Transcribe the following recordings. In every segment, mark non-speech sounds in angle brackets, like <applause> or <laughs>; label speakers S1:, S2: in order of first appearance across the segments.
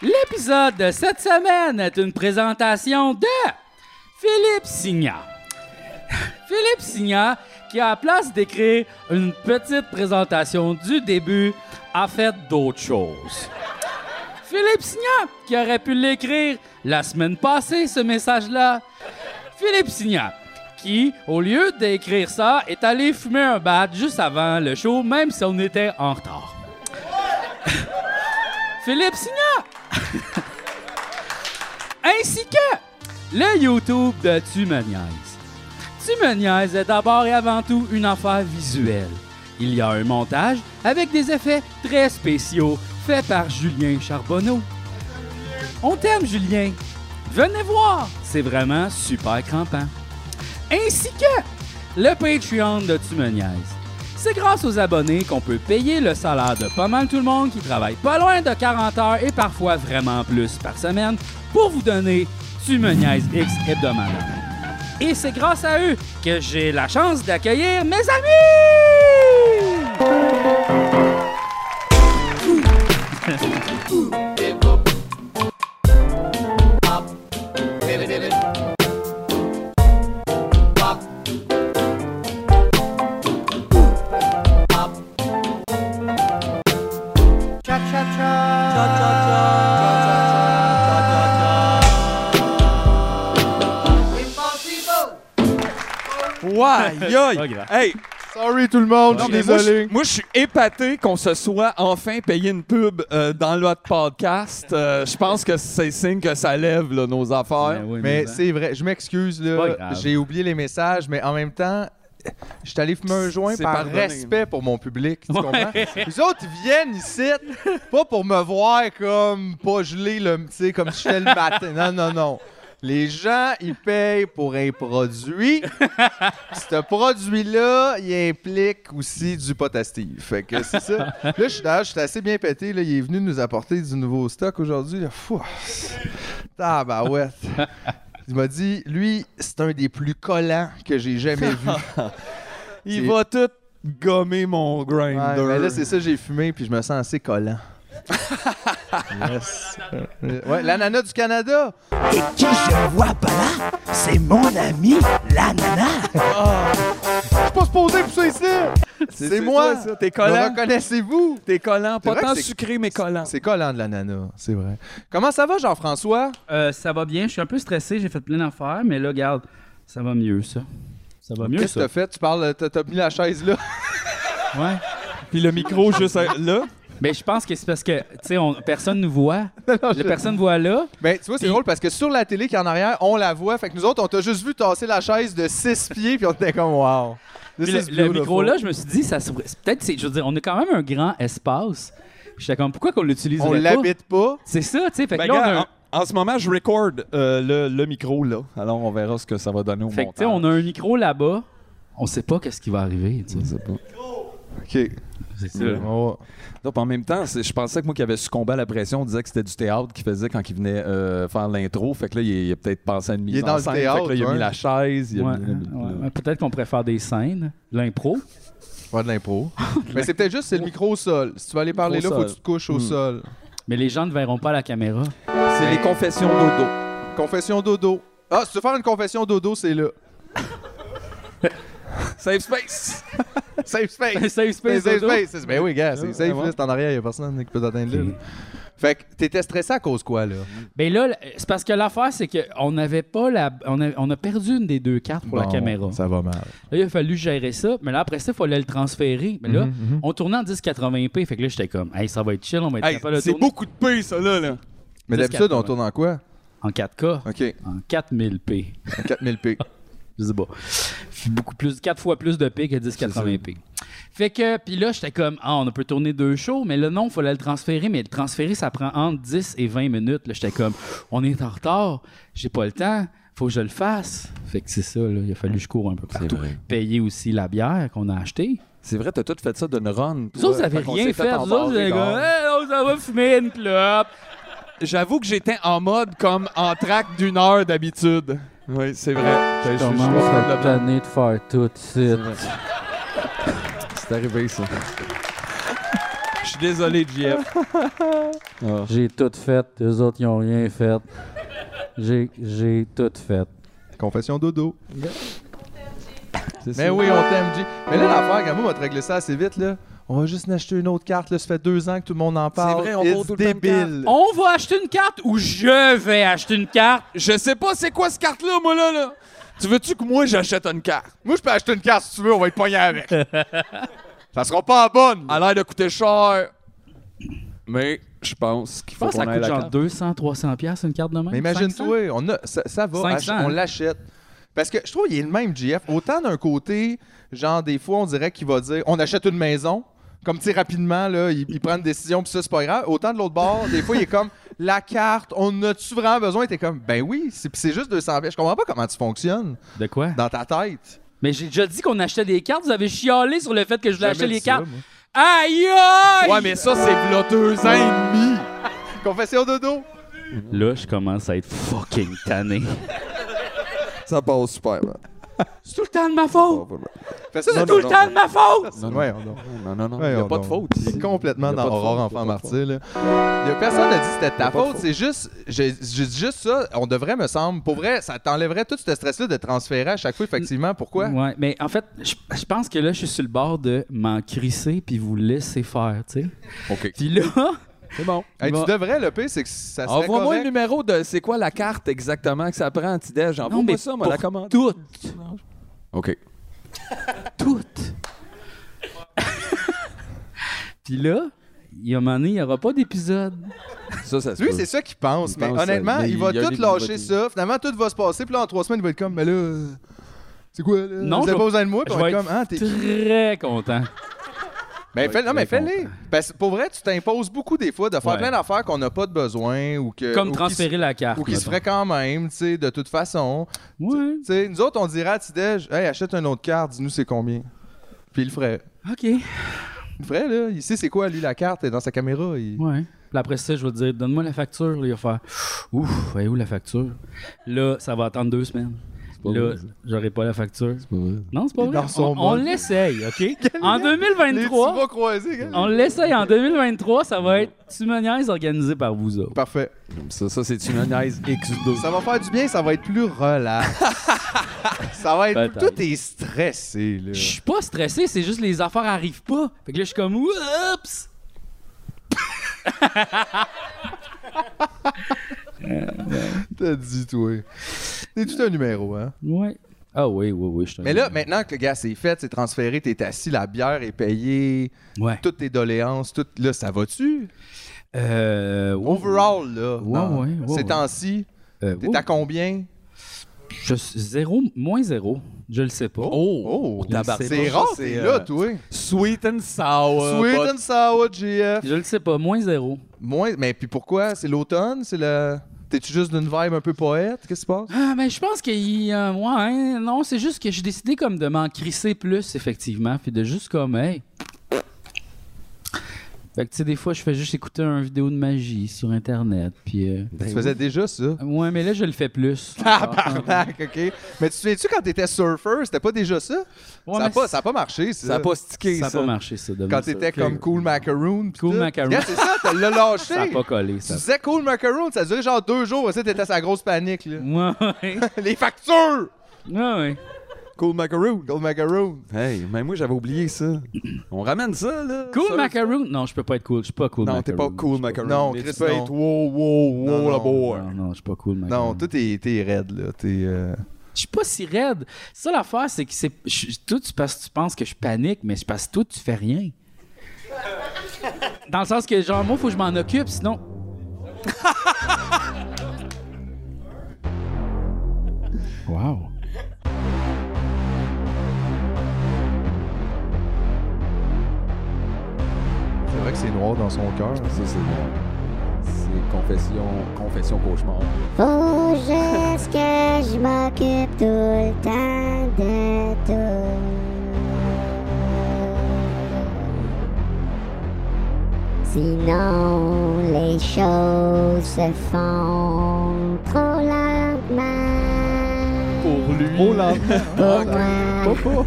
S1: L'épisode de cette semaine est une présentation de Philippe Signat. <laughs> Philippe Signat, qui à la place d'écrire une petite présentation du début, a fait d'autres choses. Philippe Signat, qui aurait pu l'écrire la semaine passée, ce message-là. Philippe Signat, qui, au lieu d'écrire ça, est allé fumer un bat juste avant le show, même si on était en retard. <laughs> Philippe Signat! Ainsi que le YouTube de Tu me niaises. Tu me niaises est d'abord et avant tout une affaire visuelle. Il y a un montage avec des effets très spéciaux faits par Julien Charbonneau. On t'aime, Julien. Venez voir, c'est vraiment super crampant. Ainsi que le Patreon de Tu me niaises. C'est grâce aux abonnés qu'on peut payer le salaire de pas mal tout le monde qui travaille pas loin de 40 heures et parfois vraiment plus par semaine pour vous donner Tu me niaises X hebdomadaire. Et c'est grâce à eux que j'ai la chance d'accueillir mes amis! <laughs>
S2: Ouais,
S1: Pas
S2: yoï!
S1: grave.
S2: Hey,
S3: Sorry tout le monde, je suis
S2: mais moi, je-
S3: désolé.
S2: Moi, je suis épaté qu'on se soit enfin payé une pub euh, dans notre podcast. Euh, je pense que c'est signe que ça lève là, nos
S1: Ben
S2: affaires.
S3: Mais c'est vrai, je m'excuse,
S1: Pas
S3: là.
S1: grave.
S3: J'ai oublié les messages, mais en même temps, je suis allé fumer un joint
S2: C'est
S3: par
S2: pardonné.
S3: respect pour mon public. Tu comprends? Les autres, ils viennent ici, pas pour me voir comme pas gelé, le, tu sais, comme si j'étais le matin. Non, non, non. Les gens, ils payent pour un produit. Ce produit-là, il implique aussi du potastive. Fait que c'est ça. Là, je suis d'ailleurs, je suis assez bien pété. Là. Il est venu nous apporter du nouveau stock aujourd'hui. là. Fou. Tabarouette. Il m'a dit, lui, c'est un des plus collants que j'ai jamais vu.
S2: Il
S3: C'est-
S2: va tout gommer mon
S3: Ouais,
S2: grinder.
S3: mais là, c'est ça, j'ai fumé, puis je me sens assez collant. <laughs> yes. Euh, Ouais, l'ananas du Canada.
S4: Et qui je vois pas là, c'est mon ami, la nana.
S3: Ah. Je suis pas supposé pour ça ici. C'est moi.
S2: toi, ça. T'es
S3: Me
S2: collant.
S3: reconnaissez-vous?
S2: T'es collant.
S3: C'est
S2: Pas
S3: vrai
S2: tant
S3: que c'est-
S2: sucré, mais collant.
S3: C'est collant de l'ananas, c'est vrai. Comment ça va, Jean-François?
S1: Euh, ça va bien, je suis un peu stressé, j'ai fait plein d'affaires, mais là, regarde, ça va mieux, ça. Ça va mieux,
S3: Qu'est-ce
S1: ça.
S3: que t'as fait? Tu parles, t'as t'as mis la chaise là.
S1: Ouais.
S2: Puis le micro juste à- là.
S1: Mais Ben, je pense que c'est parce que, tu sais, on- personne nous
S3: <laughs>
S1: voit. Le personne voit là.
S3: Ben, tu vois, c'est
S1: Puis-
S3: drôle parce que sur la télé qui est en arrière, on la voit. Fait que nous autres, on t'a juste vu tasser la chaise de
S1: <laughs>
S3: six pieds, puis on était comme, wow. This
S1: Puis le-
S3: is
S1: le,
S3: beautiful.
S1: micro là, je me suis dit, ça se- c'est- peut-être, c'est- je veux dire, on a quand même un grand espace. J'étais comme, pourquoi qu'on l'utilise
S3: on l'habite pas.
S1: C'est ça, tu sais. Fait que
S2: Ben,
S1: là, on a,
S2: gars,
S1: un-
S2: en, en ce moment, je record euh, le, le micro là. Alors, on verra ce que ça va donner au
S1: fait que, tu sais,
S2: montage.
S1: on a un micro là-bas. On sait pas qu'est-ce qui va arriver. tu sais.
S3: OK.
S1: C'est ça.
S3: On va-
S2: Donc, en même temps, c'est- je pensais que moi qui avait succombé à la pression, on disait que c'était du théâtre qu'il faisait quand il venait euh, faire l'intro. Fait que là, il, il a peut-être pensé à une mise
S3: Il est dans
S2: en
S3: le
S2: scène.
S3: théâtre, hein.
S2: fait que là, il a
S3: ouais.
S2: mis la chaise. Il a
S1: Ouais,
S2: mis-
S1: ouais. Ouais, Peut-être qu'on pourrait faire des scènes, l'impro.
S3: Pas
S1: <laughs>
S3: de l'impro. Mais c'est peut-être juste c'est le micro au sol. Si tu veux aller parler là,
S2: Micro
S3: faut
S2: au
S3: que tu te couches
S1: Hmm.
S3: au
S2: Mm.
S3: sol.
S1: Mais les gens ne verront pas la
S3: <laughs>
S1: caméra.
S2: C'est les confessions dodo.
S3: Confession dodo. Ah, si tu veux faire une confession dodo, c'est
S1: <laughs>
S3: là.
S2: Save space!
S3: Safe space.
S1: Safe
S3: C'est
S1: space.
S3: safe
S1: Dodo.
S3: space. Ben oui, gars, c'est safe.
S2: ouais.
S3: là, C'est en arrière, il a personne qui peut t'atteindre là,
S1: Ok.
S3: là. Fait que t'étais stressé à cause quoi, là?
S1: Ben là, c'est parce que l'affaire, c'est qu'on n'avait pas la. On a, on a perdu une des deux cartes pour la
S3: Bon,
S1: caméra.
S3: Ça va mal.
S1: Là, il a fallu gérer ça, mais là, après ça, il fallait le transférer. Mais là, on tournait en 1080p, fait que là, j'étais comme, hey, ça va être chill, on va être
S2: Hey,
S1: capable de
S2: c'est
S1: tourner
S2: beaucoup de paix, ça, là. là.
S3: Mais
S1: 10,
S3: d'habitude,
S1: 80.
S3: on tourne en quoi?
S1: en 4K,
S3: OK.
S1: en 4000p.
S3: 4000 pics.
S1: Je sais pas. Fait Beaucoup plus, 4 fois plus de p que 1080p. Fait que, puis là, j'étais comme, ah, on peut tourner deux shows, mais là, non, il fallait le transférer, mais le transférer, ça prend entre 10 et 20 minutes. Là, j'étais comme, on est en retard, j'ai pas le temps, faut que je le fasse. Fait que c'est ça, là, il a fallu que je cours un peu partout.
S2: vrai.
S1: Payer aussi la bière qu'on a achetée.
S2: C'est vrai, t'as tout fait ça d'une run.
S1: Vous autres, vous avez rien fait. Vous autres, vous avez comme, hey, on s'en va fumer une clope.
S2: J'avoue que j'étais en mode comme en track d'une heure d'habitude. Oui, c'est vrai. Je- je- je- je- je- je-
S1: de faire tout de suite.
S2: C'est arrivé, ça. Je suis désolé, JF. Ah.
S5: J'ai tout fait. Les autres, ils ont rien fait. J'ai, j'ai tout fait.
S3: Confession dodo.
S2: C'est
S3: Mais
S2: ça.
S3: oui, on t'aime, J. Mais là, l'affaire, Gamou va te régler ça assez vite, là. On va juste en acheter une autre carte, là. Ça fait deux ans que tout le monde en parle.
S2: vrai, on
S3: It's
S2: vaut tout le temps une
S3: débile.
S1: On va acheter une carte ou je vais acheter une carte.
S2: Je sais pas c'est quoi cette carte-là, moi, là, là. Tu veux-tu que moi, j'achète une carte?
S3: Moi, je peux acheter une carte si tu veux, on va être pogné avec. ça sera pas en bonne.
S2: Elle a l'air de coûter cher. Mais je pense qu'il
S1: Je
S2: faut
S1: pense que ça
S2: qu'on aille
S1: coûte
S2: la
S1: genre
S2: carte.
S1: 200, 300 pièces une carte de même.
S3: Mais
S1: 500?
S3: imagine-toi, on a, ça, ça va,
S1: 500,
S3: ach- on
S1: hein.
S3: l'achète. Parce que je trouve qu'il est le même, GF. Autant d'un côté, genre, des fois, on dirait qu'il va dire on achète une maison. Comme, tu sais, rapidement, là, il, il prend une décision, puis ça, c'est pas grave. Autant de l'autre bord, des fois, il est comme la carte, on a-tu vraiment besoin Et T'es comme ben oui, c'est puis c'est juste 200 pièces. Je comprends pas comment tu fonctionnes
S1: De quoi?
S3: dans ta tête.
S1: Mais j'ai déjà dit qu'on achetait des cartes. Vous avez chialé sur le fait que je voulais acheter
S3: Jamais
S1: les
S3: dit ça,
S1: cartes.
S3: moi.
S1: Aïe aïe!
S2: Ouais, mais ça, c'est v'là deux ans et demi.
S3: Confession dodo.
S1: Là, je commence à être fucking tanné.
S2: Ça passe super, man.
S1: C'est tout le temps de ma faute!
S3: Fais ça,
S1: C'est
S3: c'est
S1: tout le temps de ma faute!
S2: non.
S3: Ouais, on-
S2: Non, non, non. Il
S3: Ouais,
S2: a
S3: on-
S2: pas de
S3: on-
S2: faute.
S3: Il est complètement
S2: Y a
S3: dans
S2: pas de
S3: Aurore
S2: faute,
S3: Enfant
S2: y a pas de
S3: Martyr. Là. Y a personne n'a dit que c'était de ta
S2: a pas de
S3: faute.
S2: faute.
S3: C'est juste, j'ai j'ai dit juste ça. On devrait, me semble, pour vrai, ça t'enlèverait tout ce stress-là de transférer à chaque fois, effectivement. Pourquoi?
S1: Ouais, mais en fait, je je pense que là, je suis sur le bord de m'en crisser puis vous laisser faire, tu sais.
S2: OK.
S1: Puis là, <laughs>
S2: C'est bon.
S3: Hey,
S1: Bon.
S3: tu devrais, le pire, c'est que ça serait
S2: Envoie-moi le
S3: correct.
S2: numéro de c'est quoi la carte exactement que ça prend, Anti-Déj.
S1: Non, mais
S2: Envoie-moi ça, moi, la
S1: pour
S2: commande.
S1: tout,
S2: OK.
S1: tout. <laughs> puis là, il y a un moment donné, il n'y aura pas d'épisode.
S2: Ça, ça se
S3: Lui,
S2: peut.
S3: c'est ça qu'il pense,
S2: Il
S3: mais
S2: pense,
S3: honnêtement,
S2: euh, mais
S3: il va
S2: il y a
S3: tout
S2: des- il
S3: lâcher
S2: va des-
S3: ça. Finalement, tout va se passer. Puis là, en trois semaines, il va être comme, mais là, euh, c'est quoi, là?
S1: Non,
S3: Vous avez
S1: je-
S3: pas besoin de moi? Puis
S1: je
S3: on va
S1: vais
S3: être
S1: être
S3: comme, ah, t'es
S1: Très content.
S3: Ben, fais, non, mais
S1: très
S3: fais-les. Parce que pour vrai, tu t'imposes beaucoup des fois de faire
S1: Ouais.
S3: plein d'affaires qu'on n'a pas de besoin ou que.
S1: Comme
S3: Euh, ou qui
S1: transférer la
S3: se-
S1: carte.
S3: Ou qui se
S1: mettons.
S3: ferait quand même, tu sais, de toute façon.
S1: Ouais.
S3: Tu sais, nous autres, on dirait à Tidej, hey, achète une autre carte, dis-nous c'est combien. Puis il le ferait.
S1: OK.
S3: Il le ferait, là. Il sait c'est quoi, lui, la carte, elle est dans sa caméra. il-
S1: Ouais. Puis après ça, je vais te dire, donne-moi la facture. Là, il va faire, ouf, elle est où la facture? Là, ça va attendre deux semaines.
S2: pas
S1: Là,
S2: vrai,
S1: j'aurai pas la facture. Non, c'est pas
S3: Il est
S1: vrai.
S3: dans son
S1: On, on
S3: mode.
S1: l'essaye,
S3: <laughs>
S1: OK? en
S3: Les petits
S1: 2023,
S3: bras croisés, gars.
S1: on l'essaye en 2023, ça va être Tumoniaise organisée par vous autres.
S3: Parfait.
S2: Ça, ça c'est une analyse X2.
S3: Ça va faire du bien, ça va être plus <laughs> relax. ça va être.
S1: Peut-être.
S3: Tout est stressé, là.
S1: Je suis pas stressé, c'est juste les affaires arrivent pas. Fait que là, je suis comme, oups!
S3: T'as dit, toi. T'es tout un numéro, hein.
S1: Ouais. Ah oui, oui, oui, je te
S3: Mais là, maintenant que le gars, c'est fait, c'est transféré, t'es assis, la bière est payée,
S1: Ouais.
S3: toutes tes doléances, tout. Là, ça va-tu?
S1: Euh, ouais,
S3: Overall, là.
S1: Ouais,
S3: dans-
S1: ouais, ouais,
S3: Ces
S1: ouais.
S3: temps-ci,
S1: euh,
S3: t'es
S1: ouais.
S3: à combien?
S1: Je suis zéro, moins zéro. Je le sais pas.
S2: Oh! tabarnak.
S3: C'est rare,
S2: Ça,
S3: t'es
S2: euh,
S3: là, toi.
S2: Sweet and sour.
S3: Sweet
S2: but-
S3: and sour, GF.
S1: Je le sais pas, moins zéro.
S3: Moins, mais puis pourquoi? C'est l'automne? C'est le... T'es-tu juste d'une vibe un peu poète? Qu'est-ce qui se passe?
S1: Ah, ben, je pense que. il- euh, ouais, hein, non, c'est juste que j'ai décidé comme de m'en crisser plus, effectivement. Puis de juste comme, hey. Fait que, tu sais, des fois, je fais juste écouter un vidéo de magie sur Internet. Puis. euh,
S3: tu faisais déjà ça? Ah,
S1: Ouais, mais là, je le fais
S3: <laughs>
S1: plus.
S3: Tabarnak, OK. Mais tu te souviens-tu quand t'étais surfer, c'était pas déjà ça?
S1: Ouais,
S3: ça
S1: mais
S3: a pas, ça a pas marché, ça.
S2: Ça a pas stické,
S1: ça a
S2: ça.
S1: pas marché, ça. de
S3: Quand
S1: moi, ça.
S3: t'étais comme Cool Macaroon. pis
S1: Cool
S3: tout.
S1: Macaroon.
S3: Regarde, c'est ça, t'as le lâché.
S1: <laughs> Ça a pas collé,
S3: Tu <laughs>
S1: ça.
S3: disais Cool Macaroon, ça a duré genre deux jours, ça, t'étais à sa grosse panique,
S1: <laughs>
S3: là.
S1: Ouais, ouais.
S3: Les factures!
S1: Ouais, ouais.
S3: <laughs>
S2: Cool macaroon.
S3: Cool Macaroon.
S2: Hey, mais moi, j'avais oublié ça. On ramène ça, là.
S1: Cool
S2: Ça,
S1: macaroon. Non, je peux pas être cool. Je suis pas cool
S2: Non, t'es
S1: macaroon.
S2: pas cool macaroon.
S3: Non,
S2: Mais
S3: Chris,
S2: tu peux
S3: non.
S2: être wow, wow,
S3: Non,
S2: wow,
S3: non,
S2: la boy.
S1: Non, non, je suis pas cool macaroon.
S3: Non, toi, t'es t'es raide, là. T'es. euh,
S1: Je suis pas si raide. Ça, l'affaire, c'est que c'est. je- Toi, tu, passes, tu penses que je panique, mais je passe tout, tu fais rien. Dans le sens que, genre, moi, faut que je m'en occupe, sinon. wow.
S3: C'est vrai que c'est noir dans son cœur.
S2: Ça, c'est bon. C'est confession, confession cauchemar.
S6: Faut juste que Oh, je m'occupe tout le temps de tout. Sinon, les choses se font trop lentement.
S1: Pour
S2: lui.
S3: Au lendemain.
S6: pour moi.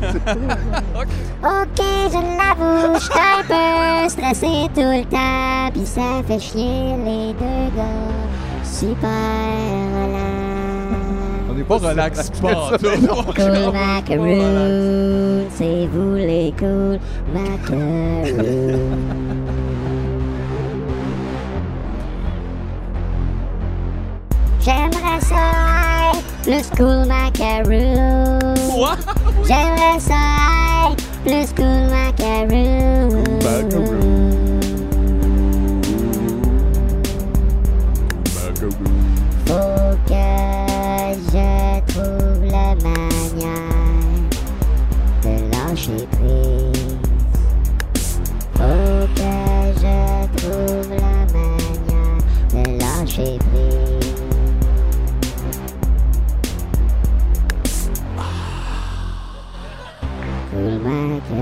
S6: Ok, je l'avoue, je suis un peu stressé tout le temps, pis ça fait chier les deux gars. Super
S3: On
S6: relax.
S3: n'est pas <laughs> relax pas. <laughs> toi.
S6: Cool macaroon, c'est vous les cool macaroon. J'aimerais ça être plus cool macaroon.
S2: Quoi?
S6: J'aimerais ça être plus cool macaroon. Faut que je trouve la manière de lâcher prise. Faut que je trouve la manière de lâcher prise. Cool macaroon.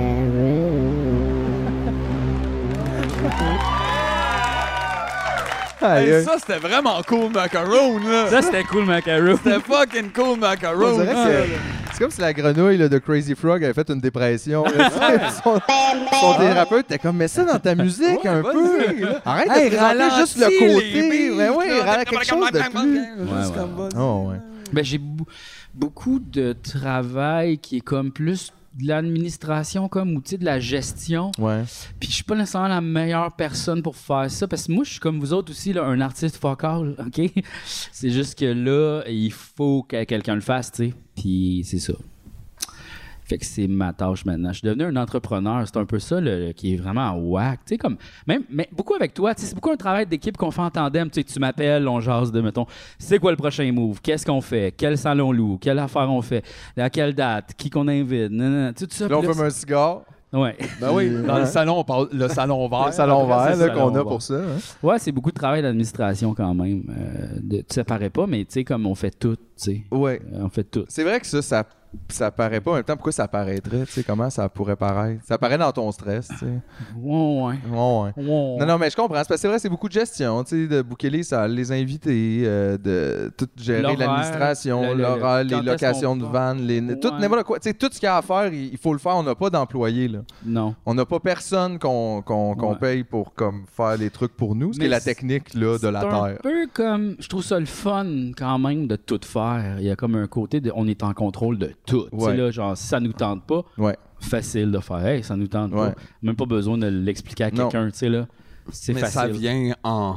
S3: Aïe,
S2: Hey, euh,
S3: aïe.
S2: ça, c'était vraiment cool, Macaron, là.
S1: Ça, c'était cool, Macaroo.
S2: C'était fucking cool,
S3: On
S2: Macaron.
S3: dirait que c'est- C'est comme si la grenouille là, de Crazy Frog avait fait une dépression. <laughs> là. Tu sais, son, son thérapeute était comme, mets ça dans ta musique un peu. Arrête de présenter juste le côté.
S2: ben
S3: Mais oui, rala- quelque chose de plus.
S1: Ouais, ouais.
S3: Oh, ouais.
S1: Ben, j'ai bou- beaucoup de travail qui est comme plus de l'administration comme outil de la gestion.
S3: Ouais.
S1: Puis je suis pas nécessairement la meilleure personne pour faire ça parce que moi je suis comme vous autres aussi là, un artiste focal, <laughs> OK C'est juste que là, il faut que quelqu'un le fasse, tu sais. Puis c'est ça. Fait que c'est ma tâche maintenant. Je suis devenu un entrepreneur. C'est un peu ça le- le- qui est vraiment whack. Tu sais, comme, même, mais beaucoup avec toi, tu sais, c'est beaucoup un travail d'équipe qu'on fait en tandem. Tu sais, tu m'appelles, on jase de, mettons, c'est quoi le prochain move? Qu'est-ce qu'on fait? Quel salon on loue? Quelle affaire on fait? À quelle date? Qui qu'on invite? Nan, nan, nan. Tout ça.
S3: Là, on
S1: puis là,
S3: fume un cigare.
S1: c'est- ouais.
S3: Ben oui.
S2: Dans le salon, on parle le salon vert.
S3: Le salon
S1: après,
S3: vert
S1: c'est
S3: là,
S1: le
S3: qu'on
S1: salon
S3: a pour ça. hein.
S1: Ouais, c'est beaucoup de travail d'administration quand même. Euh, de, tu sais, ça paraît pas, mais tu sais, comme on fait tout, tu sais.
S3: Ouais.
S1: Euh, On fait tout.
S3: C'est vrai que ça, ça, ça paraît pas. En même temps, pourquoi ça paraîtrait? Tu sais, comment ça pourrait paraître? Ça paraît dans ton stress, tu sais.
S1: Ouais, ouais.
S3: Ouais, ouais.
S1: Ouais.
S3: Non, non, mais je comprends. C'est parce que c'est vrai, c'est beaucoup de gestion, tu sais, de bouquer les salles, les invités, euh, de tout gérer
S1: L'horaire, le-
S3: l'administration,
S1: le- le-
S3: l'oral, les
S1: quand est-ce
S3: locations
S1: qu'on
S3: de
S1: part.
S3: vannes, les, tout
S1: Ouais.
S3: n'importe quoi. Tu sais, tout ce qu'il y a à faire, il il faut le faire. On n'a pas d'employés là.
S1: Non.
S3: On n'a pas personne qu'on qu'on- qu'on
S1: Ouais.
S3: paye pour comme faire les trucs pour nous, ce qui
S1: Mais
S3: est la
S1: c'est-
S3: technique là de la
S1: C'est un
S3: terre.
S1: peu comme, je trouve ça le fun quand même de tout faire. Il y a comme un côté de, on est en contrôle de tout. Tu sais,
S3: Ouais.
S1: là, genre, si ça nous tente pas,
S3: Ouais.
S1: facile de faire. Hey, ça nous tente
S3: Ouais.
S1: pas. Même pas besoin de l'expliquer à
S3: Non.
S1: quelqu'un, tu sais, là. C'est
S2: Mais
S1: facile.
S2: ça vient en.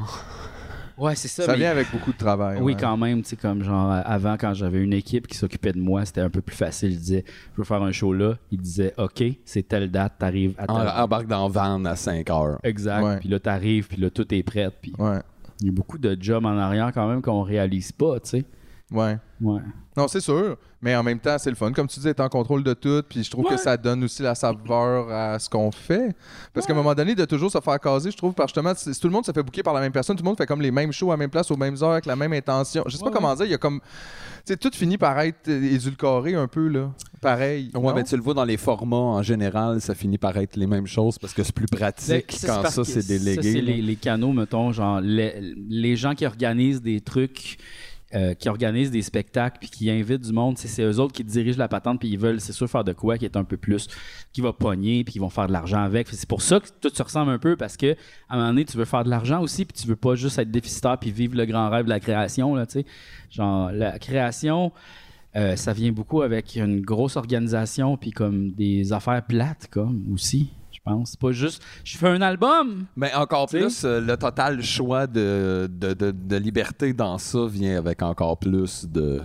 S1: Ouais, c'est ça.
S3: Ça
S1: mais-
S3: vient avec beaucoup de travail.
S1: Oui,
S3: ouais.
S1: quand même, tu sais, comme genre euh, avant, quand j'avais une équipe qui s'occupait de moi, c'était un peu plus facile. Je disais, je veux faire un show là. Il disait, OK, c'est telle date, t'arrives à
S2: en
S1: telle
S2: embarque dans Van à 5 heures.
S1: Exact.
S3: Ah, Ouais.
S1: Puis là, t'arrives, puis là, tout est prêt. Puis
S3: Ouais.
S1: il y a beaucoup de jobs en arrière quand même qu'on réalise pas, tu sais.
S3: Ouais.
S1: Ouais.
S3: Non, c'est sûr, mais en même temps, c'est le fun. Comme tu dis, être en contrôle de tout, puis je trouve
S1: Ouais.
S3: que ça donne aussi la saveur à ce qu'on fait. Parce qu'à un moment donné, de toujours se faire caser, je trouve, par justement, si si tout le monde se fait bouquer par la même personne, tout le monde fait comme les mêmes shows à la même place, aux mêmes heures, avec la même intention. Je sais pas comment dire, il y a comme. Tu sais, tout finit par être euh, édulcoré un peu, là. Pareil.
S2: Ouais,
S3: non?
S2: mais tu le vois dans les formats en général, ça finit par être les mêmes choses parce que c'est plus pratique
S1: Ben,
S2: quand
S1: parce
S2: ça
S1: que
S2: c'est
S1: ça, c'est
S2: délégué. là.
S1: les, les canaux, mettons, genre les, les gens qui organisent des trucs, euh, qui organisent des spectacles, puis qui invitent du monde, c'est- c'est eux autres qui dirigent la patente, puis ils veulent, c'est sûr, faire de quoi qui est un peu plus, qui va pogner, puis ils vont faire de l'argent avec. Fait que C'est pour ça que tout se ressemble un peu, parce que à un moment donné, tu veux faire de l'argent aussi, puis tu veux pas juste être déficitaire, puis vivre le grand rêve de la création, là, tu sais. Genre, la création. euh, ça vient beaucoup avec une grosse organisation puis comme des affaires plates comme aussi, je pense. C'est pas juste je fais un album,
S2: Mais encore
S1: T'sais?
S2: plus, euh, le total choix de, de, de- de liberté dans ça vient avec encore plus de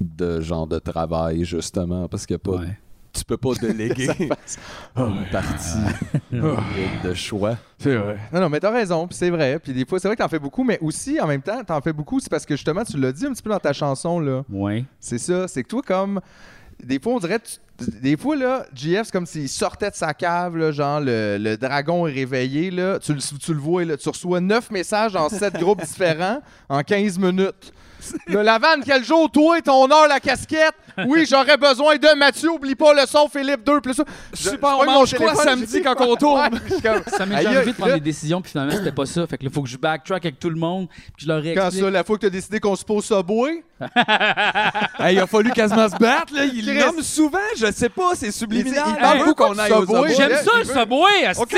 S2: de genre de travail justement parce que pas
S1: Ouais.
S2: tu peux pas déléguer une partie de- de choix
S3: C'est vrai. Non, non, mais t'as raison, puis c'est vrai. Puis des fois, c'est vrai que t'en fais beaucoup, mais aussi, en même temps, t'en fais beaucoup, c'est parce que justement, tu l'as dit un petit peu dans ta chanson, là.
S1: Ouais.
S3: C'est ça, c'est que toi, comme. Des fois, on dirait. tu- Des fois, là, JF, c'est comme s'il sortait de sa cave, là, genre le, le dragon est réveillé, là. Tu, le- tu le vois, là, tu reçois neuf messages dans sept groupes différents en 15 minutes. Le Lavanne, quel jour, toi, ton heure, la casquette? Oui, j'aurais besoin de Mathieu, oublie pas le son, Philippe 2, plus ça.
S2: Super,
S3: Je- je
S2: on
S3: pogne
S2: mange
S3: téléphone,
S2: quoi
S3: j'ai
S2: samedi
S3: dit-
S2: quand on tourne?
S3: Ouais, je suis comme-
S1: Ça m'est
S3: Aïe,
S1: déjà arrivé de prendre
S3: là-
S1: des décisions, puis finalement, c'était pas ça. Fait que là, faut que je backtrack avec tout le monde, puis je leur
S3: Quand
S1: réexplique.
S3: ça, la fois que t'as décidé qu'on se pose Subway,
S2: Hey, il a fallu quasiment se battre, là. Il
S3: Chris.
S2: nomme souvent, je sais pas, c'est subliminal.
S3: Il dit- il
S2: Hey,
S1: parle
S2: faut
S3: beaucoup
S2: qu'on
S3: de
S2: aille au
S3: Subway.
S2: Subway.
S1: J'aime
S3: il-
S1: ça, le
S3: il veut-
S1: Subway, asti!
S2: OK,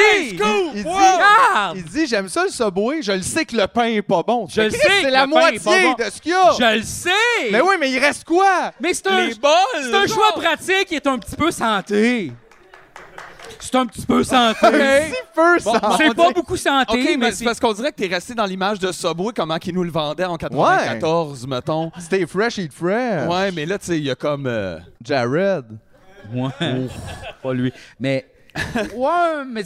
S3: il dit-
S1: Regarde!
S3: il dit J'aime ça le Subway, je le sais que le pain est pas bon.
S1: Je
S3: Fait
S1: le
S3: Chris,
S1: sais que
S3: C'est la
S1: le pain est
S3: moitié
S1: pas bon.
S3: de ce qu'il y a.
S1: Je le sais!
S3: Mais oui, mais il reste quoi?
S1: Mais c'est un,
S2: Les bols!
S1: c'est un choix pratique qui est un petit peu santé. C'est un petit peu
S3: <laughs>
S1: santé.
S3: Si peu, ça.
S1: c'est pas beaucoup santé,
S2: OK, mais
S1: mais
S2: c'est
S1: c'est...
S2: parce qu'on dirait que t'es resté dans l'image de Subway, comment qu'ils nous le vendaient en 94, mettons.
S3: Stay fresh, eat fresh.
S2: Ouais, mais là, tu sais, il y a comme... euh,
S3: Jared.
S1: Ouais. Pas lui. Mais... <laughs> ouais, mais...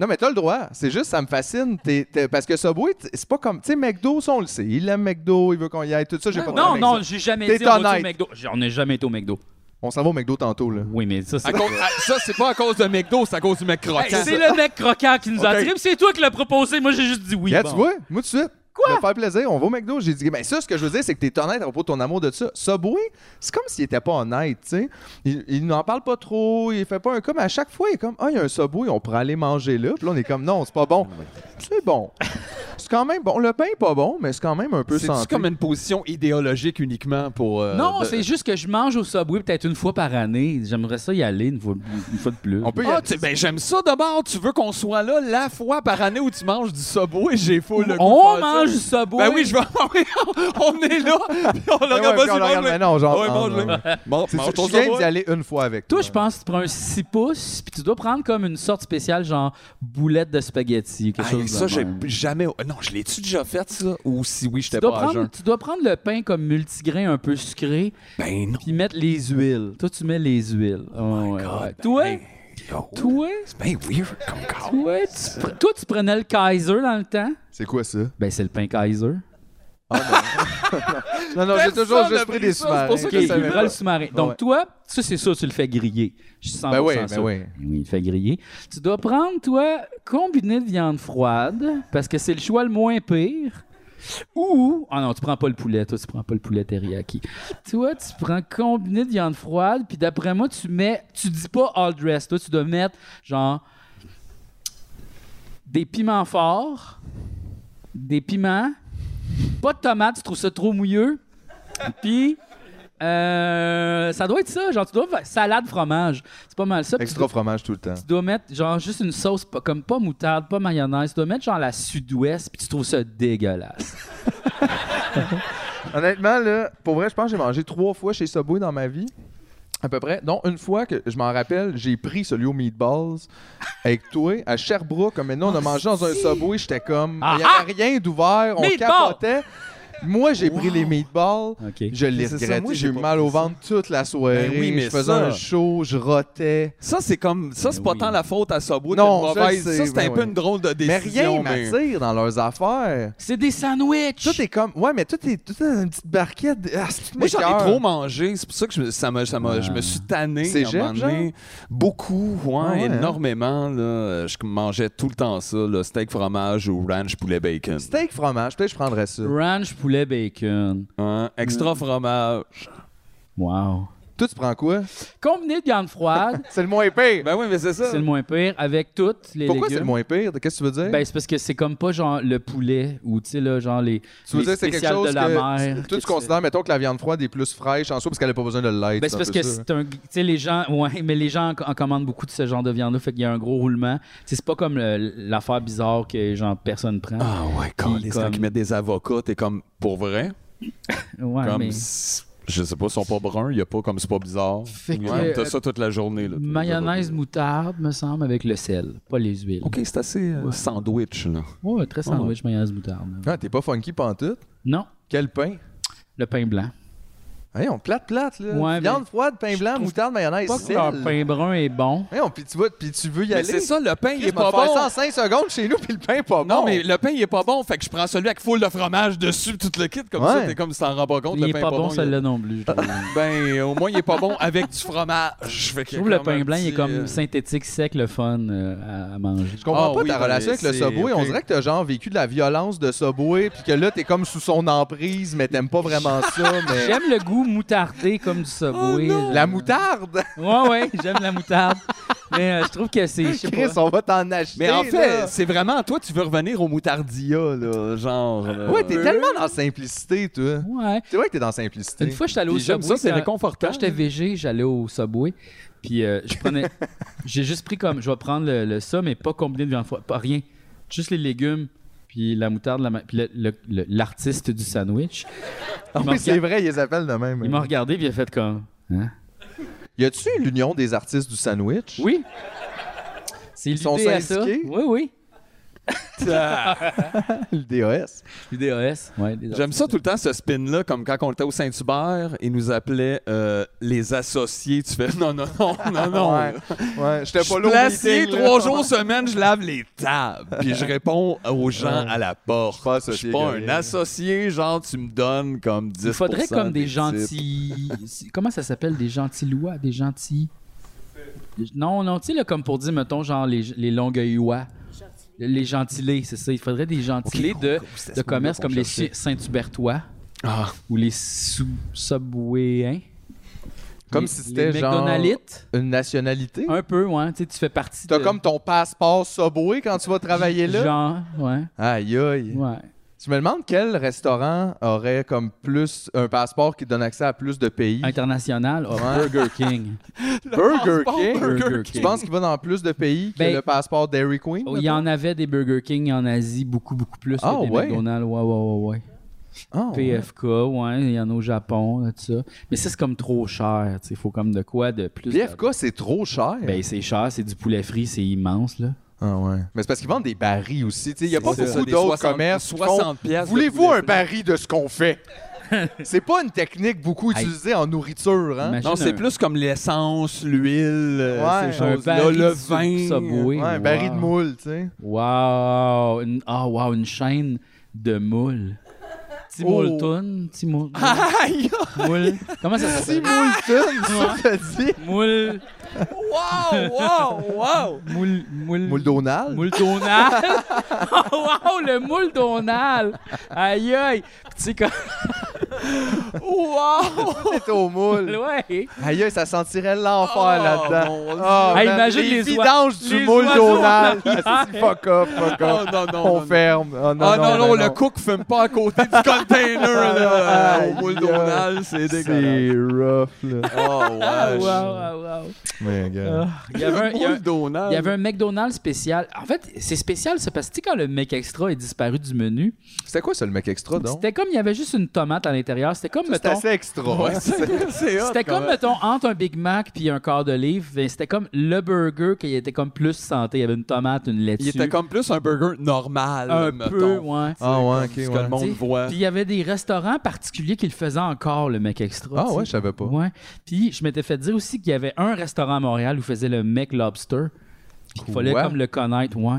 S3: Non, mais t'as le droit. C'est juste, ça me fascine. T'es- t'es- parce que Subway, t- c'est pas comme. Tu sais, McDo, ça, on le sait. Il aime McDo, il veut qu'on y aille, tout ça. J'ai pas de
S1: Non,
S3: problème
S1: non,
S3: avec ça.
S1: j'ai jamais
S3: T'es
S1: dit on va
S3: honnête.
S1: au McDo. J'en ai jamais été au McDo.
S3: On s'en va au McDo tantôt, là.
S1: Oui, mais ça, c'est...
S2: à cause- à- ça, c'est pas à cause de McDo, c'est à cause du mec croquant.
S1: <laughs> Hey, c'est le mec croquant qui nous a
S2: OK.
S1: attiré, puis c'est toi qui l'as proposé. Moi, j'ai juste dit oui.
S3: Yeah,
S1: bon.
S3: tu vois, moi, tout de suite. Quoi? Me faire plaisir, on va au McDo. J'ai dit, ben ça, ce que je veux dire, c'est que t'es honnête à propos de ton amour de ça. Subway, c'est comme s'il était pas honnête, tu sais. Il, il n'en parle pas trop, il fait pas un comme. À chaque fois, il est comme, ah, il y a un Subway, on pourrait aller manger là. Puis là, on est comme, non, c'est pas bon. C'est bon. c'est quand même bon. Le pain est pas bon, mais c'est quand même un peu
S2: C'est-tu
S3: santé.
S2: comme une position idéologique uniquement pour... euh,
S1: Non,
S2: de-
S1: c'est juste que je mange au Subway peut-être une fois par année. J'aimerais ça y aller une fois, une fois de plus.
S3: On peut y
S2: Ah,
S3: aller.
S2: tu- ben j'aime ça d'abord. Tu veux qu'on soit là la fois par année où tu manges du Subway? J'ai faux le goût
S1: On
S2: de faire ça.
S1: mange du Subway.
S2: Ben oui, je vais. <laughs> oui, on est là. puis on le
S3: Ben ouais,
S2: regarde pas
S3: puis on
S2: sur
S3: le regarde, mais non, genre.
S2: Ouais,
S3: ah,
S2: mange-le.
S3: non, non.
S2: Bon,
S3: C'est
S2: mange
S3: sûr,
S2: ton
S3: Je viens d'y
S2: Subway.
S3: aller une fois avec
S1: Toi,
S3: toi.
S1: je pense que tu prends un 6 pouces, puis tu dois prendre comme une sorte spéciale, genre boulette de spaghetti, quelque
S2: Aïe,
S1: chose
S2: ça,
S1: de
S2: j'ai
S1: même.
S2: jamais. Non, je l'ai-tu déjà fait, ça? Ou si oui,
S1: Tu
S2: j'étais
S1: dois,
S2: pas à
S1: prendre,
S2: jeun.
S1: tu dois prendre le pain comme multigrain un peu sucré,
S2: Ben non.
S1: puis mettre les huiles. Toi, tu mets les huiles. Oh ouais, ouais. Toi,
S2: Yo,
S1: toi,
S2: c'est bien weird Ben comme corps.
S1: toi, tu, pre- toi, tu prenais le Kaiser dans le temps.
S3: C'est quoi ça?
S1: Ben, c'est le pain Kaiser.
S3: Non, non, j'ai
S2: Personne
S3: toujours
S2: n'a
S3: juste
S2: pris
S3: pris des
S2: ça, c'est
S3: sous-marins.
S2: pour ça
S1: Ok,
S2: que je
S1: il
S2: savais
S1: brûle
S2: pas.
S1: le sous-marin. Donc,
S3: ouais.
S1: toi, ça, c'est sûr, tu le fais griller. Je suis 100%
S3: Ben oui, ben
S1: sûr.
S3: oui.
S1: Ben oui, il le fait griller. Tu dois prendre, toi, combiné de viande froide, parce que c'est le choix le moins pire. Ou, ah non, tu prends pas le poulet, toi, tu prends pas le poulet teriyaki. Toi, tu prends combiné de viande froide, puis d'après moi, tu mets, tu dis pas all dress, toi, tu dois mettre, genre, des piments forts, des piments, pas de tomates, tu trouves ça trop mouilleux, puis euh, ça doit être ça, genre, tu dois faire salade, fromage, c'est pas mal ça. puis tu
S3: Extra fromage tout le temps.
S1: tu dois mettre genre juste une sauce pas- comme pas moutarde, pas mayonnaise. Tu dois mettre genre la sud-ouest, puis tu trouves ça dégueulasse.
S3: Honnêtement, là, pour vrai, je pense que j'ai mangé trois fois chez Subway dans ma vie. À peu près. Donc, une fois que je m'en rappelle, j'ai pris celui aux meatballs avec toi à Sherbrooke. Comme maintenant, on
S2: Ah,
S3: a mangé dans un Subway. J'étais comme. Il n'y
S1: Ah,
S3: avait rien d'ouvert. On
S1: Meatballs!
S3: capotait. Moi, j'ai pris les meatballs.
S1: OK.
S3: Je l'ai
S2: C'est ça,
S3: regretté.
S2: moi, j'ai
S3: J'ai eu
S2: pas
S3: mal
S2: pris
S3: au
S2: ça.
S3: ventre toute la soirée.
S2: Ben oui, mais
S3: je faisais
S2: ça-
S3: un show, je rotais.
S2: Ça, c'est comme. Ça, c'est
S1: Ben
S2: pas
S1: oui.
S2: tant la faute à Subway
S3: Non,
S2: qu'une
S3: je
S2: mauvaise.
S3: sais,
S2: Ça, c'est
S3: ben
S2: un peu
S3: oui.
S2: une drôle de
S3: Mais rien
S2: décision.
S3: m'attire dans leurs affaires.
S1: C'est des sandwichs.
S3: Tout est comme. Ouais, mais tout est, tout est dans une petite barquette. de- Ah, c'est
S2: Moi, j'en ai
S3: m'écoeure.
S2: trop mangé. C'est pour ça que je me, ça m'a- ça m'a- je me suis tanné.
S3: Euh, C'est
S2: à un moment
S3: Jeff, genre?
S2: donné. Beaucoup, ouais,
S3: Ah ouais, hein?
S2: énormément. Là, je mangeais tout le temps ça, le steak fromage ou ranch poulet bacon.
S3: Steak fromage, peut-être que je prendrais ça.
S1: Ranch poulet bacon.
S2: Hein, Extra
S3: Mm.
S2: fromage.
S1: Wow.
S3: Toi, tu prends quoi?
S1: Combiné de viande
S3: <laughs>
S1: froide,
S3: C'est le moins pire.
S2: Ben oui, mais c'est ça.
S1: c'est le moins pire avec toutes les
S3: Pourquoi c'est
S1: légumes.
S3: le moins pire? Qu'est-ce que tu veux dire?
S1: Ben, c'est parce que c'est comme pas genre le poulet ou tu sais là genre les,
S3: tu veux
S1: les
S3: dire que c'est quelque
S1: spéciales
S3: chose
S1: de la
S3: que
S1: mer.
S3: tu-
S1: que
S3: toi, tu considères, mettons, que la viande froide est plus fraîche en soi parce qu'elle n'a pas besoin de le l'être.
S1: Ben, c'est parce
S3: un
S1: que
S3: peu ça.
S1: c'est un. Tu sais, les gens. Ouais, mais les gens en, en commandent beaucoup de ce genre de viande-là. Fait qu'il y a un gros roulement. Tu sais, c'est pas comme le- l'affaire bizarre que, genre, personne prend.
S2: Ah ouais,
S1: Puis
S2: les
S1: comme-
S2: quand ils mettent des avocats, t'es comme pour vrai.
S1: ouais,
S2: comme
S1: mais-
S2: si- je sais pas, ils sont pas bruns, y a pas comme c'est pas bizarre.
S1: Fait que- euh,
S2: Ouais, T'as ça toute la journée. Là, tous les
S1: Mayonnaise,
S2: avocats.
S1: moutarde, me semble, avec le sel, pas les huiles.
S2: Ok, c'est assez euh, sandwich là.
S1: Ouais, très sandwich, mayonnaise, moutarde.
S3: Ah, t'es pas funky pantoute?
S1: Non,
S3: Quel pain?
S1: le pain blanc.
S3: Hey, on plate plate là.
S1: Ouais,
S3: Viande
S1: mais
S3: froide, pain
S1: je
S3: blanc,
S1: trouve
S3: moutarde, mayonnaise,
S1: Pas que
S3: sel.
S1: leur pain brun est bon.
S3: Hey, on- puis tu vois, puis tu veux y
S2: Mais
S3: aller.
S2: c'est ça, le pain, il
S3: Chris,
S2: est
S3: on va
S2: pas
S3: faire
S2: bon.
S3: ça en 5 secondes chez nous, puis le pain est pas
S2: Non,
S3: bon.
S2: mais le pain, il est pas bon. Fait que je prends celui avec foule de fromage dessus, tout le kit, comme ça,
S3: Ouais.
S2: t'es comme si t'en rends pas compte.
S1: Il
S2: le
S1: est
S2: pain
S1: pas bon,
S2: il-
S1: celui-là non plus. je trouve.
S2: Ben, au moins, il est pas bon avec du fromage. Fait que
S1: Je trouve le
S2: comme un
S1: pain blanc, il est
S2: petit,
S1: comme
S2: euh,
S1: synthétique, sec, le fun euh, à, à manger.
S3: Je comprends
S2: Ah
S3: pas
S2: oui,
S1: ben,
S3: ta
S2: non,
S3: relation
S2: mais
S3: avec le
S2: c'est-
S3: Subway. On
S2: ok.
S3: dirait que t'as genre vécu de la violence de Subway, puis que là, t'es comme sous son emprise, mais t'aimes
S1: <laughs>
S3: pas vraiment ça, mais...
S1: J'aime le goût moutardé comme du Subway. genre.
S3: La moutarde!
S1: Ouais, ouais, j'aime la moutarde. Mais euh, je trouve que c'est. je sais
S3: Chris,
S1: pas.
S3: on va t'en acheter,
S2: Mais en fait,
S3: là.
S2: c'est vraiment toi, tu veux revenir au moutardia, là, genre. euh, là.
S3: Ouais,
S1: Euh.
S3: t'es tellement dans simplicité, toi.
S1: Ouais.
S3: C'est vrai que t'es dans simplicité.
S1: Une fois, je suis allé au
S2: Puis J'aime
S1: Subway.
S2: ça, c'est
S1: quand-
S2: réconfortant.
S1: Quand j'étais VG, j'allais au Subway. Puis euh, je prenais.
S2: <laughs>
S1: J'ai juste pris comme. Je vais prendre le, le ça, mais pas combiné de viande froide. Pas rien. Juste les légumes, puis la moutarde, la ma- puis le- le- le- l'artiste du sandwich.
S3: Ah
S1: il m'a
S3: oui, c'est
S1: regardé-
S3: vrai, ils appellent de même.
S1: Il m'a regardé, puis il a fait comme. Hein?
S3: Y a-tu l'union des artistes du sandwich?
S1: Oui. C'est
S3: Ils sont
S1: l'idée à ça.
S3: syndiqués?
S1: Oui, oui.
S3: <laughs> Le DOS.
S1: UDAS. Ouais, des
S2: J'aime ça tout le temps, ce spin-là, comme quand on était au Saint-Hubert, ils nous appelaient euh, les associés. Tu fais non, non, non, non, non.
S3: Ouais. Ouais, j'étais
S2: Je
S3: pas
S2: suis
S3: là au
S2: placé
S3: meeting, là.
S2: trois jours semaine, je lave les tables. Puis je réponds aux gens à la porte.
S3: Ah. pas
S2: Je
S3: associé,
S2: suis pas un
S3: Gabriel.
S2: associé, genre tu me donnes comme 10
S1: Il faudrait comme des,
S2: types.
S1: gentils. c'est- <laughs> Comment ça s'appelle Des gentils lois Des gentils. Non, non, tu sais, là, comme pour dire, mettons, genre les, les longueuillois. Les gentilés, c'est ça. Il faudrait des gentilés de, de commerce comme les Saint-Hubertois
S2: Ah.
S1: ou les sous subwayens
S3: Comme
S1: Les-
S3: si c'était
S1: les
S3: genre-
S1: McDonaldites.
S3: Une nationalité?
S1: Un peu, ouais. Tu sais, tu fais partie
S3: T'as
S1: de-
S3: comme ton passeport Subway quand tu vas travailler là?
S1: Genre, ouais.
S3: Aïe aïe.
S1: ouais.
S3: Je me demande quel restaurant aurait comme plus un passeport qui te donne accès à plus de pays.
S1: International. oh, Burger
S3: <laughs>
S1: King.
S3: Burger
S2: passeport
S3: King.
S2: Burger
S1: Burger
S2: King.
S3: Tu penses qu'il va dans plus de pays que
S1: Ben,
S3: le passeport Dairy Queen?
S1: Oh, Il y en avait des Burger King en Asie, beaucoup, beaucoup plus. que
S3: Ah,
S1: des
S3: ouais?
S1: McDonald's, ouais, ouais, ouais. ouais.
S3: Ah, ouais.
S1: PFK, ouais, il y en a au Japon, là, tout ça. Mais ça, c'est comme trop cher, tu sais. Faut comme de quoi de plus.
S3: PFK, c'est trop cher.
S1: Ben, c'est cher, c'est du poulet frit, c'est immense, là.
S3: Ah ouais. Mais c'est parce qu'ils vendent des barils aussi. Il n'y a pas
S2: C'est ça,
S3: beaucoup
S2: des
S3: d'autres
S2: 60
S3: commerces. qui font,
S2: 60 piastres de
S3: Voulez-vous
S2: poulet
S3: un
S2: frit.
S3: baril de ce qu'on
S2: <laughs>
S3: fait? c'est pas une technique beaucoup
S1: Hey.
S3: utilisée en nourriture, hein?
S1: Imagine
S2: Non,
S1: un-
S2: c'est plus comme l'essence, l'huile, euh,
S3: Ouais.
S2: ces
S1: un
S2: choses-là,
S1: baril
S2: le
S1: de
S2: vin.
S1: Subway.
S3: Ouais, un baril de
S1: Wow.
S3: moule, tu sais.
S1: Wow! Une, ah, wow, une chaîne de moules. Timoulton, Timoul...
S2: Oh! <laughs> Aïe!
S1: moule. Comment ça s'appelle?
S3: Moulton, ça t'as
S2: <laughs>
S3: dit?
S1: Moule...
S2: Wow! Wow! Wow!
S1: Moule... Moule...
S3: Moule Donald?
S1: Moule Donald. <laughs> oh, wow, le moule Donald. Aïe, aïe. Puis Tu sais, comme.
S2: Wow!
S3: T'es au moule.
S2: Euh,
S1: Ouais.
S3: Aïe, aïe, ça sentirait l'enfer
S2: Oh,
S3: là-dedans.
S2: mon Dieu.
S3: Ah,
S1: Hey,
S3: man,
S1: imagine les oiseaux-
S3: vidanges du
S1: les
S3: moule
S1: oiseaux en
S2: <laughs>
S3: Donald. Ah, c'est-
S1: arrière.
S3: fuck off, fuck
S2: Oh
S3: off.
S2: non,
S3: On
S2: non, non, non.
S3: ferme. Oh, non,
S2: Ah non, non,
S3: non,
S2: le cook fume pas à côté du container, là.
S3: <laughs> Aïe,
S2: Au moule
S3: aïe.
S2: Donald,
S3: <laughs>
S2: c'est dégueulasse.
S3: C'est rough,
S2: <laughs>
S3: là.
S2: Oh,
S1: Ah,
S2: wesh.
S1: wow, wow, wow.
S3: Mais, gars.
S1: Ah, Il y avait un- il y a-
S2: moule Donald.
S1: il y avait un McDonald's spécial. En fait, c'est spécial, ça, parce que tu sais, quand le mec extra est disparu du menu,
S3: C'était quoi ça, le mec extra, donc?
S1: c'était comme il y avait juste une tomate à l'intérieur. C'était comme,
S3: C'était
S1: mettons.
S3: assez extra.
S2: Ouais,
S3: hein.
S2: c'est- c'est hot,
S1: C'était
S2: quand
S1: comme,
S2: même.
S1: mettons, entre un Big Mac puis un quart de livre, ben, c'était comme le burger qui était comme plus santé. Il y avait une tomate, une laitue.
S2: Il était comme plus un burger normal,
S1: un
S2: mettons.
S1: peu, ouais.
S3: Ah ouais, ok,
S2: Ce que
S3: ouais.
S2: le monde
S1: T'sais,
S2: voit.
S1: Puis il y avait des restaurants particuliers qui le faisaient encore, le mec extra.
S3: Ah
S1: tu sais.
S3: ouais, je savais pas.
S1: Ouais. Puis je m'étais fait dire aussi qu'il y avait un restaurant à Montréal où faisait le mec lobster. Puis qu'il fallait
S3: Quoi?
S1: comme le connaître, ouais.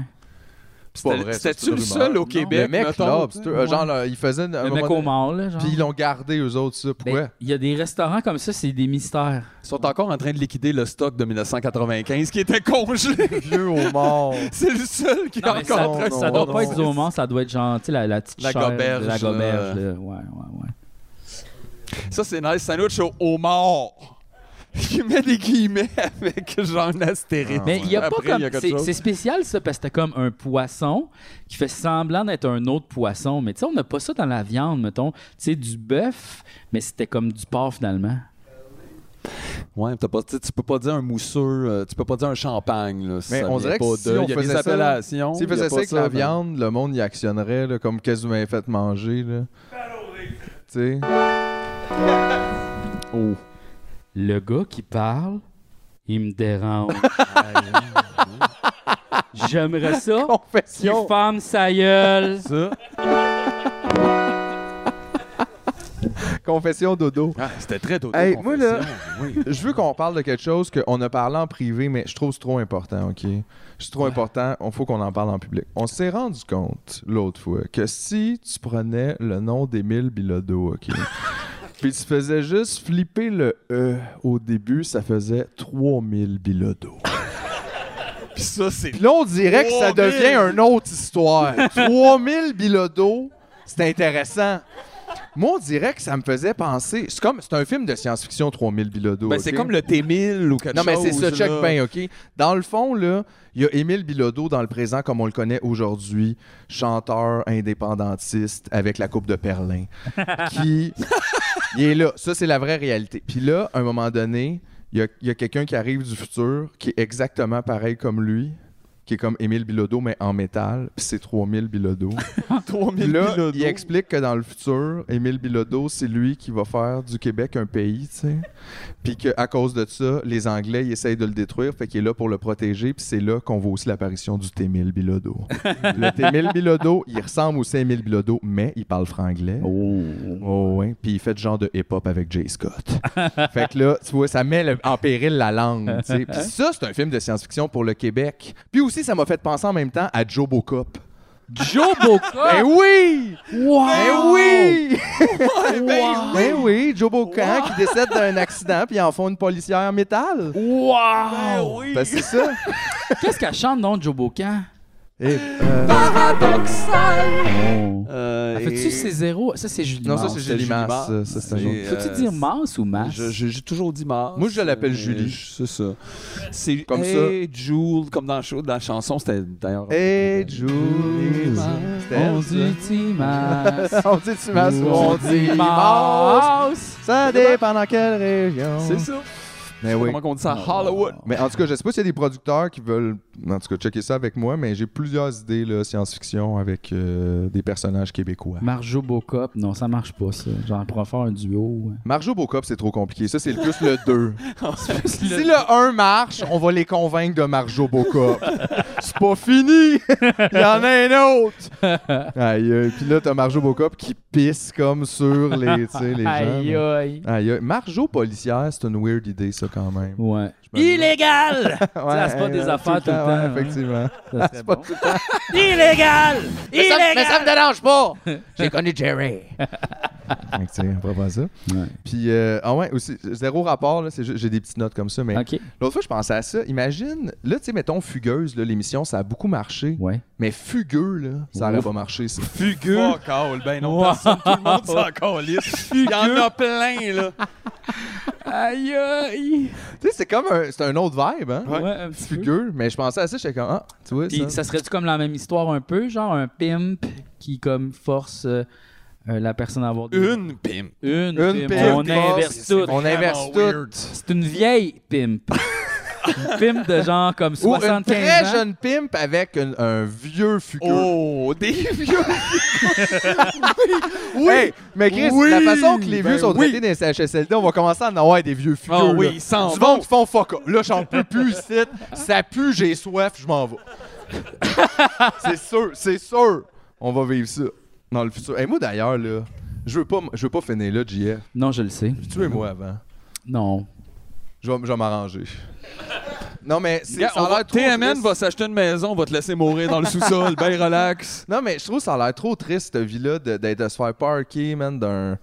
S3: pas vrai, ça, c'est
S2: C'était-tu le
S3: une
S2: seul
S3: rumeur.
S2: au
S3: Le
S2: Québec,
S3: mec
S2: mettons?
S3: lobster, euh,
S1: ouais.
S3: genre, là, il faisait... un
S1: Le
S3: moment
S1: mec
S3: donné-
S1: au mort, là, genre.
S3: Puis ils l'ont gardé, eux autres, ça.
S1: Ben,
S3: Pourquoi?
S1: Il y a des restaurants comme ça, c'est des mystères.
S2: Ils sont encore en train de liquider le stock de 1995 qui était <laughs> congelé.
S3: Vieux au mort.
S2: C'est le seul qui est
S1: Non, mais ça,
S2: encore en train de
S1: ça doit
S3: non,
S1: pas
S3: non.
S1: être du moment, ça doit être genre, tu sais, la, la petite
S2: La
S1: chair,
S2: goberge,
S1: La goberge,
S2: là.
S3: euh.
S1: là. Ouais, ouais, ouais.
S2: Ça, c'est nice. Sandwich au homard. <laughs> Il met des guillemets avec genre un
S3: Ah,
S2: astérisque.
S1: Mais il y a
S2: Après,
S1: pas
S2: il y
S1: comme.
S2: a quelque
S1: c'est-
S2: chose.
S1: C'est spécial, ça, parce que t'as comme un poisson qui fait semblant d'être un autre poisson. Mais tu sais, on n'a pas ça dans la viande, mettons. Tu sais, du bœuf, mais c'était comme du porc finalement.
S2: Ouais, t'as pas, tu sais, tu peux pas dire un mousseux, euh, tu peux pas dire un champagne. Là, si
S3: Mais
S2: ça
S3: on
S2: vient
S3: dirait que
S2: pas
S3: si
S2: de-
S3: on
S2: il y a
S3: faisait
S2: des
S3: ça,
S2: appellations.
S3: S'il
S2: il y a
S3: faisait
S2: pas
S3: ça avec la
S2: ben-
S3: viande, le monde y actionnerait, là, comme qu'est-ce que vous m'avez fait manger, là. Tu sais?
S2: Oh.
S1: Le gars qui parle, il me
S3: <laughs>
S1: dérange. J'aimerais ça qu'il
S3: Confession!
S1: ferme sa gueule.
S2: Ça.
S3: Confession dodo.
S2: Ah, c'était très dodo.
S3: Hey,
S2: confession.
S3: moi, là-
S2: Oui.
S3: Je veux qu'on parle de quelque chose qu'on a parlé en privé, mais je trouve c'est trop important, OK? C'est trop important, on faut qu'on en parle en public. On s'est rendu compte l'autre fois que si tu prenais le nom d'Émile Bilodeau,
S2: <laughs>
S3: OK? Puis tu faisais juste flipper le E au début, ça faisait 3000 Bilodeau.
S2: Puis ça, c'est.
S3: Puis là, on dirait que ça
S2: 3000.
S3: devient une autre
S2: <laughs>
S3: histoire. 3000 bilodos, c'est intéressant. Moi, on dirait que ça me faisait penser. C'est comme, c'est un film de science-fiction, 3000 bilodos.
S2: Ben, c'est
S3: ok?
S2: comme le T1000 ou quelque
S3: Non,
S2: chose.
S3: mais c'est ça, check
S2: là.
S3: bien, OK? Dans le fond, là, il y a Émile Bilodeau dans le présent, comme on le connaît aujourd'hui, chanteur indépendantiste avec la coupe de Perlin, qui il est là. Ça, c'est la vraie réalité. Puis là, à un moment donné, il y a, il y a quelqu'un qui arrive du futur qui est exactement pareil comme lui, qui est comme Émile Bilodeau, mais en métal, puis c'est 3000
S2: <laughs>
S3: Bilodeau.
S2: 3000
S3: là,
S2: Bilodeau.
S3: il explique que dans le futur, Émile Bilodeau, c'est lui qui va faire du Québec un pays, tu sais. Puis qu'à cause de ça, les Anglais, ils essayent de le détruire, fait qu'il est là pour le protéger, puis c'est là qu'on voit aussi l'apparition du Témil Bilodeau. le Témil Bilodeau, il ressemble aussi à Émile Bilodeau, mais il parle franglais.
S2: Oh.
S3: Oh, ouais. Puis il fait du genre de hip-hop avec Jay Scott. fait que là, tu vois, ça met le- en péril la langue. tu sais. Puis ça, c'est un film de science-fiction pour le Québec. Puis aussi, ça m'a fait penser en même temps à Joe Bocop.
S1: Joe Oh! Boca!
S3: Ben oui!
S1: Wow! Eh
S3: Ben oui! Ben oui, Joe Bocan qui décède d'un accident puis ils en font une policière en métal.
S1: Wow! Eh
S2: oui.
S3: Ben c'est ça.
S1: Qu'est-ce qu'elle chante, donc, Joe Bocan?
S3: Et, euh,
S2: Euh,
S1: Elle Fait-tu c'est zéro? Ça, c'est Julie
S3: Non, ça,
S1: Mars.
S3: c'est Julie Mars, ça, ça, c'est un autre.
S2: euh,
S1: Faut-tu dire Mars ou Mars?
S2: Je- je- J'ai toujours dit Mars.
S3: Moi, je l'appelle
S2: euh,
S3: Julie.
S2: C'est ça. C'est
S3: Comme
S2: comme ça. Jules, comme dans le show, dans la chanson, c'était d'ailleurs.
S3: hey, Julie,
S1: On
S3: c'était
S1: dit Timas.
S3: ça. On dit tu m'as ou on dit mars. Ça dépend dans quelle région.
S2: C'est ça.
S3: Mais oui.
S2: Comment on dit ça? Hollywood.
S3: Mais en tout cas, je sais pas s'il y a des producteurs qui veulent, en tout cas, checker ça avec moi, mais j'ai plusieurs idées, là, science-fiction avec euh, des personnages québécois.
S1: Marjo Bocop, non, ça marche pas, ça. Genre, pour faire un duo. hein.
S3: <laughs> Marjo Bocop, c'est trop compliqué. Ça, c'est le plus le 2. Si
S1: le-
S3: le 1 marche, on va les convaincre de
S1: <laughs>
S3: Marjo Bocop. C'est pas fini! Il y en a un
S1: <laughs>
S3: autre! Aïe, aïe. Puis là, t'as Marjo Bocop qui pisse comme sur les, tu sais, les gens.
S1: Aïe,
S3: là.
S1: aïe.
S3: Aïe, aïe. Marjo policière, c'est une weird idée, ça, quand même.
S1: Ouais.
S3: me-
S1: Illégal!
S3: Ouais,
S1: c'est pas des
S3: ouais,
S1: affaires tout le temps,
S3: ouais,
S1: hein.
S3: effectivement.
S1: Ça serait bon.
S4: Illégal! Illégal!
S3: Fait que, tu sais, on pourrait faire ça.
S1: Ouais.
S3: Puis, euh, ah ouais, aussi, zéro rapport, là, c'est ju- j'ai des petites notes comme ça, mais
S1: Ok.
S3: l'autre fois, je pensais à ça. Imagine, là, tu sais, mettons, Fugueuse, là, l'émission, ça a beaucoup marché,
S1: Ouais.
S3: mais Fugueux, là, ça aurait pas marché, ça.
S2: Fugueux. Fuck all. Ben non,
S1: Wow.
S2: personne, tout le monde s'en calisse. Il y en a plein, là.
S1: Aïe, aïe.
S3: Tu sais, c'est comme un, c'est un autre vibe, hein?
S1: Ouais, un petit peu.
S3: Fugueux, mais je pensais à ça, j'étais comme, ah, tu vois,
S1: Puis
S3: ça.
S1: ça serait-tu comme la même histoire un peu? Genre un pimp qui, comme, force euh, euh, la personne à avoir des-
S2: Une pimp.
S1: Une,
S3: Une
S1: pimp.
S3: pimp,
S1: On
S3: boss.
S1: inverse tout.
S3: On inverse
S2: Vraiment
S3: tout.
S2: weird.
S1: C'est une vieille pimp. une pimp de genre comme
S3: Ou une
S1: 75
S3: très
S1: ans.
S3: jeune pimp avec un, un vieux fugueux.
S2: Oh, des vieux.
S3: oui! mais Chris,
S2: Oui!
S3: la façon que les vieux
S2: Ben
S3: sont traités dans les CHSLD, on va commencer à en avoir des vieux fugueux.
S2: Ah oui,
S3: là.
S2: ils s'en
S3: Du
S2: vont.
S3: monde qui font fuck off. Là, j'en peux plus ici. Ça pue, j'ai soif, je m'en vais. c'est sûr, c'est sûr. On va vivre ça dans le futur. Et moi, d'ailleurs, là, je veux pas, m- je veux pas finir là, JF.
S1: Non, je le sais.
S3: Tuez-moi avant.
S1: Non.
S3: Je vais, je vais m'arranger. Non, mais c'est,
S2: Gars,
S3: ça
S2: on
S3: a
S2: va-
S3: l'air trop
S2: TMN
S3: triste.
S2: va s'acheter une maison, on va te laisser mourir <laughs> dans le sous-sol. Ben relax.
S3: Non, mais je trouve que ça a l'air trop triste, cette vie-là, de, de, de se faire parker, man, d'un...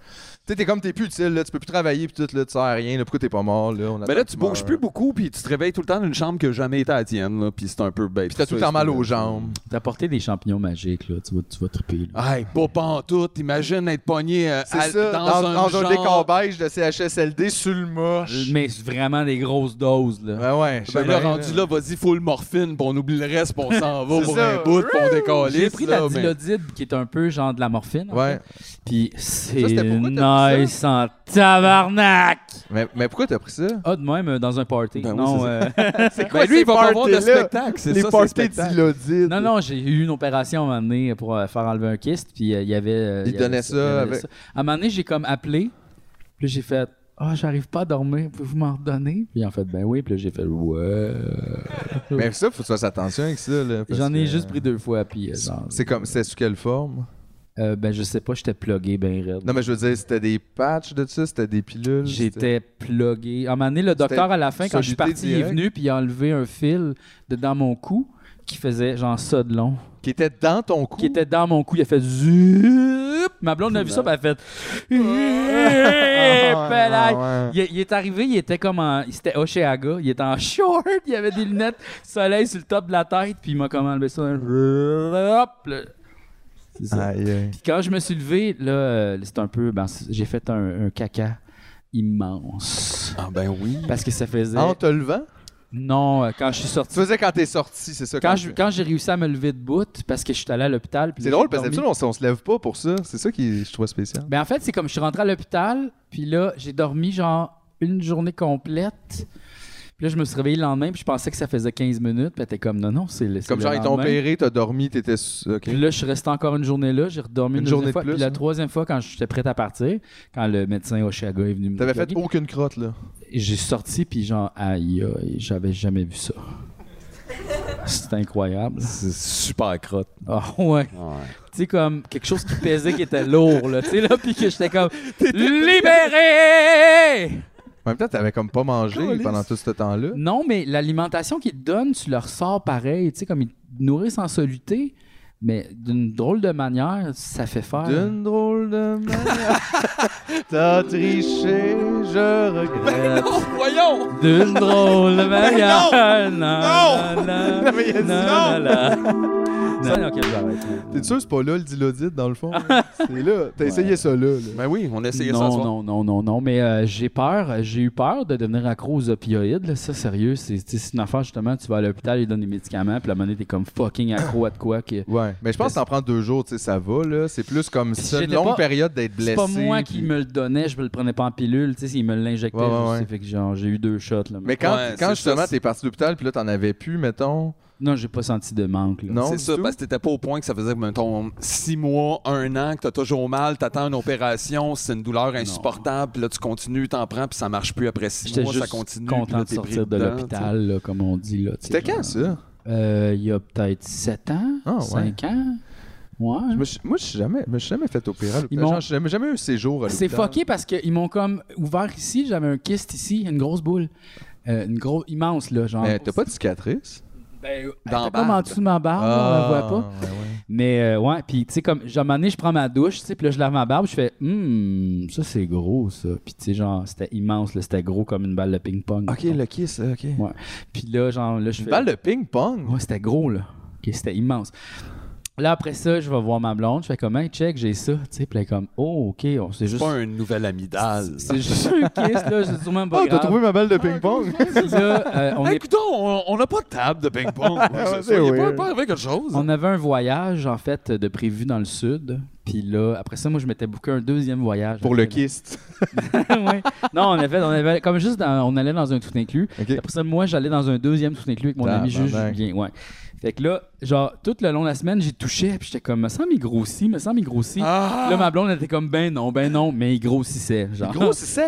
S3: Tu sais, t'es comme, t'es plus utile, là, tu peux plus travailler, puis tout, là, tu sers à rien, là, pourquoi t'es pas mort, là, on attend
S2: Mais Ben là,
S3: que
S2: tu bouges
S3: meurs.
S2: plus beaucoup, puis tu te réveilles tout le temps d'une chambre qui a jamais été à la tienne, là, puis c'est un peu bête.
S3: Puis t'as tout le temps mal aux jambes.
S1: T'as porté des champignons magiques, là. Tu vas, tu vas triper. là.
S2: Hey, pas pantoute, imagine être pogné euh,
S3: C'est
S2: à-
S3: ça,
S2: dans, un, genre-
S3: décor beige de CHSLD sur le moche.
S1: Mais c'est vraiment des grosses doses, là.
S3: Ben ouais, je
S2: Ben
S3: sais
S2: là,
S3: bien,
S2: rendu là, vas-y, full morphine, puis on oublie le reste, puis on s'en va
S3: C'est
S2: pour
S3: ça.
S2: un bout, puis on décolle.
S1: J'ai pris la
S2: mais...
S1: dilodide qui est un peu genre de la morphine. en
S3: Ouais.
S1: fait. Puis c'est
S3: Ça, c'était pourquoi t'as pris
S1: nice en tabarnak.
S3: Mais, mais pourquoi t'as pris ça?
S1: Ah, de même euh, dans un party.
S2: Ben oui,
S1: non,
S2: <laughs>
S1: euh,
S3: C'est
S2: Ben, lui, il va pas avoir de spectacle, c'est
S3: Les
S2: ça, c'est le
S3: parties
S2: spectacle.
S3: d'Ilodide.
S1: non, non, j'ai eu une opération à un moment donné pour euh, faire enlever un kyste. Puis euh, il y avait. euh,
S3: Il
S1: y avait
S3: donnait ça
S1: il y avait
S3: avec-
S1: À un moment donné, j'ai comme appelé. Puis là, j'ai fait. Ah, j'arrive pas à dormir, pouvez-vous m'en redonner? Puis en fait, ben oui, puis là, j'ai fait ouais.
S3: Mais ça, faut que tu fasses attention avec ça, là, parce
S1: J'en ai
S3: que-
S1: juste pris deux fois, puis euh, genre.
S3: C'est comme, c'est sous quelle forme?
S1: Euh, ben, je sais pas, j'étais plugué ben raide.
S3: Non, mais je veux dire, c'était des patchs de ça, c'était des pilules. c'était-
S1: J'étais plugué. À un moment donné, le docteur,
S3: C'était
S1: à la fin, quand je suis
S3: soluté
S1: parti, il est
S3: direct.
S1: venu puis il a enlevé un fil de dans mon cou qui faisait genre ça de long.
S3: Qui était dans ton cou.
S1: Qui était dans mon cou, il a fait zup. Ma blonde a vu ça, puis elle a fait.
S3: Ah ouais,
S1: Puis elle a-
S3: ah ouais.
S1: Il, est- il est arrivé, il était comme en. C'était Oshéaga, il était en short, il avait des lunettes, soleil sur le top de la tête, puis il m'a comme enlevé ça. Hop, là. C'est ça.
S3: Aïe, aïe.
S1: Puis quand je me suis levé, là, euh, c'est un peu. ben, c'est- j'ai fait un, un caca immense.
S2: Ah ben oui.
S1: Parce que ça faisait.
S3: En te levant?
S1: Non, euh, quand je suis sorti.
S3: Tu faisais quand t'es sorti, c'est ça.
S1: Quand je- quand j'ai réussi à me lever de bout, parce que je suis allé à l'hôpital. puis
S3: C'est
S1: là,
S3: drôle
S1: j'ai
S3: parce
S1: dormi.
S3: que d'habitude, on, s- on se lève pas pour ça. C'est ça qui je trouvais spécial.
S1: Ben en fait, c'est comme je suis rentré à l'hôpital, puis là, j'ai dormi genre une journée complète. Puis là, je me suis réveillé le lendemain, puis je pensais que ça faisait 15 minutes. Puis t'es comme, non, non, c'est le. c'est
S3: Comme
S1: le
S3: genre, ils t'ont
S1: lendemain.
S3: opéré, t'as dormi, t'étais. s- ok.
S1: Puis là, je suis resté encore une journée là, j'ai redormi
S3: Une
S1: une, deuxième
S3: journée de
S1: fois.
S3: plus,
S1: puis la
S3: hein.
S1: troisième fois, quand j'étais prêt à partir, quand le médecin Oshaga est venu me
S3: T'avais fait
S1: plugger,
S3: aucune crotte, là.
S1: j'ai sorti, puis genre, aïe, aïe, j'avais jamais vu ça. C'était
S3: <laughs>
S1: incroyable.
S2: C'est super crotte.
S1: Ah ouais.
S2: Ouais.
S1: tu sais, comme quelque chose qui pesait, qui était lourd, là, tu sais, là, puis que j'étais
S3: <laughs>
S1: comme libéré!
S3: En même temps, t'avais comme pas mangé pendant tout ce temps-là.
S1: Non, mais l'alimentation qu'ils te donnent, tu leur sors pareil, tu sais, comme ils te nourrissent en soluté, mais d'une drôle de manière, ça fait faire.
S3: D'une drôle de
S1: <laughs>
S3: manière. T'as triché, je regrette.
S1: <laughs>
S2: Voyons!
S1: D'une drôle
S3: <laughs>
S1: de manière. <laughs> non!
S3: Non, mais il a dit non! <laughs>
S1: ok, j'arrête.
S3: T'es sûr, c'est pas là le dilodite, dans le
S1: <laughs>
S3: fond? là? c'est là. T'as essayé ça là. là.
S2: Ben oui, on essayait ça ce
S1: Non,
S2: soir.
S1: non, non, non, non, mais euh, j'ai peur, euh, j'ai eu peur de devenir accro aux opioïdes, là, ça, sérieux, c'est c'est- c'est une affaire, justement, tu vas à l'hôpital, ils te donnent des médicaments, puis la monnaie, t'es comme fucking accro à de quoi que...
S3: Ouais. Mais je pense que t'en prends deux jours, tu sais, ça va, là. C'est plus comme
S1: Si
S3: ça, une
S1: j'étais
S3: longue
S1: pas-
S3: période d'être blessé.
S1: C'est pas moi
S3: puis-
S1: qui me le donnais, je me le prenais pas en pilule, tu sais, ils me l'injectaient,
S3: Ouais, ouais,
S1: je sais,
S3: ouais.
S1: fait que genre, j'ai eu deux shots, là.
S3: Mais quand,
S2: Ouais,
S3: quand
S2: c'est
S3: justement
S2: ça,
S3: t'es parti de l'hôpital, puis là t'en avais plus, mettons.
S1: Non, j'ai pas senti de manque, là.
S3: Non,
S2: C'est ça,
S3: du
S2: parce que t'étais pas au point que ça faisait, mettons, six mois, un an, que t'as toujours mal, t'attends une opération, c'est une douleur insupportable, puis là, tu continues, t'en prends, puis ça marche plus après six
S1: J'étais
S2: mois, ça
S1: juste
S2: continue. puis
S1: content
S2: là,
S1: de
S2: t'es
S1: sortir
S2: pris
S1: de
S2: dedans,
S1: l'hôpital, là, comme on dit, là. tu sais,
S3: C'était quand
S1: genre.
S3: ça?
S1: Euh, Il y a peut-être 7 ans,
S3: Ah, ouais.
S1: 5 ans, ouais.
S3: Je me suis- moi, je suis jamais, je me suis jamais fait opérer à
S1: Ils
S3: l'hôpital.
S1: m'ont-
S3: Genre, J'ai jamais, jamais eu un séjour à
S1: C'est
S3: l'hôpital.
S1: fucké parce qu'ils m'ont comme ouvert ici, j'avais un kyste ici, une grosse boule. Euh, une grosse, immense, là, genre.
S3: Mais Euh, t'as pas de cicatrice?
S1: Ben, elle
S2: dans
S1: était
S2: la
S1: comme en
S2: barbe.
S1: dessous de ma barbe,
S3: Ah.
S1: là, Ah, on la voit pas.
S3: ouais, ouais.
S1: Mais euh, ouais, puis tu sais, comme, genre, à un moment donné, je prends ma douche, tu sais, puis là, je lave ma barbe, je fais, hum, ça, c'est gros, ça. Puis tu sais, genre, c'était immense, là, c'était gros comme une balle de ping-pong.
S3: Ok, le kiss, ok.
S1: Ouais. Puis là, genre, là, je
S3: Une
S1: fais.
S3: balle de ping-pong?
S1: Ouais, c'était gros, là. Ok, c'était immense. Là, après ça, je vais voir ma blonde, je fais comme, hey, check, j'ai ça, tu sais, puis elle est comme, oh, ok, on s'est
S2: C'est
S1: juste.
S2: pas un nouvel amidal.
S1: C'est juste un kiss, là, c'est sûrement pas
S3: Oh, t'as
S1: grave.
S3: trouvé ma balle de ping-pong?
S1: Là,
S3: <laughs>
S1: euh, on,
S2: Hey,
S1: est-
S2: coudonc, on- on n'a pas de table de ping-pong.
S3: ouais, c'est
S2: Soyez pas,
S3: weird.
S2: pas arrivé quelque chose.
S1: on avait un voyage, en fait, de prévu dans le sud. Puis là, après ça, moi, je m'étais booké un deuxième voyage.
S3: Pour le
S1: kiss.
S3: kiss.
S1: Non, en effet, on avait comme juste, dans- on allait dans un tout inclus.
S3: Ok.
S1: Après ça, moi, j'allais dans un deuxième tout inclus avec mon ami Juge
S3: Tabarnak.
S1: Julien. Ouais. Fait que là, genre, tout le long de la semaine, j'ai touché, puis j'étais comme, me semble, il grossit, me semble, il grossit.
S2: Ah!
S1: Là, ma blonde, elle était comme, ben non, ben non, mais il grossissait. Genre.
S3: Gros, c'est ça,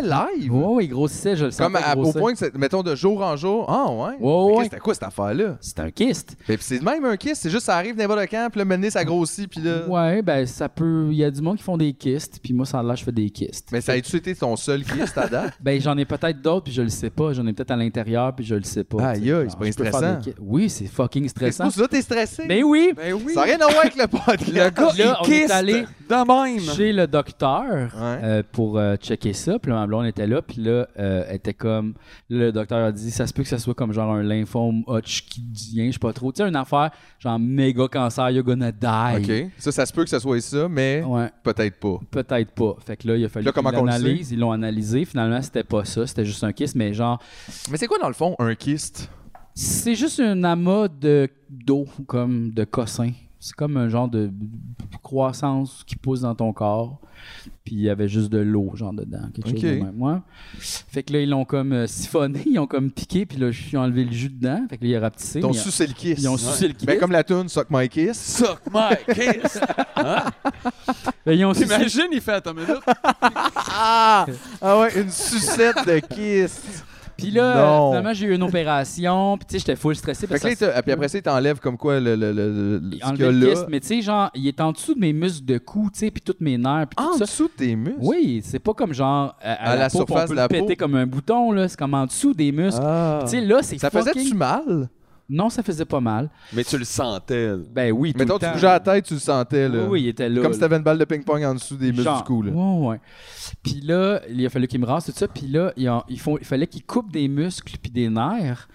S1: <laughs>
S3: live?
S1: Ouais, ouais, il grossissait, je le sentais
S3: Comme à- au
S1: grossir.
S3: point que, c'est- mettons, de jour en jour. Ah, ouais.
S1: Ouais,
S3: Mais
S1: ouais.
S3: C'était quoi cette affaire-là?
S1: C'était un kyste.
S3: Ben, pis c'est même un kiss, c'est juste ça arrive n'importe quand, puis là, maintenant, ça grossit, puis là.
S1: Ouais, ben ça peut. Il y a du monde qui font des kystes, puis moi, ça là, je fais des kystes.
S3: Mais ça a-tu été ton seul kiss,
S1: <laughs>
S3: ta date?
S1: Ben j'en ai peut-être d'autres, puis je le sais pas. J'en ai peut-être à l'intérieur, puis je le sais pas.
S3: Aïe,
S1: tu sais.
S3: aïe,
S1: Alors,
S3: c'est pas
S1: je peux faire
S3: stressant.
S1: des ki- Oui, c'est fucking
S3: C'est
S1: stressant.
S3: pour ça que t'es stressé.
S1: Mais oui!
S2: Ben oui.
S3: Ça n'a rien à voir avec le podcast.
S2: Le gars,
S1: Là, on
S2: il
S1: est
S2: kiste
S1: allé
S2: de même.
S1: chez le docteur
S3: Ouais.
S1: euh, pour euh, checker ça. Puis là, ma blonde était là. Puis là, euh, elle était comme. là, le docteur a dit ça se peut que ça soit comme genre un lymphome hodgkinien, je sais pas trop. Tu sais, une affaire genre méga cancer, you're gonna die.
S3: OK. Ça, ça se peut que ça soit ça, mais
S1: Ouais,
S3: peut-être pas.
S1: peut-être pas. Fait que là, il a fallu
S3: Là,
S1: qu'ils
S3: comment qu'on le
S1: l'analysent. Ils l'ont analysé. Finalement, c'était pas ça. C'était juste un kiss. Mais genre,
S3: Mais c'est quoi, dans le fond, un kyste?
S1: c'est juste un amas de d'eau, comme de cossin. C'est comme un genre de croissance qui pousse dans ton corps. Puis il y avait juste de l'eau, genre, dedans. Quelque chose
S3: Ok.
S1: de même. Ouais. Fait que là, ils l'ont comme euh, siphonné, <laughs> ils ont comme piqué, puis là, je suis enlevé le jus dedans. Fait que là, il a rapetissé.
S3: Ton
S1: mais-
S3: sucé le kiss.
S1: Ils ont sucé le kiss.
S3: Ben, comme la tune Suck My Kiss.
S2: Suck
S1: <laughs>
S2: my kiss.
S1: Fait
S3: <laughs>
S1: qu'ils ont sucé-
S2: T'imagines, il fait attends une minute.
S1: <laughs>
S3: Ah ouais, une sucette de kiss.
S1: Puis là,
S3: Non.
S1: finalement, j'ai eu une opération. Puis tu sais, j'étais full stressé
S3: Fait
S1: parce
S3: que là,
S1: que
S3: il te- puis après ça, il t'enlève comme quoi le, le, le, le- le-
S1: il
S3: ce
S1: enlevait
S3: qu'il y a
S1: le
S3: là.
S1: kyste, mais tu sais, genre, il est en dessous de mes muscles de cou, tu sais, puis toutes mes nerfs, puis
S3: En
S1: tout ça.
S3: dessous de tes muscles.
S1: Oui, c'est pas comme genre à, à
S3: À
S1: la,
S3: la
S1: peau,
S3: surface
S1: puis on peut
S3: de
S1: le
S3: la
S1: péter
S3: peau.
S1: comme un bouton là, c'est comme en dessous des muscles.
S3: Ah.
S1: Tu sais là, c'est
S3: Ça
S1: fucking...
S3: faisait-tu mal?
S1: Non, ça faisait pas mal.
S2: Mais tu le sentais. là.
S1: Ben oui, tout
S3: Mettons,
S1: le
S3: tu
S1: temps.
S3: bougeais la tête, tu le sentais, là.
S1: Oui, oui, il était là.
S3: Comme
S1: là.
S3: si t'avais une balle de ping-pong en dessous des muscles
S1: Genre,
S3: du cou, là.
S1: Ouais, ouais. Puis là, il a fallu qu'il me rase tout ça. Puis là, ils ont- ils font- il fallait qu'il coupe des muscles puis des nerfs.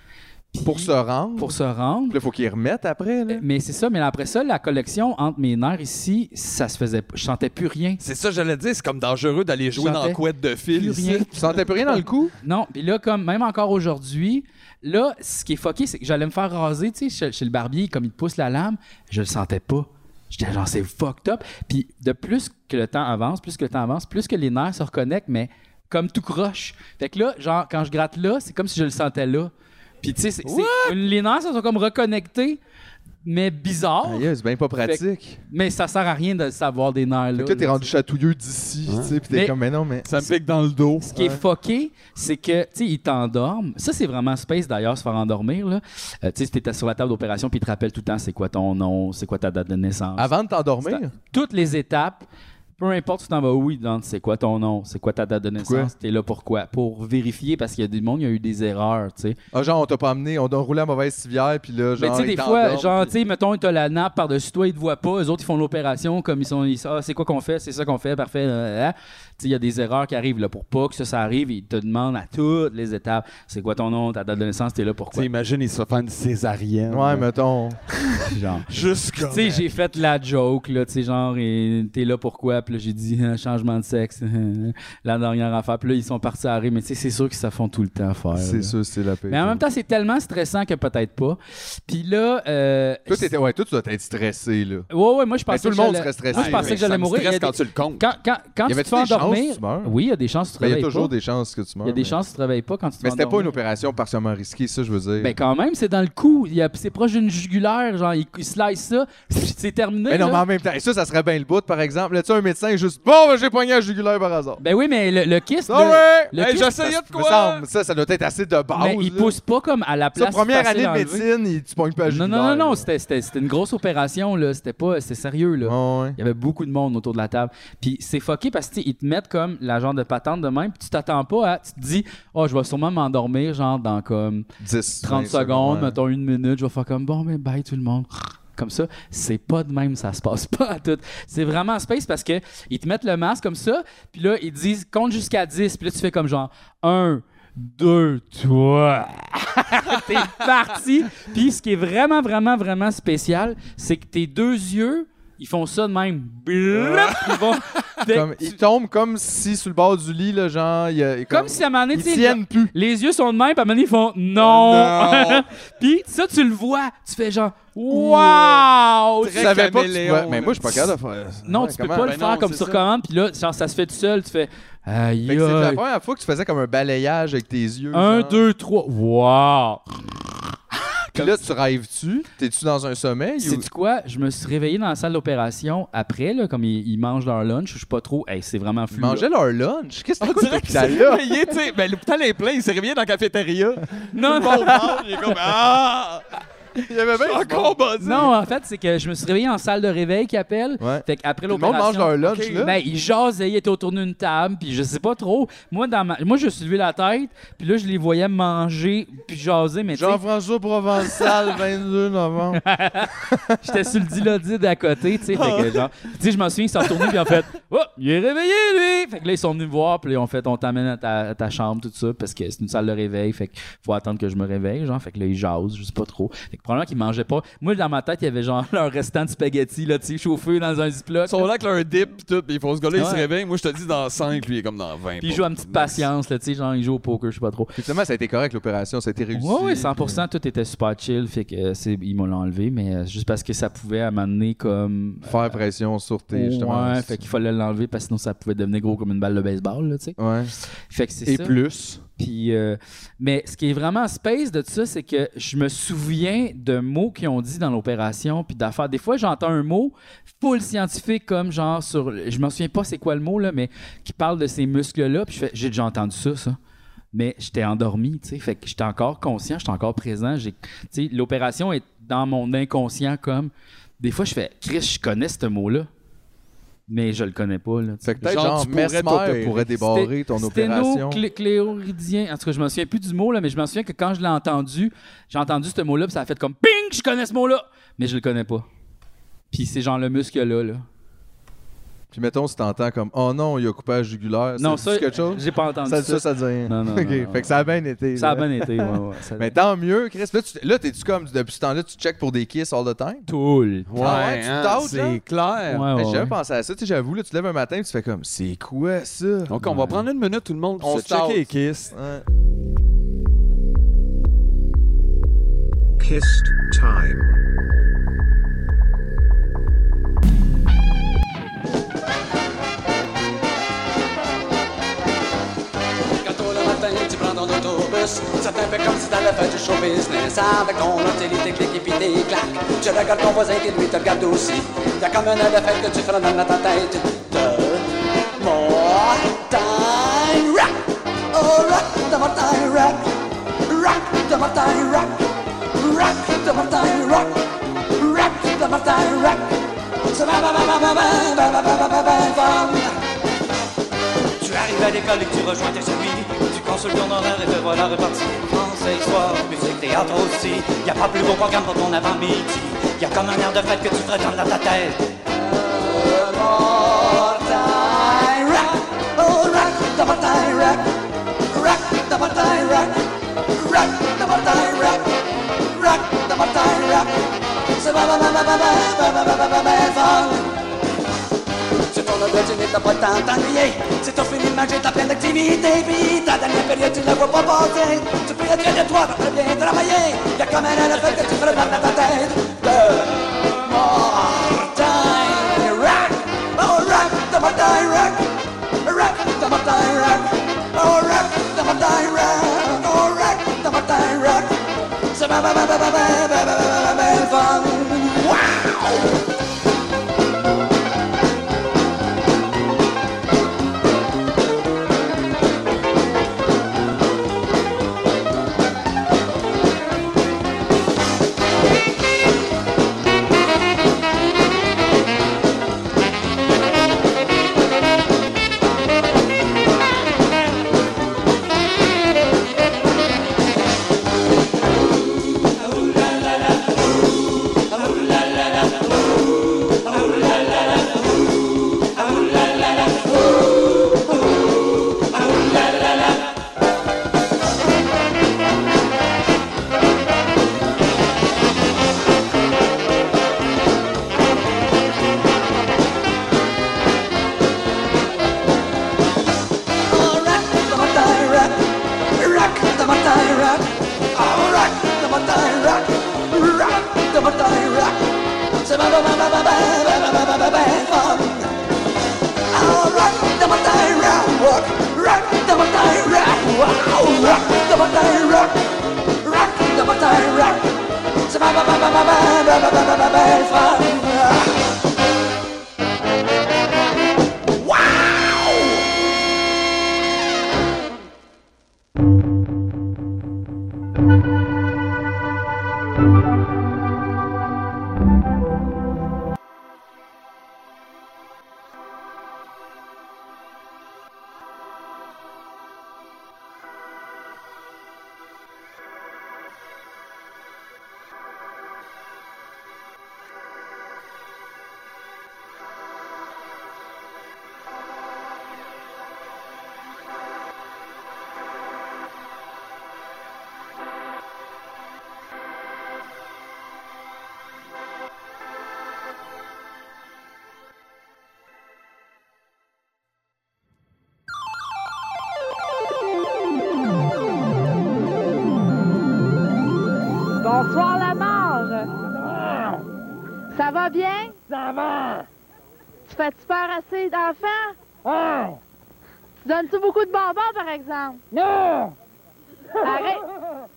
S1: Puis-
S3: Pour se rendre.
S1: Pour Euh, se rendre.
S3: Puis là, faut qu'ils remettent après, là.
S1: Mais c'est ça, mais après ça, la collection entre mes nerfs ici, ça se faisait. Je sentais plus rien.
S2: C'est ça, j'allais dire, c'est comme dangereux d'aller jouer dans
S1: J'avais
S2: la couette de
S1: plus
S2: fil.
S1: rien.
S2: ici.
S3: Tu sentais plus rien dans le cou?
S1: Non, puis là, comme même encore aujourd'hui, là, ce qui est fucké, c'est que j'allais me faire raser, tu sais, chez, chez le barbier, comme il te pousse la lame, je le sentais pas. J'étais genre, c'est fucked up. Puis de plus que le temps avance, plus que le temps avance, plus que les nerfs se reconnectent, mais comme tout croche. Fait que là, genre, quand je gratte là, c'est comme si je le sentais là. Puis tu sais, c'est- c'est- les nerfs, ça sont comme reconnectés, mais bizarre.
S3: Aïe, c'est bien pas pratique.
S1: Mais ça sert à rien de savoir des nerfs là.
S3: Fait que là, t'es
S1: là,
S3: rendu
S1: tu sais.
S3: chatouilleux d'ici, tu sais, pis
S1: Mais-
S3: t'es comme, mais non, mais.
S2: Ça me pique dans le dos.
S1: Ce qui est fucké, c'est que, tu sais, ils t'endorment. Ça, c'est vraiment space, d'ailleurs, se faire endormir, là. Euh, tu sais, t'étais sur la table d'opération, puis ils te rappellent tout le temps c'est quoi ton nom, c'est quoi ta date de naissance.
S3: Avant de t'endormir?
S1: Toutes les étapes, peu importe tu t'en vas où, ils te demandent c'est quoi ton nom, c'est quoi ta date de
S3: Pourquoi?
S1: naissance, t'es là pourquoi? Pour vérifier, parce qu'il y a du monde, il y a eu des erreurs, tu sais.
S3: Ah, genre, on t'a pas amené, on t'a roulé à mauvaise civière, puis là,
S1: Mais
S3: genre.
S1: tu sais,
S3: ils
S1: des fois,
S3: t'endorment,
S1: genre, tu
S3: puis-
S1: sais, mettons, t'as la nappe par-dessus toi, ils te voient pas, eux autres, ils font l'opération, comme ils sont, ils disent, ah, c'est quoi qu'on fait, c'est ça qu'on fait, parfait, là, là, là. Tu sais, il y a des erreurs qui arrivent, là, pour pas que ça, ça arrive, ils te demandent à toutes les étapes, c'est quoi ton nom, ta date de naissance, t'es là,
S2: Tu
S1: pourquoi,
S2: sais, imagine, il se fait faire une césarienne.
S3: Ouais, mettons.
S1: genre.
S2: Jusqu'à.
S1: Tu sais, j'ai fait la joke, là, tu sais, genre, et t'es là pourquoi, puis là, j'ai dit, <laughs> Ah, changement de sexe, <laughs> la dernière affaire, puis là, ils sont partis à rire, mais tu sais, c'est sûr qu'ils ça font tout le temps faire, là.
S3: C'est sûr, c'est la paix.
S1: Mais en même temps, c'est tellement stressant que peut-être pas. Puis là, euh,
S3: Toi, t'étais- ouais, toi, tu dois être stressé, là.
S1: Ouais, ouais, moi je pensais
S3: tout le
S1: que
S3: monde
S1: j'allais-
S3: serait stressé.
S1: Moi je pensais
S2: Ouais,
S1: que j'allais
S2: ça me
S1: mourir. Il y
S2: stresse
S1: a
S2: quand
S1: des-
S2: tu le comptes.
S1: Quand, quand, quand
S3: Y
S1: tu te fais
S3: avait-tu des chances
S1: endormir.
S3: que tu meurs?
S1: Oui, il y a des chances que tu te
S3: Ben, Il y
S1: réveilles.
S3: a toujours
S1: pas.
S3: des chances que tu meurs.
S1: Il y a des
S3: mais-
S1: chances que tu te réveilles pas quand tu te
S3: Mais
S1: fais
S3: c'était pas une
S1: endormir.
S3: opération partiellement risquée, ça, je veux dire.
S1: Ben quand même, c'est dans le cou. Il y a- C'est proche d'une jugulaire. Genre, il, il slice ça. <laughs> C'est terminé.
S3: mais non,
S1: là.
S3: mais en même temps, et ça, ça serait bien le bout, par exemple. Là, tu sais, un médecin est juste Bon, ben, j'ai poigné un jugulaire par hasard.
S1: Ben oui, mais le, le kiss.
S3: Sorry!
S1: le- le
S2: Hey,
S1: kiss,
S2: j'essayais de
S3: Me
S2: quoi?
S3: semble, ça, ça doit être assez de base.
S1: hein. mais il
S3: là.
S1: pousse pas comme à la
S3: Sa
S1: place.
S3: première
S1: facile
S3: année de
S1: à enlever.
S3: médecine, il, tu pognes pas un
S1: Non,
S3: jugulaire.
S1: non, non, non,
S3: là.
S1: c'était- c'était c'était une grosse opération. là. C'était pas. C'était sérieux. là.
S3: Ouais, ouais.
S1: Il y avait beaucoup de monde autour de la table. Puis c'est fucké parce que tu sais, ils te mettent comme la genre de patente de même. Puis tu t'attends pas à. Tu te dis, oh, je vais sûrement m'endormir, genre dans comme
S3: 10,
S1: 30
S3: 20
S1: secondes,
S3: ouais.
S1: mettons une minute. Je vais faire comme, bon, mais bye tout le monde. Comme ça, c'est pas de même, ça se passe <laughs> pas à tout. C'est vraiment space parce que ils te mettent le masque comme ça, puis là, ils disent compte jusqu'à 10, puis là, tu fais comme genre 1, 2, 3. <laughs> t'es parti. Puis ce qui est vraiment, vraiment, vraiment spécial, c'est que tes deux yeux, ils font ça de même. Bloup, Ils vont. Dès que
S3: Comme,
S1: tu-
S3: il tombe comme si sur le bord du lit, là, genre. Il, y a-
S1: comme si à un moment donné,
S3: Ils
S1: tu sais,
S3: tiennent plus.
S1: les yeux sont de même, puis à un moment donné, ils font non.
S3: Oh Non.
S1: <laughs> puis ça, tu le vois. Tu fais genre wow.
S3: Tu savais pas que tu
S2: caméléon,
S3: pouvais- Mais
S2: là.
S3: moi, je suis pas capable de faire.
S1: Non,
S3: Ouais,
S1: tu peux
S3: comment?
S1: pas le
S2: Ben
S1: faire
S2: non,
S1: comme
S2: c'est
S1: sur
S2: ça.
S1: commande. Puis là, genre, ça se fait tout seul. Tu fais aïe.
S3: Fait que c'est la
S1: aïe.
S3: première fois que tu faisais comme un balayage avec tes yeux.
S1: Euh, Un,
S3: genre.
S1: deux, trois. Wow.
S3: Puis là, tu rêves-tu? T'es-tu dans un sommeil? ou-
S1: Sais-tu quoi? Je me suis réveillé dans la salle d'opération après, là, comme ils, ils mangent leur lunch. Je suis pas trop. Hey, c'est vraiment
S3: Ils
S1: flou. là.
S3: mangeaient leur lunch? Qu'est-ce que
S2: On
S3: c'est
S2: dirait
S3: quoi
S2: qu'il
S3: cet
S2: s'est
S3: hôpital-là?
S2: réveillé, tu sais. Ben, l'hôpital est plein, il s'est réveillé dans la cafétéria.
S1: Non, non.
S2: Il est comme Ah!
S3: <laughs> Il y avait bien du monde.
S2: Encore basé!
S1: Non, en fait, c'est que je me suis réveillé en salle de réveil qui appelle.
S3: Ouais.
S1: Fait qu'après
S3: Tout le monde
S1: l'opération.
S3: mange leur lunch,
S2: Ok,
S3: là.
S1: Ben, ils jasaient, ils étaient autour d'une table, puis je sais pas trop. Moi, dans ma... Moi je me suis levé la tête, puis là, je les voyais manger, puis jaser, mais tu sais,
S3: Jean-François Provençal, <laughs> 22 novembre.
S1: j'étais sur le dilodide à côté, tu sais,
S3: Ah
S1: fait que genre... Tu sais, je m'en souviens, ils sont retournés, puis en fait, « Oh, il est réveillé, lui! » Fait que là, ils sont venus me voir, puis là, ils ont fait « On t'amène à ta, à ta chambre, tout ça, parce que c'est une salle de réveil, fait que faut attendre que je me réveille, genre. » Fait que là, ils jasent, je sais pas trop. Fait que probablement qu'ils mangeaient pas. Moi, dans ma tête, il y avait genre <laughs> leur restant de spaghetti, là, tu sais, chauffé dans un Ziploc.
S2: Ils sont là avec leur dip pis tout, pis ils font ce gars-là, il se
S1: Ouais.
S2: réveille. Moi, je te dis dans 5, lui, il est comme dans 20.
S1: Puis ils jouent à une petite patience, là, tu sais, genre, ils jouent au poker, je sais pas trop.
S3: Puis finalement, ça a été correct, l'opération. Ça a été réussi. euh.
S1: Oui, 100%, tout était super chill, fait que euh, c'est- ils m'ont enlevé, mais euh, juste parce que ça pouvait à m'amener comme...
S3: Faire pression sur tes. justement,
S1: ouais, fait qu'il fallait l'enlever parce que sinon ça pouvait devenir gros comme une balle de baseball, là, tu sais.
S3: Ouais.
S1: Fait que c'est
S3: Et
S1: ça.
S3: plus.
S1: Puis, euh, mais ce qui est vraiment space de tout ça, c'est que je me souviens de mots qu'ils ont dit dans l'opération, puis d'affaires. Des fois, j'entends un mot full scientifique, comme genre sur. Je m'en souviens pas c'est quoi le mot, là, mais qui parle de ces muscles-là, puis je fais, j'ai déjà entendu ça, ça. mais j'étais endormi, tu sais, fait que j'étais encore conscient, j'étais encore présent, j'ai, tu sais, l'opération est dans mon inconscient comme, des fois je fais, Chris, je connais ce mot-là, mais je le connais pas là. tu sais.
S3: Fait que peut-être
S2: Genre,
S3: genre,
S2: tu pourrais
S3: Mesmer
S2: t'opérer.
S3: pourrait débarrer ton opération.
S1: Sténocléoridien. En tout cas, je me souviens plus du mot, là, mais je me souviens que quand je l'ai entendu, j'ai entendu ce mot-là, puis ça a fait comme ping, je connais ce mot-là, mais je le connais pas. Puis c'est genre le muscle-là. Là.
S3: Puis mettons, si t'entends comme Oh non, il a coupé la jugulaire,
S1: Non,
S3: ça,
S1: ça,
S3: dit quelque chose.
S1: j'ai pas entendu
S3: Ça,
S1: ça.
S3: ça, ça dit rien.
S1: Non, non,
S3: <laughs> Ok,
S1: non, non.
S3: fait que ça a bien été.
S1: Ça a
S3: là.
S1: bien été, ouais, ouais,
S3: <laughs>
S1: ça-
S3: Mais tant mieux, Chris. Là, tu- là, t'es-tu comme depuis ce temps-là, tu check pour des kisses all the time?
S1: tout le temps.
S3: Ah ouais, tu
S2: hein,
S3: t'ôtes, là?
S2: c'est clair.
S1: Ouais,
S3: Hey,
S1: ouais,
S3: J'ai jamais
S1: ouais.
S3: pensé à ça. Tu sais, j'avoue, là, tu te lèves un matin et tu fais comme C'est quoi ça?
S2: Donc, on va prendre une minute, tout le monde, pour
S3: On
S2: se
S3: se tente.
S2: checker les kisses.
S3: Ouais.
S7: Kissed time.
S8: Quand tôt le matin, tu prends ton autobus. Ça te fait comme si t'allais faire du show business. Avec ton utilité, clic et puis tes claques. Tu regardes ton voisin qui lui te regarde aussi. Y'a comme un éléphant que tu feras dans ta tête. De more time rap. Oh, rap de more time rap. Rap de more time rap. Rap de more time rap. Rap de more time rap. Ça va, va, va, va, va, va, va, va, va, va, va, va. Tu arrives à l'école et que tu rejoins tes amis. Tu consultes ton horaire et te voilà reparti. Français, histoire, musique, théâtre aussi. Y a pas plus beau programme pour ton avant-midi. Y a comme un air de fête que tu te retournes dans ta tête. C'est ton odeur, tu n'es pas le temps d'ennuyer. C'est ton fini de manger, t'as plein d'activités. Puis ta dernière période, tu la vois pas passer. Tu peux être fier de toi, t'as très bien travaillé. Y'a comme un éléphant que tu feras dans ta tête. De Martin Rack. Oh, Rack, de Martin Rack. Rack, de Martin Rack. Oh, Rack, de Martin Rack. Oh, Rack, de Martin Rack. C'est ma, ma, ma, ma, ma, ma, ma, ma, ma, ma, ma, fun. Wow!
S9: Bonsoir la marge. Ça va bien? Ça va. Tu fais-tu peur assez d'enfants? Tu donnes-tu beaucoup de bonbons, par exemple? Non! Arrête!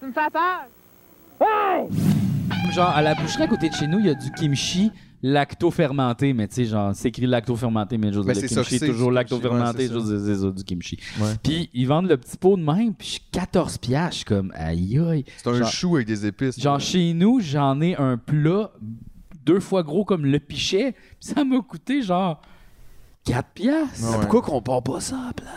S9: Tu me fais peur.
S1: Genre, à la boucherie à côté de chez nous, il y a du kimchi. lacto-fermenté, mais tu sais, genre, c'est écrit lacto-fermenté, mais juste
S3: Mais
S1: le
S3: c'est ça
S1: kimchi,
S3: que c'est,
S1: toujours
S3: du
S1: lacto-fermenté,
S3: kimchi, ouais,
S1: juste
S3: c'est
S1: c'est ça, du kimchi.
S3: Ouais.
S1: Puis ils vendent le petit pot de même, puis je suis 14 piastres, je suis comme, aïe aïe.
S3: C'est un
S1: Genre-
S3: chou avec des épices.
S1: Genre, chez nous, j'en ai un plat deux fois gros comme le pichet, puis ça m'a coûté genre 4 piastres.
S3: Ouais.
S2: Pourquoi qu'on part pas ça, à place?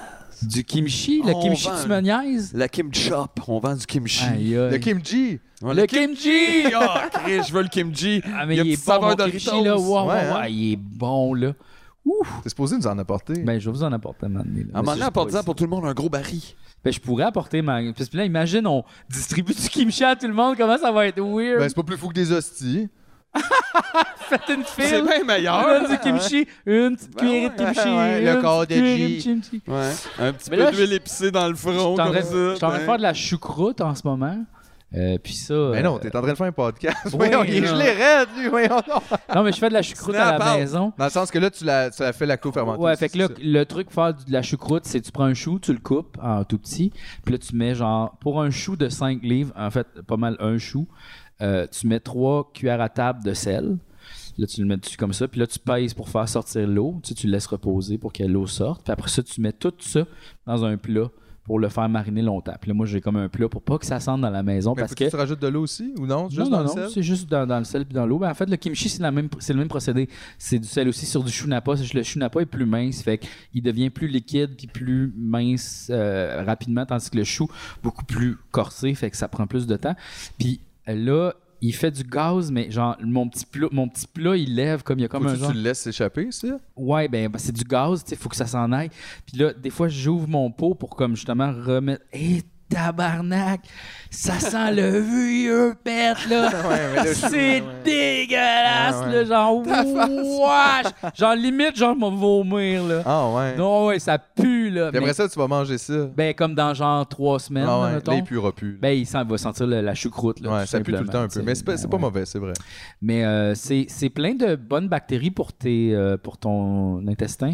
S1: Du kimchi, le
S2: On
S1: kimchi,
S2: vend
S1: tu me niaises?
S2: La kimchi Shop, on vend du kimchi.
S1: Aïe, aïe.
S3: Le kimchi.
S2: Ouais,
S1: Le
S2: le
S1: kimchi!
S2: kimchi! Ah, Chris, je veux le kimchi!
S1: Ah, mais
S2: Il y a
S1: il,
S2: petite
S1: est bon,
S2: saveur
S1: mon
S2: Doritos.
S1: kimchi, là. Wow, wow,
S3: Ouais, hein?
S1: wow, il est bon, là.
S3: T'es supposé nous en apporter.
S1: Ben, je vais vous en apporter un moment donné. là.
S2: À un moment donné,
S1: Parce que je
S2: apporte-en pour tout le monde un gros baril.
S1: pourrais- Ben, je pourrais apporter ma... Parce que là, imagine, on distribue du kimchi à tout le monde. Comment ça va être weird?
S3: Ben, c'est pas plus fou que des hosties.
S1: Faites une
S2: C'est
S1: file. <laughs>
S2: bien meilleur!
S1: Donne du kimchi. Une petite
S2: Ben
S1: cuillerée de
S2: ouais,
S1: kimchi.
S3: ouais, le
S1: une petite
S3: corps de
S1: cuillerée
S3: G.
S1: de kimchi.
S2: Ouais. Un petit
S1: Mais
S2: peu
S1: là,
S2: d'huile épicée dans le front,
S1: Je suis en
S2: comme
S1: train
S2: ça.
S1: je suis en train de
S2: hein.
S3: ben.
S1: faire de la choucroute en ce moment. Euh, puis ça.
S3: Mais Ben non,
S1: euh,
S3: t'es en train de faire un podcast. <laughs>
S1: ouais,
S3: voyons, il est
S1: non.
S3: gelé raide, lui. Voyons, non.
S1: non, mais je fais de la choucroute à
S2: Snap
S1: la
S2: out.
S1: maison.
S3: Dans le sens que là, tu l'as tu l'as fait lacto-fermenté.
S1: Ouais,
S3: c'est
S1: fait que là,
S3: ça.
S1: le truc pour faire du- de la choucroute, c'est tu prends un chou, tu le coupes en tout petit, puis là, tu mets genre, pour un chou de 5 livres, en fait, pas mal un chou, euh, tu mets 3 cuillères à table de sel. Là, tu le mets dessus comme ça, puis là, tu pèses pour faire sortir l'eau. Tu, sais, tu le laisses reposer pour que l'eau sorte. Puis après ça, tu mets tout ça dans un plat pour le faire mariner longtemps. Puis là, moi, j'ai comme un plat pour pas que ça sente dans la maison
S3: Mais
S1: parce que.
S3: faut-tu que tu rajoutes de l'eau aussi ou non? Juste
S1: non, non,
S3: dans le
S1: non,
S3: sel?
S1: c'est juste dans, dans le sel puis dans l'eau. Ben, en fait, le kimchi, c'est la même- c'est le même procédé. C'est du sel aussi sur du chunapa. C'est juste Le chunapa est plus mince, fait qu'il devient plus liquide puis plus mince euh, rapidement, tandis que le chou, beaucoup plus corsé, fait que ça prend plus de temps. Puis euh, là, il fait du gaz, mais genre, mon petit plat, mon petit plat il lève comme il y a comme
S3: Faut-tu
S1: un
S3: que
S1: genre.
S3: tu le laisses s'échapper, ça?
S1: Ouais, ben, ben, c'est du gaz, tu sais, faut que ça s'en aille. Puis là, des fois, j'ouvre mon pot pour comme justement remettre. Hé, tabarnak! Ça sent le vieux pète, là!
S3: <laughs> Ouais, mais là, je-
S1: C'est dégueulasse,
S3: Ouais, ouais.
S1: là, genre, wesh! Genre, limite, genre, je vais vomir, là.
S3: Ah ouais.
S1: Non, ouais, ça pue, là.
S3: Puis après
S1: mais-
S3: ça, tu vas manger ça.
S1: ben, comme dans, genre, trois semaines,
S3: Ah
S1: là,
S3: ouais,
S1: mettons.
S3: là, il puera plus.
S1: Ben, il, sent, il va sentir le- la choucroute, là,
S3: ouais, ça pue tout le
S1: simplement,
S3: temps un
S1: tu sais.
S3: peu. Mais c'est pas, c'est
S1: Ben,
S3: pas
S1: ouais.
S3: mauvais, c'est vrai.
S1: Mais euh, c'est c'est plein de bonnes bactéries pour, tes, euh, pour ton intestin.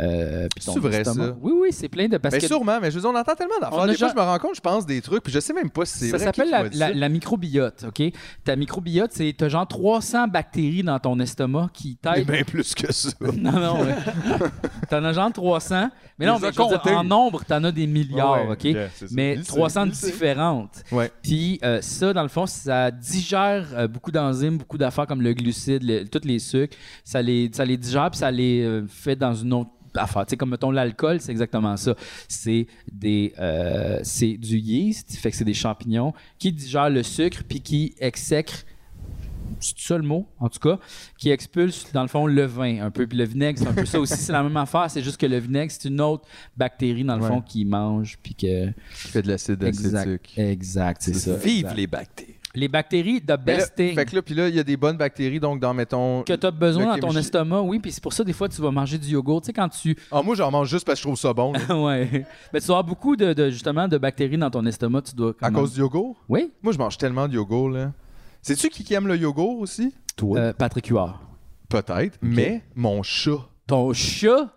S1: euh, puis ton
S3: C'est vrai,
S1: estomac.
S3: ça? Ben,
S1: Oui, oui, c'est plein de... Parce
S3: Mais
S1: que
S3: sûrement, mais je veux dire, on entend tellement
S1: On a
S3: d'affaires. Des
S1: genre-
S3: fois, je me rends compte, je pense des trucs, puis je sais même pas si c'est
S1: Ça
S3: vrai.
S1: s'appelle
S3: Qui
S1: la,
S3: m'a dit
S1: la-
S3: ça?
S1: la microbiote, OK? Ta microbiote, c'est t'as genre 300 bactéries dans ton estomac qui
S2: Et
S1: t'aident.
S2: bien plus que ça.
S1: <laughs> Non, non, mais t'en as genre 300. Mais non,
S2: Les
S1: mais
S2: a
S1: je veux dire,
S2: comptés.
S1: en nombre, t'en as des milliards,
S3: Ouais,
S1: OK?
S3: yeah, c'est ça.
S1: mais
S3: Il sait,
S1: 300
S3: il sait.
S1: différentes.
S3: Ouais.
S1: Puis euh, ça, dans le fond, ça digère euh, beaucoup d'enzymes, beaucoup d'affaires comme le glucide, le- tous les sucres. Ça les, ça les digère, puis ça les euh, fait dans une autre affaire. Tu sais, comme mettons l'alcool, c'est exactement ça. C'est des, euh, c'est du yeast, fait que c'est des champignons qui digèrent le sucre, puis qui exècrent c'est ça le mot, en tout cas, qui expulse, dans le fond, le vin un peu. Puis le vinaigre, c'est un peu ça aussi, c'est la même affaire, c'est juste que le vinaigre, c'est une autre bactérie, dans le
S3: Ouais.
S1: fond, qui mange, puis que...
S3: Qui fait de l'acide
S1: Exact,
S3: acétique.
S1: exact c'est ça.
S2: Vive
S1: exact.
S2: les bactéries.
S1: Les bactéries, the
S3: Mais là,
S1: best thing
S3: Fait que là, puis là, il y a des bonnes bactéries, donc dans, mettons.
S1: que tu as besoin
S3: le
S1: dans ton
S3: kimchi.
S1: estomac, oui, puis c'est pour ça, des fois, tu vas manger du yogourt. Tu sais, quand <laughs> tu...
S3: Ah, moi, j'en mange juste parce que je trouve ça bon. là.
S1: ouais. Mais tu vas avoir beaucoup, de, de- justement, de bactéries dans ton estomac, tu dois...
S3: À
S1: comment-
S3: cause du yogourt?
S1: Oui,
S3: Moi, je mange tellement de yogourt, là. Sais-tu qui, qui aime le yogourt aussi?
S2: Toi.
S1: euh, Patrick Huard.
S3: Peut-être, mais mon chat.
S1: Ton chat,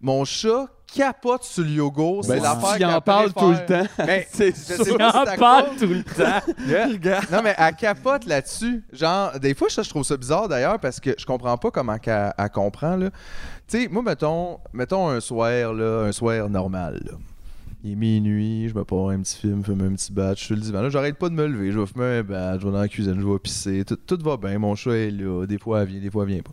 S3: Mon chat capote sur le yogourt. c'est
S2: Ben,
S3: l'affaire
S2: il en
S3: qu'elle
S2: parle tout le
S3: préfère.
S2: temps.
S3: Mais
S2: <laughs> C'est
S3: Ben, je
S1: il
S3: sais pas si
S1: en
S3: c'est à
S1: parle
S3: cause.
S1: tout le temps.
S3: Yeah.
S2: Regarde.
S3: Non, mais elle capote là-dessus. Genre, des fois, ça, je trouve ça bizarre d'ailleurs parce que je comprends pas comment qu'elle elle comprend. là. Tu sais, moi, mettons, mettons un soir, là, un soir normal. là. Il est minuit, je me prends un petit film, fume un petit batch, je suis le divan. Là, j'arrête pas de me lever, je vais fumer un batch, je vais dans la cuisine, je vais pisser, tout, tout va bien, mon chat est là, des fois elle vient, des fois elle vient pas.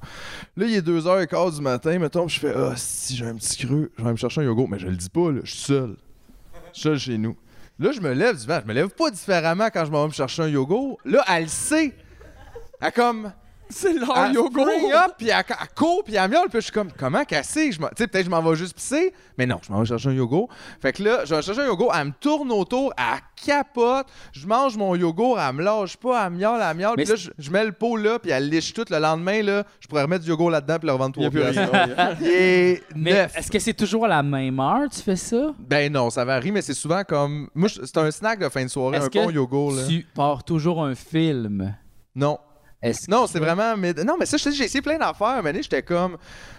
S3: Là, il est 2h15 du matin, mettons, puis je fais Ah, si j'ai un petit creux, je vais me chercher un yogourt, mais je le dis pas, là, je suis seul. Je suis seul chez nous. Là, je me lève du vent. Je me lève pas différemment quand je m'en vais me chercher un yogourt. Là, elle le sait. Elle comme.
S2: C'est leur
S3: Elle
S2: yogourt.
S3: spring up, puis elle, elle court, puis elle miaule. Puis je suis comme, comment qu'elle sait? Je m'en- Tu sais, peut-être que je m'en vais juste pisser. Mais non, je m'en vais chercher un yogourt. Fait que là, je vais chercher un yogourt. Elle me tourne autour, elle capote. Je mange mon yogourt, elle me lâche pas, elle miaule, elle miaule.
S1: Mais
S3: Puis là, je, je mets le pot là, puis elle liche tout. Le lendemain, là, je pourrais remettre du yogourt là-dedans, puis le revendre
S2: Il y a
S3: trois
S2: plus
S3: piastres.
S2: rien.
S3: Il est
S1: Mais
S3: neuf.
S1: est-ce que c'est toujours à la même heure tu fais ça?
S3: Ben non, ça varie, mais c'est souvent comme. Moi, je- c'est un snack de fin de soirée,
S1: Est-ce
S3: un
S1: que
S3: bon yogourt, là.
S1: Tu pars toujours un film.
S3: Non.
S1: Est-ce
S3: Non, c'est vraiment. Mais... Non, mais ça, je te dis, j'ai essayé plein d'affaires. Mais j'étais comme.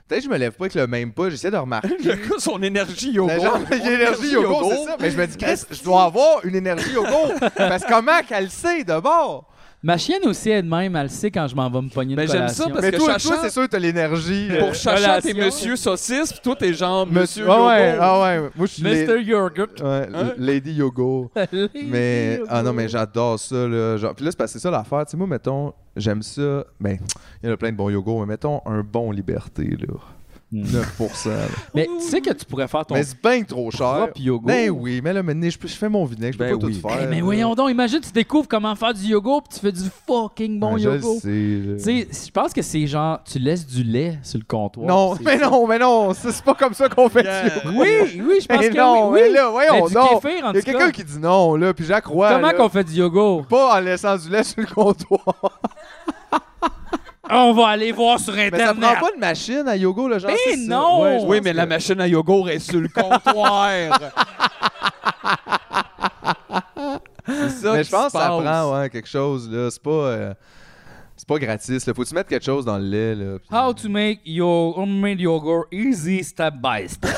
S3: Peut-être que je me lève pas avec le même pas. J'essayais de
S2: <laughs>
S3: remarquer.
S2: <laughs> Le gars, son énergie
S3: Mais genre,
S2: yogourt.
S3: j'ai énergie yogourt, c'est ça. Mais je me dis, Chris, je dois avoir une énergie yogourt. Parce que comment qu'elle le sait, de bord?
S1: Ma chienne aussi est de même, elle sait quand je m'en vais me pogner une
S2: Mais j'aime ça
S1: collation.
S2: parce
S3: Mais
S2: que
S3: toi,
S2: Chacha-
S3: toi c'est sûr que t'as l'énergie. euh,
S2: Pour Chacha, t'es
S1: relation.
S2: Monsieur Saucisse, puis toi, t'es genre Monsieur
S3: Ah ouais,
S2: Yogourt. Hein?
S3: ah ouais. Moi, je suis. les-
S1: Mr. Yogurt.
S3: Ouais, Lady Yogo. Mais ah non mais j'adore ça là. Genre, puis là c'est parce que c'est ça l'affaire, tu sais moi mettons, j'aime ça, ben il y en a plein de bons yogos, mais mettons un bon liberté là.
S1: Mm.
S3: 9%. là.
S1: Mais tu sais que tu pourrais faire <laughs> ton
S3: mais c'est bien trop cher.
S1: propre yogourt.
S3: Ben oui, mais là maintenant je, peux- je fais mon vinaigre, je peux
S2: Ben
S3: pas
S2: oui.
S3: tout faire.
S1: Eh, mais
S3: là.
S1: voyons donc, imagine tu découvres comment faire du yogourt puis tu fais du fucking bon
S3: Ouais, Ah, Ben, je le
S1: yogourt. Tu
S3: sais, là.
S1: sais, je pense que c'est genre, tu laisses du lait sur le comptoir.
S3: Non,
S1: C'est-
S3: mais non, mais non, ça, c'est pas comme ça qu'on fait du yogourt.
S1: Oui, oui, je pense
S3: Mais
S1: que
S3: Eh non,
S1: oui.
S3: mais
S1: oui.
S3: là, voyons
S1: Mais du
S3: donc.
S1: kéfir, en
S3: Il y a
S1: tout
S3: quelqu'un
S1: cas.
S3: qui dit non là, puis j'accrois
S1: Comment qu'on fait du yogourt?
S3: pas en laissant du lait sur le comptoir.
S1: <laughs> On va aller voir sur
S3: Mais ça
S1: Internet.
S3: prend pas de machine à yogourt, le genre.
S1: Ben
S3: c'est ça.
S1: non!
S3: Ouais, je
S2: Oui,
S3: pense
S2: mais
S3: que-
S2: la machine à yogourt est sur le comptoir. C'est ça
S3: Mais
S2: qui
S3: je pense que
S2: se
S3: ça
S2: passe.
S3: prend ouais, quelque chose. là. C'est pas, euh, c'est pas gratis. Là. Faut-tu mettre quelque chose dans le lait? Là, puis-
S1: How to make your homemade yogurt easy step by step.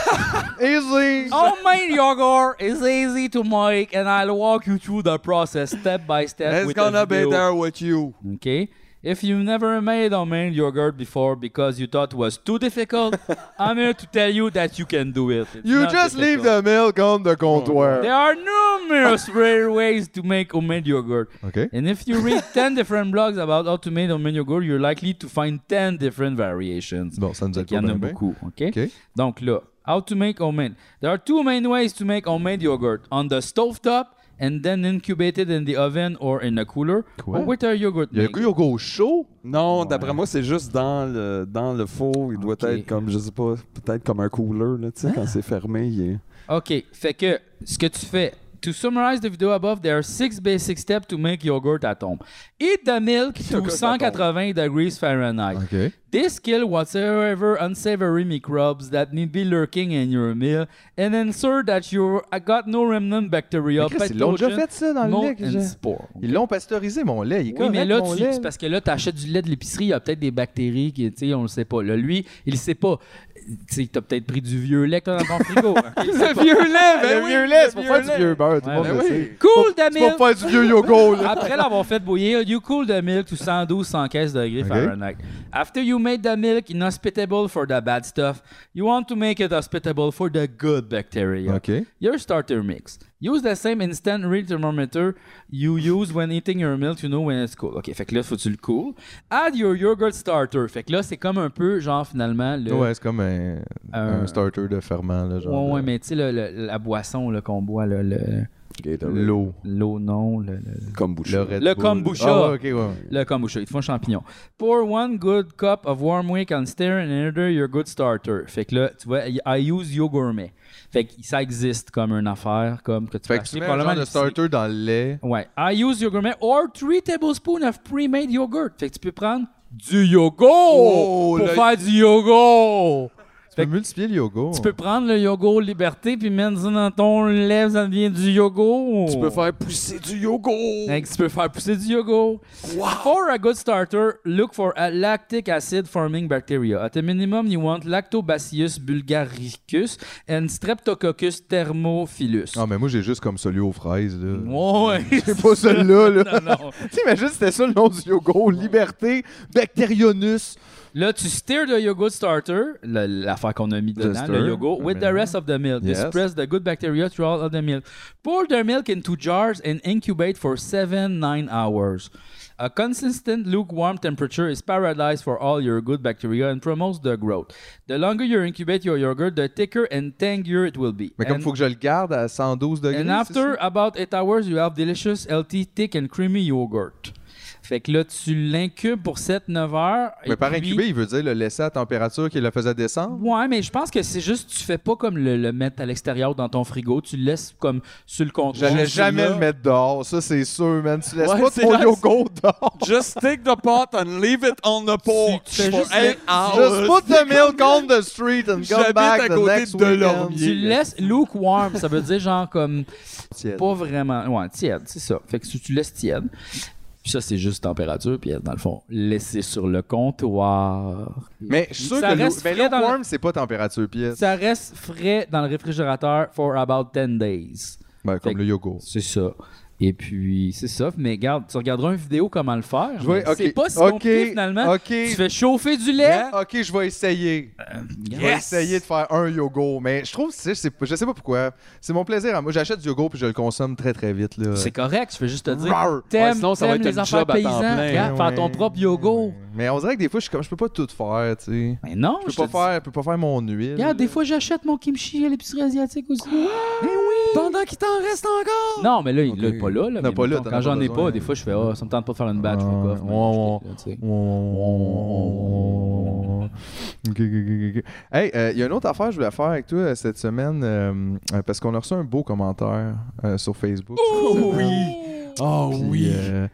S3: Easy!
S1: homemade yogurt is easy to make and I'll walk you through the process step by step
S2: It's
S1: with
S2: gonna
S1: a
S2: be
S1: video.
S2: there with you.
S1: Okay? If you've never made homemade yogurt before because you thought it was too
S3: <laughs>
S1: difficult, I'm here to tell you that you can do it. It's
S3: You
S1: not
S3: just leave
S1: difficult.
S3: the milk on the comptoir.
S1: There are numerous rare ways to make homemade yogurt.
S3: OK.
S1: And if you
S3: <laughs>
S1: read 10 different blogs about how to make homemade yogurt, you're likely to find 10 different variations.
S3: Bon, ça nous aide
S1: Il y
S3: pas
S1: en a
S3: bien, bien.
S1: beaucoup, OK?
S3: OK.
S1: Donc là, how to make homemade. There are two main ways to make homemade yogurt. On the stove top and then incubated in the oven or in a cooler.
S3: Quoi?
S1: Or with a yogurt
S3: Il y a
S1: maker.
S3: un yogourt chaud?
S2: Non, d'après moi, c'est juste dans le, dans le four. Il doit
S1: Ok.
S2: être comme, je sais pas, peut-être comme un cooler, là, tu sais, quand c'est fermé. il est-
S1: OK, fait que ce que tu fais, to summarize the video above, there are six basic steps to make yogurt at home. Heat the milk to 180 degrees Fahrenheit.
S3: OK.
S1: This kill whatsoever unsavory microbes that need be lurking in your meal and ensure that you got no remnant bacteria,
S3: Chris, ils l'ont déjà
S1: pathogen,
S3: fait ça dans le
S1: mold
S3: lait. que
S1: and
S3: j'ai-
S1: spore.
S3: Ils l'ont pasteurisé, mon lait. Il est
S1: Oui, mais
S3: correct,
S1: là,
S3: mon
S1: tu,
S3: lait.
S1: c'est parce que là, tu achètes du lait de l'épicerie, il y a peut-être des bactéries qui, tu sais, on le sait pas. Là, lui, il sait pas. Tu sais, t'as peut-être pris du vieux lait que t'as dans ton
S3: <laughs>
S1: frigo.
S2: Le vieux lait, ben
S3: Le
S2: oui,
S3: vieux lait, c'est pour
S2: vieux
S3: faire du
S2: lait.
S3: vieux beurre. Tout le
S1: Ouais,
S3: monde
S1: ben
S3: le
S2: oui.
S3: sait.
S1: Cool,
S3: C'est pour
S1: Damien!
S3: faire du vieux yogourt, là.
S1: Après l'avoir fait bouillir, you cool the milk to 112, 115 degrés
S3: Okay.
S1: Fahrenheit. After you made the milk inhospitable for the bad stuff, you want to make it hospitable for the good bacteria. Your starter mix. Use the same instant real thermometer you use when eating your milk to know when it's cool. OK, fait que là, faut que tu le cool. Add your yogurt starter. Fait que là, c'est comme un peu, genre, finalement, le...
S3: Ouais, c'est comme un,
S1: Un-
S3: un starter de ferment, là, genre.
S1: Ouais, ouais,
S3: de-
S1: mais tu sais, le- le- la boisson là, qu'on boit, là, le-
S2: Gatorade.
S3: L'eau.
S1: l'eau, non, le- le,
S2: Kombucha.
S3: Le, Red
S1: Le
S3: Bull.
S1: kombucha.
S3: Ah, ouais, ok, ouais.
S1: Le kombucha, ils te font champignon. Pour one good cup of warm milk on stir and another your good starter. Fait que là, tu vois, I I use yo gourmet. Fait que ça existe comme une affaire, comme que tu
S3: Fait
S1: peux
S3: que tu
S1: acheter
S3: mets un
S1: probablement
S3: genre de
S1: à l'épicerie.
S3: starter dans le lait.
S1: Ouais. I use yo gourmet or 3 tablespoons of pre-made yogurt. Fait que tu peux prendre du yogourt
S2: Oh,
S1: pour
S2: le-
S1: faire du yogourt.
S3: Tu
S1: Fait
S3: peux multiplier le yogourt.
S1: Tu peux prendre le yogourt liberté puis mettre ça dans ton lèvre, ça devient du yogourt.
S2: Tu peux faire pousser du yogourt.
S1: Fait que tu peux faire pousser du yogourt. For a good starter, look for a lactic acid forming bacteria. At a minimum, you want Lactobacillus bulgaricus and Streptococcus thermophilus.
S3: Ah, mais moi, j'ai juste comme celui aux fraises, là. <laughs>
S1: Ouais, <laughs>
S3: C'est pas celui-là, là.
S1: non, non.
S3: <laughs> T'imagines, c'était ça le nom du yogourt. Liberté, Bacterionus.
S1: Là, tu stir the yogurt starter, le- l'affaire qu'on a mis dedans,
S3: stir.
S1: le yogourt, with the rest of the milk.
S3: Yes.
S1: Disperse the good bacteria throughout of the milk. Pour the milk into jars and incubate for 7-9 hours. A consistent lukewarm temperature is paradise for all your good bacteria and promotes the growth. The longer you incubate your yogurt, the thicker and tangier it will be.
S3: Mais comme
S1: And-
S3: il faut que je le garde à 112 degrés.
S1: And
S3: c'est
S1: after
S3: ça?
S1: about 8 hours, you have delicious, healthy, thick and creamy yogurt. Fait que là, tu l'incubes pour 7-9 heures. et
S3: Mais par
S1: puis-
S3: incubé, il veut dire le laisser à température qui le faisait descendre.
S1: Ouais, mais je pense que c'est juste tu fais pas comme le, le mettre à l'extérieur dans ton frigo, tu le laisses comme sur le comptoir.
S3: J'allais jamais
S2: là.
S3: le mettre dehors, ça c'est sûr, man. Tu laisses
S2: Ouais,
S3: pas
S2: c'est
S3: ton
S2: nice.
S3: yogourt <laughs> dehors.
S2: Just take the pot and leave it on the porch
S1: Tu fais
S2: for
S1: juste-
S2: eight
S3: Just
S2: hours.
S3: put the milk on the street and come
S2: J'habite
S3: back
S2: à
S3: the
S2: côté
S3: next
S2: de
S3: weekend.
S2: Laurier.
S1: Tu le laisses lukewarm, ça veut dire genre comme
S3: <laughs> Tiède.
S1: pas vraiment ouais, tiède, c'est ça. Fait que si tu laisses tiède. Puis ça c'est juste température puis dans le fond, laisser sur le comptoir.
S3: Mais je suis sûr
S1: Ça
S3: que
S1: reste
S3: le- mais
S1: frais dans le-
S3: lukewarm, c'est pas température pièce.
S1: Ça reste frais dans le réfrigérateur for about 10 days.
S3: Ben,
S1: Fait-
S3: comme le yogourt.
S1: C'est ça. Et puis, c'est ça. Mais regarde, tu regarderas une vidéo comment le faire.
S3: Je vais-
S1: mais C'est
S3: ok,
S1: pas si
S3: ok,
S1: compliqué finalement.
S3: ok.
S1: Tu fais chauffer du lait.
S3: Ok, je vais essayer. Je vais
S1: Ben, Yes!
S3: essayer de faire un yogourt, mais je trouve, tu sais, c'est- je sais pas pourquoi. C'est mon plaisir à moi. J'achète du yogourt puis je le consomme très très vite. Là.
S1: C'est correct, je fais juste te dire.
S3: Rawr!
S1: T'aimes,
S2: Ouais, sinon, ça va
S1: t'aimes
S2: être
S1: les
S2: une
S1: affaires
S2: job à temps
S1: paysannes.
S2: plein.
S1: Regarde,
S3: Ouais,
S1: faire
S3: ouais.
S1: ton propre yogourt.
S3: Mais on dirait que des fois, je, suis comme, je peux pas tout faire, tu sais.
S1: Mais non,
S3: Je
S1: je
S3: peux
S1: te
S3: pas faire, je peux pas faire mon huile.
S1: Regarde, des fois, j'achète mon kimchi à l'épicerie asiatique aussi.
S2: Pendant qu'il t'en reste
S1: <gasps>
S2: encore!
S1: Non, mais là, il
S3: Ok.
S1: là, il est pas là. là,
S3: Non,
S1: mais
S3: pas
S1: mettons,
S3: là, t'en as
S1: quand
S3: pas
S1: j'en ai
S3: besoin.
S1: pas, des fois, je fais, ah, ça me tente pas de faire une batch,
S3: Ah,
S1: fuck off.
S3: ouais,
S1: man, je
S3: ouais.
S1: t'ai- là, tu sais.
S3: Ok, ok, ok, ok. Hey, euh, il y a une autre affaire que je voulais faire avec toi euh, cette semaine euh, euh, parce qu'on a reçu un beau commentaire euh, sur Facebook.
S2: Oh oui! Oh
S3: Puis,
S2: oui!
S3: euh,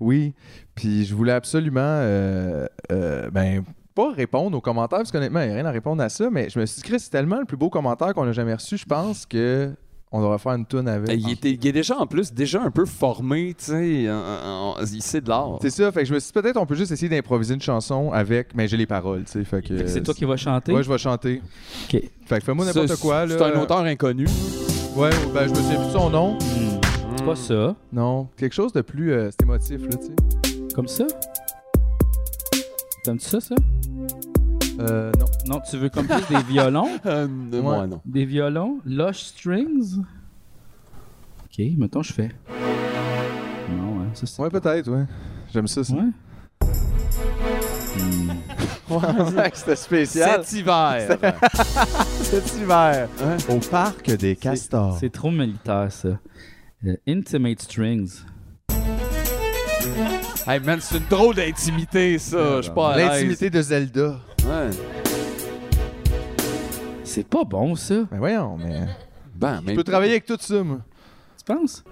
S3: oui. Puis je voulais absolument, euh, euh, ben, pas répondre aux commentaires, parce qu'honnêtement, il n'y a rien à répondre à ça, mais je me suis dit, Chris, c'est tellement le plus beau commentaire qu'on a jamais reçu, je pense que on devrait faire une tune
S1: Ben,
S3: avec.
S2: Ben, Il, était- il est déjà en plus déjà un peu formé, tu sais. en- en- en- Il sait de l'art.
S3: C'est ça, fait que je me suis dit, peut-être on peut juste essayer d'improviser une chanson avec, mais j'ai les paroles, tu sais, fait que...
S1: Fait que C'est toi qui vas chanter.
S3: Ouais, je vais chanter.
S1: Ok.
S3: Fait que fais-moi n'importe
S2: Ça,
S3: quoi, là.
S2: C'est un auteur inconnu. <laughs>
S3: Ouais, ben, je me souviens plus de son nom.
S1: Hmm, C'est pas ça.
S3: Non, quelque chose de plus euh, c'est émotif, là, tu sais.
S1: Comme ça. T'aimes-tu ça, ça?
S3: Euh, non.
S1: Non, tu veux comme plus <laughs> des violons?
S2: Euh, Moi, non.
S1: Des violons? Lush Strings? OK, mettons, je fais. Non, hein, ça, c'est...
S3: Ouais, peut-être, ouais. J'aime ça, ça.
S1: Ouais.
S3: C'était spécial.
S2: Cet
S3: <laughs>
S2: hiver!
S3: Cet hiver,
S2: Hein?
S3: au parc des castors.
S1: C'est trop militaire, ça. Euh, intimate Strings.
S2: hey man, c'est une drôle d'intimité, ça. Je suis pas à l'aise.
S3: L'intimité de Zelda.
S2: Ouais.
S1: C'est pas bon, ça.
S3: Ben voyons, mais.
S2: Ben, mais...
S3: Je peux travailler avec tout ça, moi.
S1: Tu penses?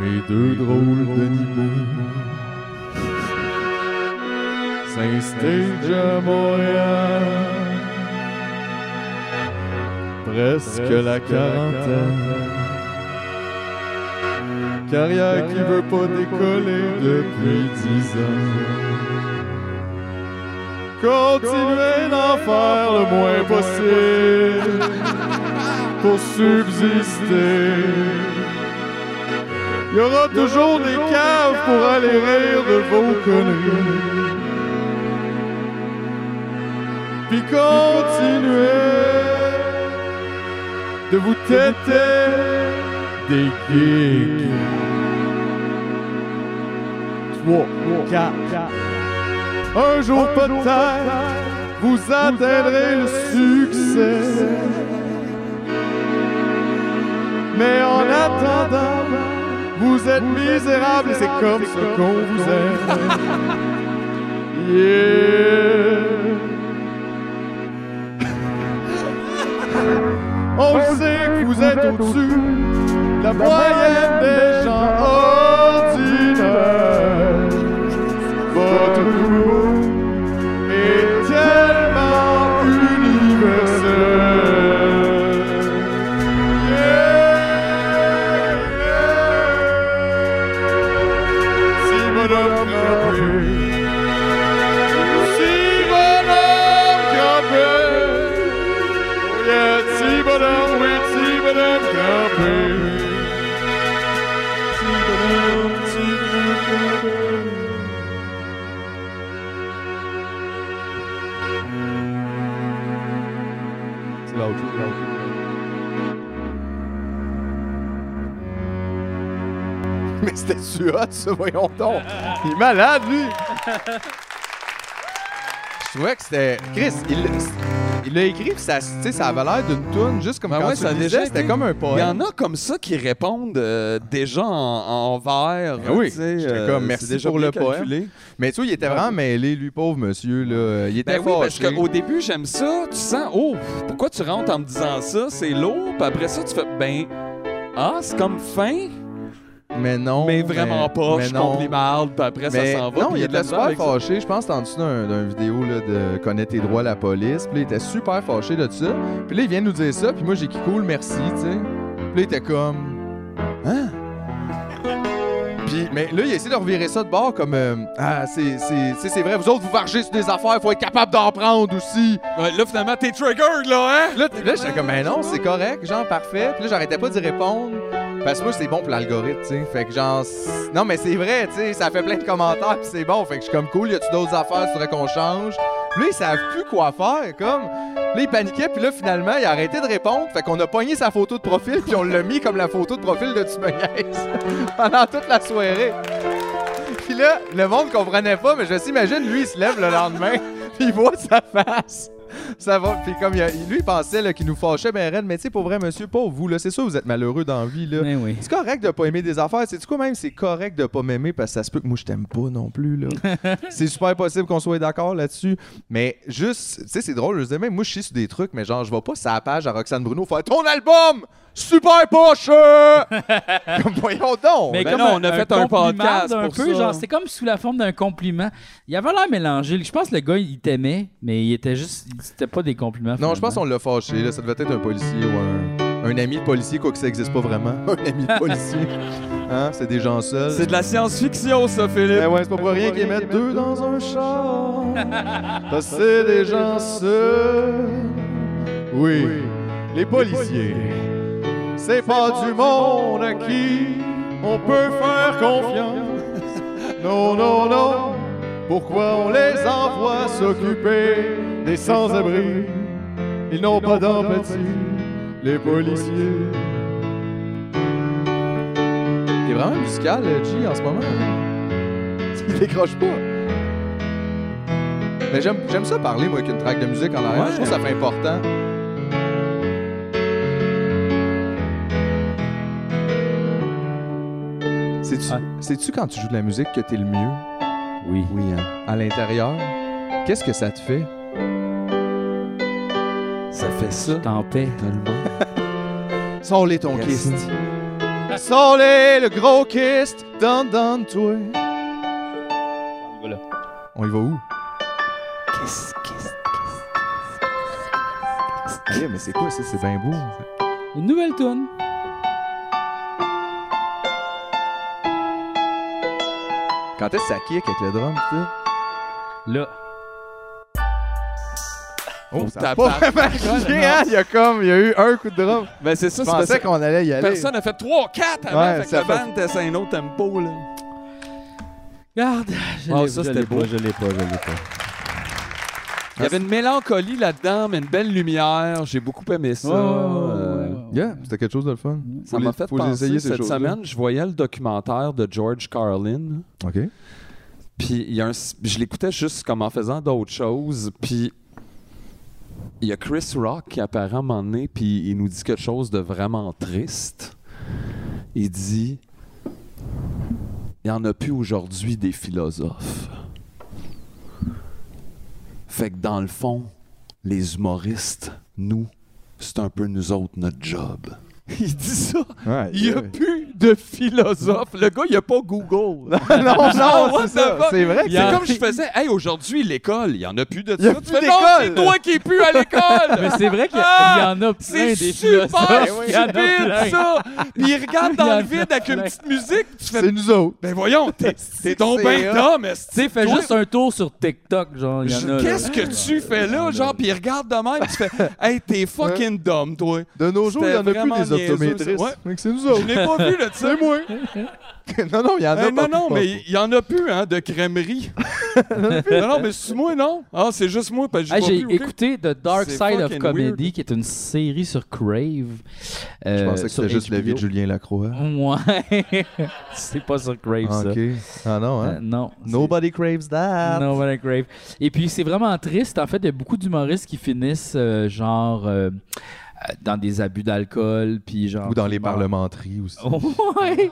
S3: Mes deux drôles d'animaux s'instage à Montréal. Presque, la quarantaine. Carrière qui veut pas décoller depuis dix ans. Continuer d'en faire le moins possible pour subsister. Il y aura toujours des caves pour aller rire de vos conneries. Puis continuez de vous têter des geeks. 3, 4. Un jour peut-être, vous atteindrez le succès. Mais en attendant, vous êtes misérable, c'est comme ça qu'on vous aime. yeah. On le sait que vous êtes au-dessus de la moyenne des gens ordinaires. Votre humour est tellement universel. Bonhomme Crampé. Si bonhomme Crampé. Oh yeah, si bonhomme, oui, si bonhomme Crampé. Si bonhomme, si bonhomme Crampé. C'est l'autre, c'est l'autre. Mais c'était sur hot, ça, voyons donc. Il est malade, lui. Je trouvais que c'était. Chris, il l'a- il l'a écrit, puis ça, tu sais, ça avait l'air d'une toune, juste comme
S2: Ben
S3: quand
S2: ouais,
S3: tu
S2: ça a
S3: le
S2: déjà
S3: disais, c'était
S2: été-
S3: comme un
S2: Il y
S3: poème.
S2: en a comme ça qui répondent euh, déjà en, en vers.
S3: Ben oui,
S2: tu sais,
S3: j'étais
S2: euh,
S3: comme,
S2: c'est
S3: merci
S2: déjà
S3: pour
S2: bien
S3: le poème.
S2: calculé.
S3: Mais tu vois, il était vraiment mêlé, lui, pauvre monsieur, là. Il était
S2: Ben oui, parce
S3: fâché.
S2: qu'au début, j'aime ça. Tu sens, oh, pourquoi tu rentres en me disant ça? C'est lourd. Puis après ça, tu fais, ben, ah, c'est comme fin,
S3: Mais non.
S2: mais vraiment pas.
S3: mais
S2: Je
S3: non.
S2: complimente. Puis après ça,
S3: Mais
S2: s'en va.
S3: non,
S2: puis
S3: il était
S2: la misère
S3: super
S2: avec ça.
S3: fâché. Je pense que t'es en dessous d'un d'un vidéo là, de Connais tes droits à la police. Puis là, il était super fâché de ça. Puis là, il vient nous dire ça. Puis moi, j'ai dit cool, merci, tu sais. Puis là, il était comme. Hein? Puis Puis, mais là, il a essayé de revirer ça de bord comme. euh, ah, c'est, c'est, c'est, c'est vrai, vous autres, vous vargez sur des affaires, faut être capable d'en prendre aussi.
S2: Ouais, là, finalement, t'es triggered, là, hein?
S3: Là, t- là j'étais comme, mais non, c'est correct, genre, parfait. Puis là, j'arrêtais pas d'y répondre. Parce que moi, c'est bon pour l'algorithme, tu sais. Fait que genre. c'est- Non, mais c'est vrai, tu sais, ça fait plein de commentaires, puis c'est bon. Fait que je suis comme, cool, y a-tu d'autres affaires, faudrait qu'on change? Puis là, ils savent plus quoi faire, comme. Là, il paniquait, puis là, finalement, il a arrêté de répondre. Fait qu'on a pogné sa photo de profil, puis on l'a mis comme la photo de profil de Tumeniaise <laughs> pendant toute la soirée. Puis là, le monde comprenait pas, mais je s'imagine, lui, il se lève le lendemain, <laughs> puis il voit sa face. Ça va. Puis comme il a- lui, il pensait là, qu'il nous fâchait, ben Red, mais tu sais, pour vrai, monsieur, pour vous, là, c'est sûr, vous êtes malheureux dans la vie, là.
S1: Mais Ben oui.
S3: C'est correct de pas aimer des affaires. C'est du coup même c'est correct de pas m'aimer parce que ça se peut que moi je t'aime pas non
S1: <laughs>
S3: plus là. c'est super possible qu'on soit d'accord là-dessus, mais juste tu sais c'est drôle, je disais même moi je chie sur des trucs mais genre je vais pas sur la page à Roxane Bruno faire ton album super poche.
S1: <laughs>
S3: comme voyons donc.
S1: Mais
S2: Ben
S1: comme
S2: non,
S1: un-
S2: on a fait un
S1: compliment
S2: podcast
S1: d'un
S2: pour
S1: peu,
S2: ça.
S1: genre, c'est comme sous la forme d'un compliment. Il avait l'air mélangé. Je pense que le gars, il t'aimait, mais il était juste. il- C'était pas des compliments.
S3: Non,
S1: finalement.
S3: je pense qu'on l'a fâché là, ça devait être un policier ou un un ami de policier quoi que ça existe pas vraiment. <laughs> un ami de
S1: <laughs>
S3: policier. Hein, c'est des gens seuls.
S2: C'est de la science-fiction, ça, Philippe.
S3: Ben ouais, c'est pas pour rien qu'ils mettent deux dans un char. Parce que c'est des gens seuls. Oui, les policiers, c'est pas du monde à qui on peut faire confiance. Non, non, non, pourquoi on les envoie s'occuper des sans-abri? Ils n'ont pas d'empathie, les policiers. T'es vraiment musical, G, en ce moment. <laughs> Il décroche pas. Mais j'aime, j'aime ça parler, moi, avec une track de musique en arrière.
S2: Ouais.
S3: Je trouve ça fait important. Sais-tu,
S1: Ah.
S3: sais-tu quand tu joues de la musique que t'es le mieux?
S1: Oui.
S3: Oui, hein. À l'intérieur, qu'est-ce que ça te fait?
S2: Ça fait ça.
S1: T'en paix.
S2: Tellement.
S3: <laughs> Sors-les ton
S2: Merci.
S3: kist. Sors-les le gros kist. Donne, donne, toi. On y va où? Kist, kist, Ah, mais c'est quoi ça? C'est bien beau.
S1: Une nouvelle tune.
S3: Quand est-ce que ça kick avec le drum, tu sais?
S1: Là.
S3: Oh, ça a
S2: tabarnak.
S3: pas <laughs> vraiment kické, hein? Il y a comme, il y a eu un coup de drum.
S2: Ben c'est ça,
S3: Je
S2: c'est parce
S3: pensais
S2: que
S3: qu'on allait y aller.
S2: personne n'a fait 3-4 avant.
S3: Ouais,
S2: fait que
S3: ça
S2: la
S3: fait-
S2: bande était à un autre tempo, là.
S1: Regarde. Je
S2: Ah,
S1: l'ai-
S2: ça,
S1: je
S2: c'était
S1: l'ai
S2: beau.
S1: pas, Je l'ai pas, je l'ai pas.
S2: Il y avait une mélancolie là-dedans, mais une belle lumière. J'ai beaucoup aimé ça.
S1: Ouais, ouais,
S2: Euh,
S1: ouais, ouais, ouais.
S3: Yeah, c'était quelque chose de le fun.
S2: Ça
S3: Faut
S2: m'a
S3: les-
S2: fait
S3: faut les
S2: penser
S3: essayer, ces
S2: cette
S3: choses-là.
S2: semaine, je voyais le documentaire de George Carlin.
S3: OK.
S2: Puis il y a un- je l'écoutais juste comme en faisant d'autres choses. Puis il y a Chris Rock qui apparaît à un moment donné, puis il nous dit quelque chose de vraiment triste. Il dit Il n'y en a plus aujourd'hui des philosophes. Fait que dans le fond, les humoristes, nous, c'est un peu nous autres notre job. <laughs> Ben, Il dit ça.
S3: Ouais,
S2: Il n'y a plus de philosophes. Le gars, il n'y a pas Google.
S3: non,
S2: <laughs> Ah,
S3: non,
S2: what
S3: c'est
S2: the
S3: ça.
S2: fuck?
S3: C'est vrai que
S2: C'est
S1: Yeah.
S3: c'est
S2: comme je faisais, hey, aujourd'hui, l'école, il n'y en a plus de
S3: Il y a
S2: ça.
S3: plus
S2: Tu fais, non, c'est
S3: d'école.
S2: toi qui pue à l'école.
S1: Mais c'est vrai qu'il y, a-
S2: Ah!
S1: il y en a plein
S2: <laughs> C'est
S1: des
S2: super
S3: Ben
S1: philosophes. Il y en a plein.
S2: stupide, ça. Puis il regarde
S1: Il y
S2: dans
S1: en
S2: le
S1: a
S2: vide avec une
S1: plein.
S2: petite musique. Tu fais,
S3: c'est nous autres.
S2: ben
S3: <laughs>
S2: voyons, t'es- t'es donc
S3: C'est
S2: ben
S3: hot.
S2: dumb, esti.
S1: Tu sais, fais
S2: Toi,
S1: juste un tour sur TikTok, genre. il y en
S2: je-
S1: a, là.
S2: Qu'est-ce que tu fais là, genre, puis il regarde de même,
S3: <laughs>
S2: tu fais, hey, t'es fucking dumb, toi.
S3: De nos jours, il y en a
S2: C'était
S3: plus des
S2: vraiment niaiseux,
S3: optométristes.
S2: ça. Ouais.
S3: Mais que c'est nous
S2: Je
S3: autres.
S2: l'ai pas vu, là, tu sais.
S3: C'est moi. <laughs> non, non, il y en a
S2: Hey,
S3: pas.
S2: Euh, non, non, mais il y en a plus, hein,
S3: <laughs>
S2: de crèmerie. non, non, mais c'est moi, non? Ah, c'est juste moi, parce que
S1: Hey,
S2: je
S1: j'ai
S2: vois plus, ok.
S1: écouté The Dark
S2: C'est
S1: Side of
S2: fucking
S1: Comedy,
S2: weird.
S1: qui est une série sur Crave. euh,
S3: Je pensais que
S1: sur
S3: c'était juste la vie de
S1: HBO.
S3: Julien Lacroix.
S1: Ouais. <laughs> c'est pas sur Crave, Ah, ça.
S3: OK. Ah non,
S1: Euh,
S3: hein?
S1: non.
S3: Nobody craves that.
S1: No one crave. Et puis c'est vraiment triste. En fait, il y a beaucoup d'humoristes qui finissent euh, genre euh, euh, dans des abus d'alcool, puis genre <laughs>
S3: Ou dans les
S1: parlements.
S3: parlementeries aussi. <laughs>
S1: Ouais.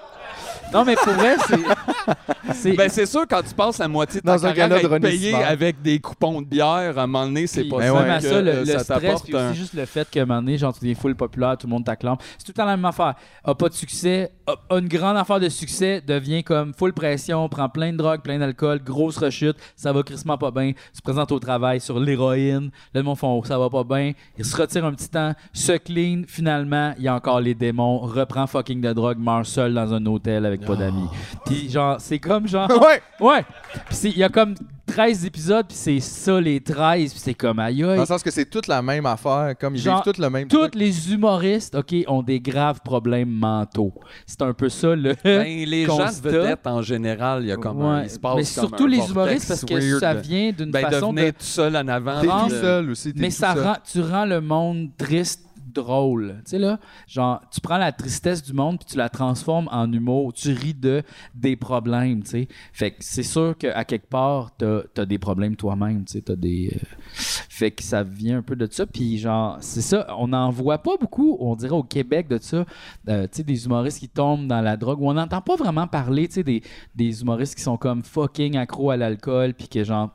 S1: Non mais pour vrai, c'est C'est
S2: <laughs> Ben, c'est sûr, quand tu passes la moitié de ta
S3: Dans un
S2: carrière
S3: gala
S2: à
S3: de
S2: être
S3: René
S2: payé
S3: Simard.
S2: avec des coupons de bière, à un moment donné, c'est
S1: Puis,
S2: pas
S1: même
S2: ça
S1: à
S2: que
S1: ça, le,
S2: euh,
S1: le
S2: ça
S1: stress,
S2: t'apporte
S1: puis
S2: un...
S1: aussi juste le fait que, un moment donné, genre, tu deviens full populaire, tout le monde t'acclame. C'est tout le temps la même affaire. A pas de succès, a- a une grande affaire de succès, devient comme full pression, prend plein de drogue, plein d'alcool, grosse rechute, ça va crissement pas bien, tu te présentes au travail sur l'héroïne, le monde font oh, ça va pas bien, il se retire un petit temps, se clean, finalement, il y a encore les démons, reprend fucking de drogue, meurt seul dans un hôtel avec
S2: Ah.
S1: pas d'amis. Puis genre, c'est comme genre...
S3: <laughs> Ouais!
S1: Ouais! Puis c'est- il y a comme 13 épisodes, puis c'est ça les 13, puis c'est comme aïe
S3: Dans
S1: aïe.
S3: le sens que c'est toute la même affaire, comme ils
S1: Genre,
S3: vivent tout le même
S1: Tous
S3: truc.
S1: les humoristes, OK, ont des graves problèmes mentaux. C'est un peu ça, le...
S2: Ben, les gens
S1: constat.
S2: de vedettes, en général, il y a comme un...
S1: Ouais.
S2: Il se passe
S1: Mais
S2: comme
S1: surtout
S2: un
S1: les
S2: vortex
S1: humoristes, parce que
S2: weird.
S1: ça vient d'une
S2: Ben,
S1: façon de...
S2: devenir tout seul en avant.
S3: T'es
S1: rend-
S3: tout
S2: de-
S3: seul aussi. t'es
S1: Mais
S3: tout
S1: ça
S3: seul.
S1: rend, tu rends le monde triste drôle. Tu sais, là, genre, tu prends la tristesse du monde puis tu la transformes en humour. Tu ris de des problèmes, tu sais. Fait que c'est sûr qu'à quelque part, t'as as des problèmes toi-même, tu sais. T'as des. euh, Fait que ça vient un peu de ça. Puis, genre, c'est ça, on n'en voit pas beaucoup, on dirait au Québec, de ça. Euh, tu sais, des humoristes qui tombent dans la drogue. où On n'entend pas vraiment parler, tu sais, des, des humoristes qui sont comme fucking accro à l'alcool puis que, genre,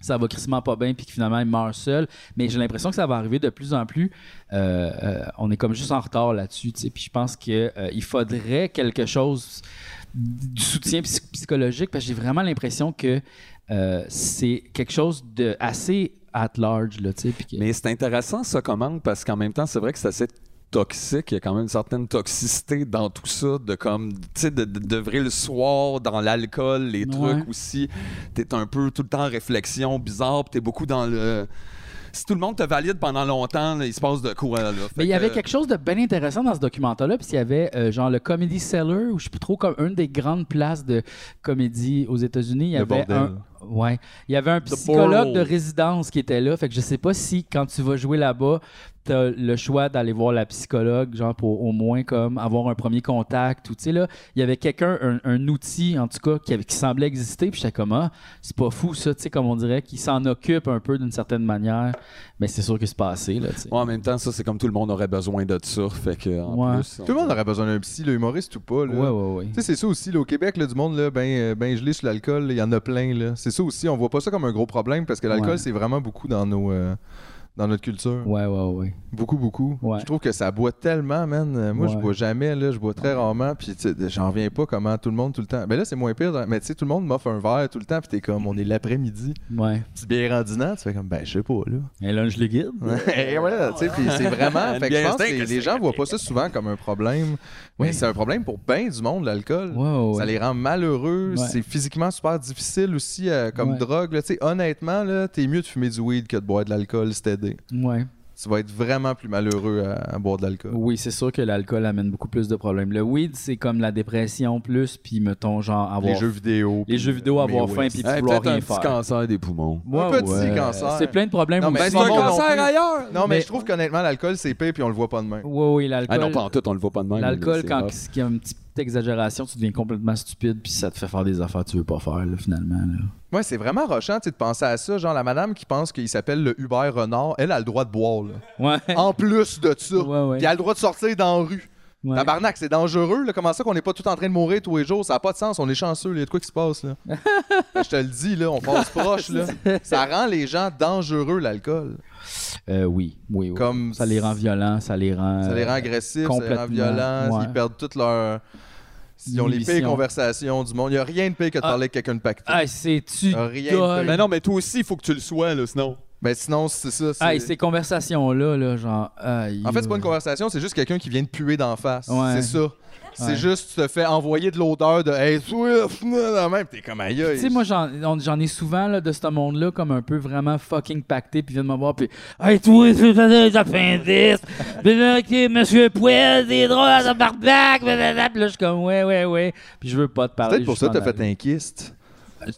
S1: ça va crissement pas bien puis que finalement ils meurent seuls mais j'ai l'impression que ça va arriver de plus en plus Euh, euh, on est comme juste en retard là-dessus tu sais. puis je pense que euh, il faudrait quelque chose du soutien psy- psychologique parce que j'ai vraiment l'impression que euh, c'est quelque chose de assez at large là, tu sais, puis que-
S2: Mais c'est intéressant ça commande parce qu'en même temps, c'est vrai que c'est assez toxique. Il y a quand même une certaine toxicité dans tout ça, de comme, tu sais, de, de, d'œuvrer le soir, dans l'alcool,
S1: Ouais.
S2: les trucs aussi. T'es un peu tout le temps en réflexion bizarre, puis t'es beaucoup dans le. Si tout le monde te valide pendant longtemps, là, il se passe de quoi là? Fait
S1: Mais il y
S2: que-
S1: avait quelque chose de bien intéressant dans ce documentaire-là, puis il y avait euh, genre le Comedy Cellar, ou je sais plus trop, comme une des grandes places de comédie aux États-Unis. Il y
S3: Le
S1: avait
S3: bordel.
S1: un, ouais, il y avait un psychologue de résidence qui était là. Fait que je sais pas si quand tu vas jouer là-bas, t'as le choix d'aller voir la psychologue, genre pour au moins comme avoir un premier contact ou tu sais là, il y avait quelqu'un, un, un outil en tout cas qui, avait- qui semblait exister, puis j'étais comme ah, c'est pas fou ça, tu sais comme on dirait, qui s'en occupe un peu d'une certaine manière, mais c'est sûr que c'est passé là. tu sais.
S2: Ouais, en même temps, ça, c'est comme tout le monde aurait besoin de ça. Fait que, en
S1: Ouais.
S2: plus, on-
S3: Tout le monde aurait besoin d'un psy, le humoriste ou pas. Là.
S1: Ouais, ouais, ouais.
S3: Tu sais, c'est ça aussi, là, au Québec, là, du monde, là, ben, euh, ben gelé sur l'alcool, là, il y en a plein. là. C'est ça aussi, on voit pas ça comme un gros problème parce que l'alcool,
S1: Ouais.
S3: c'est vraiment beaucoup dans nos euh, dans notre culture.
S1: Ouais, ouais, ouais.
S3: Beaucoup, beaucoup.
S1: Ouais.
S3: Je trouve que ça boit tellement, man. Euh, Moi, je
S1: Ouais.
S3: bois jamais, là, je bois très rarement, puis tu sais, j'en reviens pas comment tout le monde, tout le temps. Mais là, c'est moins pire, dans- mais tu sais, tout le monde m'offre un verre tout le temps, puis t'es comme, on est l'après-midi,
S1: Ouais.
S3: petit bière en dînant, tu fais comme, ben, je sais pas, là.
S1: Et là, je le guide.
S3: <laughs> Et voilà, tu sais, puis c'est vraiment. fait que je pense que les, les gens voient pas ça souvent comme un problème.
S1: Oui.
S3: Mais c'est un problème pour bien du monde, l'alcool.
S1: Ouais, ouais,
S3: Ça
S1: ouais.
S3: les rend malheureux.
S1: Ouais.
S3: C'est physiquement super difficile aussi euh, comme
S1: Ouais.
S3: drogue. là. Tu sais, honnêtement, là, t'es mieux de fumer du weed que de boire de l'alcool, c'est aidé.
S1: Ouais.
S3: Tu vas être vraiment plus malheureux à, à boire de l'alcool.
S1: Oui, c'est sûr que l'alcool amène beaucoup plus de problèmes. Le weed, c'est comme la dépression plus, puis mettons, genre, avoir.
S3: Les jeux vidéo.
S1: les
S3: puis,
S1: jeux vidéo,
S3: euh,
S1: avoir
S3: mais
S1: faim,
S3: oui.
S1: puis
S2: Eh,
S1: vouloir
S2: peut-être
S1: rien
S2: un
S1: faire.
S2: petit cancer des poumons.
S1: Ouais,
S3: petit
S1: ouais.
S3: cancer.
S1: C'est plein de problèmes.
S3: Non,
S1: où
S3: mais
S1: tu
S2: Ben,
S3: c'est
S2: c'est
S1: vas-
S2: un
S3: bon non
S2: cancer
S3: plus.
S2: ailleurs!
S3: Non, mais,
S1: Mais-
S3: je trouve qu'honnêtement, l'alcool, c'est pire, puis on le voit pas de même.
S1: Ouais, oui,
S2: Ah non,
S1: l'alcool.
S2: pas en tout, on le voit pas de même.
S1: L'alcool,
S2: c'est
S1: quand
S2: rough.
S1: il y a une petite exagération, tu deviens complètement stupide, puis ça te fait faire des affaires que tu veux pas faire, là, finalement. là.
S3: Ouais, c'est vraiment rochant tu sais, de penser à ça. Genre, la madame qui pense qu'il s'appelle le Hubert Renard, elle a le droit de boire. là.
S1: Ouais.
S3: en plus de ça.
S1: Ouais, ouais.
S3: Puis elle a le droit de sortir dans la rue.
S1: Ouais.
S3: Tabarnak, c'est dangereux. Là. Comment ça qu'on n'est pas tout en train de mourir tous les jours? Ça n'a pas de sens. On est chanceux. là. Il y a de quoi qui se passe.
S1: <laughs>
S3: Là. Ben, je te le dis, là, on passe proche. Là. Ça rend les gens dangereux, l'alcool.
S1: Euh, oui, oui, oui.
S3: Comme
S1: Ça les rend violents, ça les rend.
S3: ça les rend
S1: euh,
S3: agressifs, ça les
S1: complètement,
S3: rend violents.
S1: ouais.
S3: Ils perdent toute leur... Ils ont les pires
S1: Inhibition.
S3: conversations du monde. Il n'y a rien de pire que de
S1: Ah.
S3: parler avec quelqu'un de pacté.
S1: Ah, c'est-tu.
S3: Rien de
S1: golle.
S3: pire.
S2: Ben non, mais toi aussi, il faut que tu le sois, là, sinon.
S3: Ben sinon, c'est ça. c'est-
S1: Hey, ces conversations-là, là, genre. aïe,
S3: En fait, c'est pas une
S1: euh,
S3: conversation, c'est juste quelqu'un qui vient de puer d'en face.
S1: Ouais.
S3: C'est ça. C'est
S1: Ouais.
S3: juste, tu te fais envoyer de l'odeur de Hey, Swift, <laughs> la même, t'es comme aïe. aïe.
S1: Tu sais, moi, j'en on- j'en ai souvent là, de ce monde-là comme un peu vraiment fucking pacté, puis ils viennent me voir, puis « Hey, toi, tu fais des appendices! Ben là, ok, monsieur Poel, des drôles à sa barbac! » Puis là, je suis comme « Ouais, ouais, ouais. » Puis je veux pas te parler.
S3: Peut-être pour ça que t'as fait
S1: un...
S3: un kyste.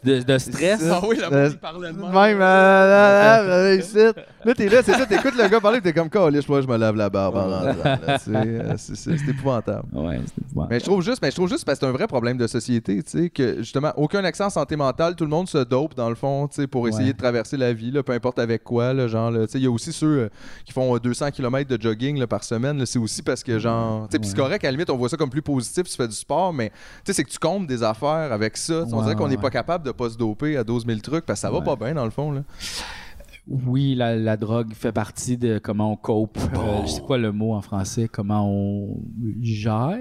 S1: de, de stress.
S3: ça.
S7: Ah oui, la
S3: Euh,
S7: il parlait de
S3: Même,
S7: même.
S3: euh, là, là, là, ici. Là, t'es là, c'est ça, t'écoutes le gars parler, t'es comme, calé, je crois que je me lave la barbe en rentrant, là, tu sais, euh, c'est- C'est c'est épouvantable.
S1: Ouais, c'était bon.
S3: Mais je trouve juste, mais je trouve juste parce que c'est un vrai problème de société, tu sais, que justement, aucun accent en santé mentale, tout le monde se dope dans le fond, tu sais, pour essayer
S1: Ouais.
S3: de traverser la vie, là, peu importe avec quoi, là, genre, là, tu sais, il y a aussi ceux euh, qui font euh, 200 km de jogging là, par semaine, là, c'est aussi parce que genre, tu sais, puis c'est correct, à la limite, on voit ça comme plus positif, tu fais du sport, mais tu sais, c'est que tu comptes des affaires avec ça, Tu sais, on
S1: Ouais,
S3: dirait qu'on n'est
S1: ouais.
S3: pas capable de pas se doper à 12 000 trucs, parce que ça va pas bien dans le fond, là.
S1: Oui, la, la drogue fait partie de comment on cope.
S3: Oh.
S1: Euh, je sais quoi le mot en français? Comment on gère?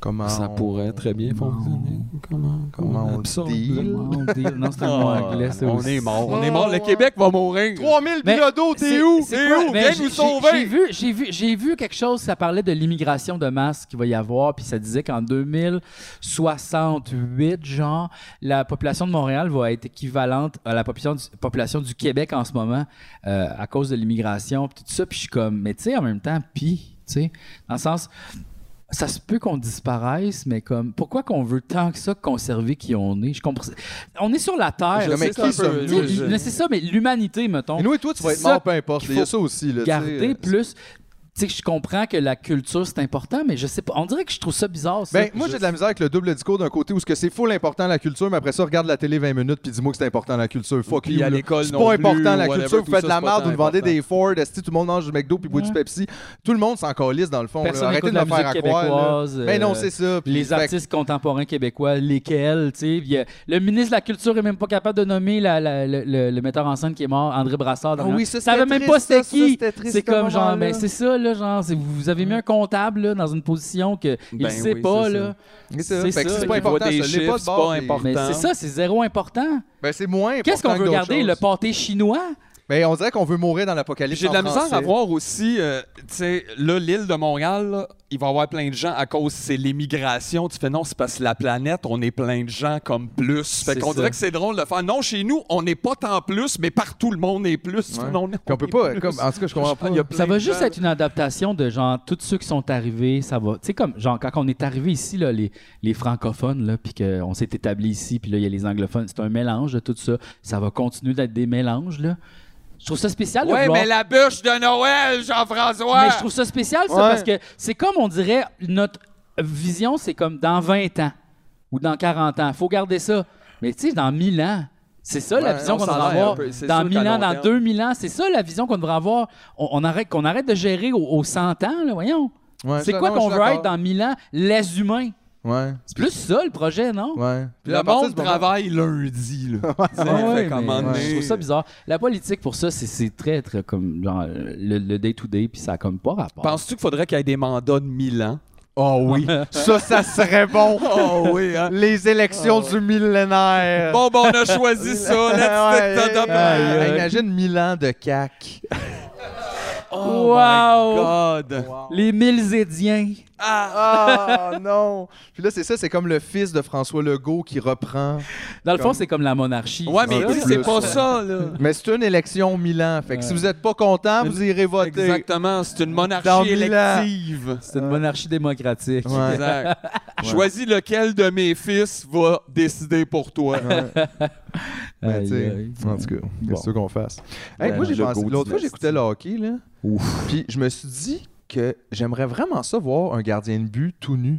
S3: Comment
S2: Ça
S3: on-
S2: pourrait très bien fonctionner. Comment,
S3: Comment on deal?
S1: Comment on dit? Non, c'est un mot
S3: Oh.
S1: anglais, ça
S2: Ah, on
S1: aussi.
S2: est mort, on est mort. Le Québec va mourir.
S3: 3000
S1: Mais
S3: bilodos, t'es
S1: C'est-
S3: où?
S1: c'est
S3: T'es
S1: quoi?
S3: où?
S1: Mais
S3: Viens
S1: j'ai-
S3: nous
S1: j'ai-
S3: sauver!
S1: J'ai vu, j'ai vu, j'ai vu quelque chose, ça parlait de l'immigration de masse qu'il va y avoir, puis ça disait qu'en 2068, genre, la population de Montréal va être équivalente à la population du, population du Québec en ce moment euh, à cause de l'immigration, puis tout ça, puis je suis comme, mais tu sais, en même temps, puis, tu sais, dans le sens... Ça se peut qu'on disparaisse, mais comme pourquoi qu'on veut tant que ça conserver qui on est Je comprends. On est sur la terre.
S3: Je
S1: c'est
S3: sais
S1: ça.
S3: qui sommes-nous,
S1: Tu sais,
S2: je-
S1: mais C'est ça, mais l'humanité, mettons
S3: Et nous et toi, tu vas
S1: C'est
S3: être mort,
S1: ça
S3: peu importe.
S1: qu'il
S3: Il y a
S1: faut
S3: ça aussi. Là, tu sais,
S1: garder
S3: euh,
S1: plus. Tu sais, je comprends que la culture, c'est important, mais je sais pas. On dirait que je trouve ça bizarre, ça.
S3: Ben, moi, j'ai de la misère avec le double discours d'un côté où ce que c'est full important la culture, mais après ça, regarde la télé 20 minutes puis dis-moi que c'est important la culture. Fuck
S2: Puis
S3: you.
S2: à
S3: là.
S2: l'école
S3: C'est
S2: non
S3: pas
S2: plus,
S3: important la
S2: ou whatever,
S3: culture.
S2: tout
S3: Vous faites
S2: ça,
S3: de la
S2: c'est pas
S3: merde,
S2: tant
S3: vous vendez
S2: important.
S3: des Ford, esti, tout le monde mange du McDo puis boit du Pepsi. Tout le monde s'en calisse dans le fond. là.
S1: Personne
S3: Arrêtez
S1: n'écoute la
S3: de me faire à
S1: musique
S3: croire, là.
S1: québécoise,
S3: Mais non,
S1: euh,
S3: c'est ça. Puis,
S1: les
S3: fait-
S1: artistes contemporains québécois, lesquels, tu sais. puis, euh, Le ministre de la Culture est même pas capable de nommer la- la- le, le- le metteur en scène qui est mort, André Brassard.
S3: Ah
S1: dernièrement.
S3: oui, ça,
S1: ça savait
S3: c'était
S1: même pas
S3: triste, ça,
S1: c'était
S3: ça,
S1: qui.
S3: c'était triste,
S1: C'est
S3: ce
S1: comme genre,
S3: moment-là. Mm.
S1: ben c'est ça, là, genre, c'est- vous, vous avez mis un comptable là, dans une position que il
S2: Ben
S1: sait
S2: oui,
S1: pas,
S2: c'est
S1: là.
S3: C'est ça.
S1: c'est
S3: Fait que
S1: ça.
S3: C'est pas
S2: Il voit
S3: important.
S2: des
S3: ça l'est
S2: chiffres,
S3: pas de
S2: c'est
S3: bord,
S2: pas important.
S1: Mais c'est ça, c'est zéro important.
S3: Ben, c'est moins important.
S1: Qu'est-ce qu'on veut
S3: d'autres
S1: garder?
S3: choses.
S1: Le pâté chinois?
S3: Ben, on dirait qu'on veut mourir dans
S2: Puis
S3: l'apocalypse.
S2: J'ai de la
S3: en
S2: misère à
S3: français.
S2: voir aussi, euh, tu sais, là, l'île de Montréal, là, il va y avoir plein de gens à cause c'est l'immigration. Tu fais non, c'est parce que la planète, on est plein de gens comme plus. Fait
S1: C'est
S2: qu'on
S1: ça.
S2: dirait que c'est drôle de faire non, chez nous, on n'est pas tant plus, mais partout le monde est plus.
S3: Ouais.
S2: Non,
S3: Puis on peut
S2: est
S3: pas.
S2: plus.
S3: comme- En tout cas, je comprends pas.
S2: Il y a plein
S1: Ça va
S2: de
S1: juste
S2: gens.
S1: être une adaptation de genre tous ceux qui sont arrivés, ça va. Tu sais comme genre quand on est arrivé ici là, les, les francophones là, puis qu'on s'est établi ici, puis là il y a les anglophones, c'est un mélange de tout ça. Ça va continuer d'être des mélanges là. Je trouve ça spécial de
S2: Ouais,
S1: vouloir-
S2: mais la bûche de Noël, Jean-François!
S1: Mais je trouve ça spécial ça
S3: Ouais.
S1: parce que c'est comme on dirait notre vision, c'est comme dans 20 ans ou dans 40 ans, faut garder ça. Mais tu sais dans 1000 ans, c'est ça la
S2: Ouais,
S1: vision
S2: on
S1: qu'on
S2: s'en
S1: va
S2: aille un
S1: avoir
S2: peu. C'est
S1: dans
S2: sûr
S1: 1000
S2: qu'à
S1: ans,
S2: long
S1: dans
S2: terme.
S1: 2000 ans, c'est ça la vision qu'on devrait avoir. On, on arrête qu'on arrête de gérer aux au 100 ans là, voyons.
S3: Ouais,
S1: C'est
S3: ça,
S1: quoi
S3: non, je
S1: qu'on
S3: suis
S1: veut être
S3: d'accord.
S1: dans 1000 ans? Les humains.
S3: Ouais.
S1: C'est plus ça le projet, non?
S3: Ouais. Puis
S2: Le
S3: à partir
S2: monde
S3: du moment-
S2: travaille lundi, là. Tu sais,
S1: Ah <laughs> ouais,
S2: fait qu'à un
S1: mais
S2: moment donné-
S1: Je trouve ça bizarre. La politique, pour ça, c'est- c'est très, très comme genre, le le day-to-day, puis ça a comme pas rapport.
S2: Penses-tu qu'il faudrait qu'il y ait des mandats de 1000 ans?
S3: Oh
S2: <laughs>
S3: oui, ça, ça serait bon. Oh oui, Ah Les élections du millénaire.
S2: Bon, ben, on a choisi
S3: <laughs>
S2: ça. Let's
S3: Ouais,
S2: take the double.
S3: ouais, ouais. Imagine mille ans de cac. oh
S1: wow!
S2: God.
S1: Les Milzédiens.
S3: Ah non. Puis là, c'est ça, c'est comme le fils de François Legault qui reprend.
S1: Dans le fond,
S3: Comme-
S1: c'est comme la monarchie. Ah,
S2: Ouais, mais
S1: C'est
S2: tu sais,
S1: ça.
S2: c'est pas ça, là.
S3: Mais c'est une élection mille ans. Fait que si vous n'êtes pas content, vous irez voter.
S2: Exactement, c'est une monarchie
S3: Dans mille ans.
S2: élective.
S1: C'est une monarchie démocratique.
S3: Ouais.
S2: Exact. <laughs> Choisis lequel de mes fils va décider pour toi.
S3: Mais
S1: Aïe,
S3: tu sais,
S1: aïe.
S3: En tout cas,
S1: Bon.
S3: qu'est-ce qu'on fasse? Hey,
S2: La
S3: moi, j'ai pensé.
S2: Jogo
S3: L'autre fois,
S2: dynastie.
S3: j'écoutais le hockey, là. Puis je me suis dit que j'aimerais vraiment ça voir un gardien de but tout nu.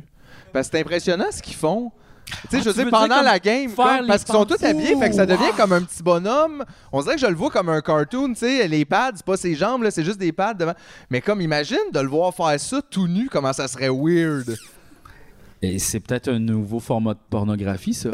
S3: Parce que c'est impressionnant ce qu'ils font. Tu sais, je
S1: Ah, tu
S3: veux
S1: veux
S3: dire,
S1: dire
S3: pendant
S1: comme
S3: la game,
S1: faire
S3: comme-
S1: les
S3: parce qu'ils sont tous
S1: pantoufles.
S3: habillés, fait que ça devient comme un petit bonhomme. On dirait que je le vois comme un cartoon, tu sais, les pads, c'est pas ses jambes, là, c'est juste des pads devant. Mais comme, imagine de le voir faire ça tout nu, comment ça serait weird.
S1: Et c'est peut-être un nouveau format de pornographie,
S3: <laughs>
S1: ça.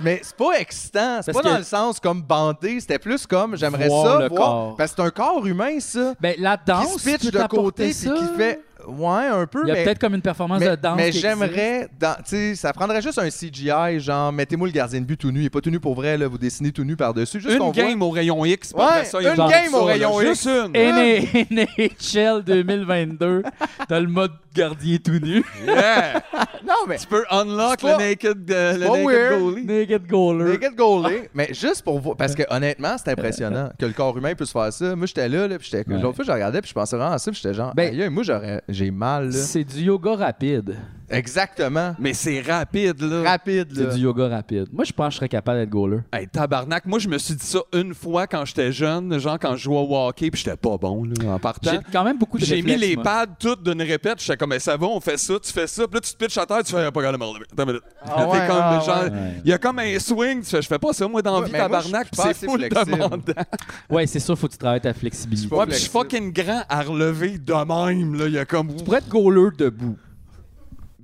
S3: Mais c'est pas excitant, c'est
S1: Parce
S3: pas
S1: que-
S3: dans le sens comme bandé, c'était plus comme, j'aimerais
S1: Voir
S3: ça
S1: le
S3: voir,
S1: corps.
S3: parce que c'est un corps humain, ça.
S1: ben, la danse,
S3: qui se pitch
S1: tu peux
S3: de
S1: t'apporter
S3: côté, puis
S1: ça.
S3: qui fait, ouais, un peu,
S1: Il y a
S3: mais...
S1: peut-être comme une performance
S3: Mais,
S1: de danse.
S3: mais
S1: qui existe.
S3: j'aimerais, dans- tu sais, ça prendrait juste un CGI, genre mettez-moi le gardien de but tout nu, il est pas tout nu pour vrai, là, vous dessinez tout nu par-dessus, juste qu'on
S2: Une
S3: voit.
S2: game au rayon X. puis
S3: Ouais,
S2: après ça, il y a
S3: une
S2: genre
S3: game
S2: ça,
S3: au
S2: là.
S3: rayon <laughs>
S2: Juste une. hein.
S1: NA- NHL 2022, t'as le mode gardien tout nu.
S2: Yeah.
S3: Non mais
S2: Tu peux unlock
S3: C'est pas-
S2: le naked, euh, le
S3: pas
S2: naked
S3: weird.
S2: goalie.
S1: Naked goaler.
S3: Naked goalie, mais juste pour voir, parce que honnêtement, c'est impressionnant que le corps humain puisse faire ça. Moi, j'étais là, là puis j'étais,
S1: Ouais.
S3: l'autre fois, je regardais, puis je pensais vraiment à ça, puis j'étais genre,
S1: Ben-
S3: aïe, aïe, moi, j'aurais, j'ai mal, là.
S1: C'est du yoga rapide.
S3: Exactement.
S2: Mais c'est rapide, là.
S3: Rapide,
S1: C'est
S3: là.
S1: du yoga rapide. Moi, je pense que je serais capable d'être goaler.
S2: Hey, tabarnak, moi je me suis dit ça une fois quand j'étais jeune, genre quand je jouais au hockey, puis j'étais pas bon là, en
S1: J'ai
S2: partant.
S1: quand même beaucoup de
S2: J'ai mis
S1: réflexes,
S2: les
S1: moi.
S2: pads toutes d'une répète, j'étais comme mais ça va, on fait ça, tu fais ça, puis là tu te pitches à terre, tu fais Ah, pas grave, merde, attends une minute.
S3: Ah
S2: T'es
S3: ouais,
S2: comme
S3: ah
S2: genre,
S3: ouais.
S1: Ouais.
S2: il y a comme un swing, tu fais je fais pas ça moi dans la
S3: Ouais,
S2: vie
S3: mais moi,
S2: tabarnak,
S3: je
S2: puis
S3: suis pas
S2: c'est
S3: assez
S2: full
S3: flexible.
S2: demandant.
S1: Ouais, c'est sûr, faut que tu travailles ta
S3: Je suis
S1: flexibilité.
S3: pas
S2: Ouais, puis je suis
S3: flexible.
S2: fucking grand à relever de même là, il y a comme
S1: Pour être goaler debout.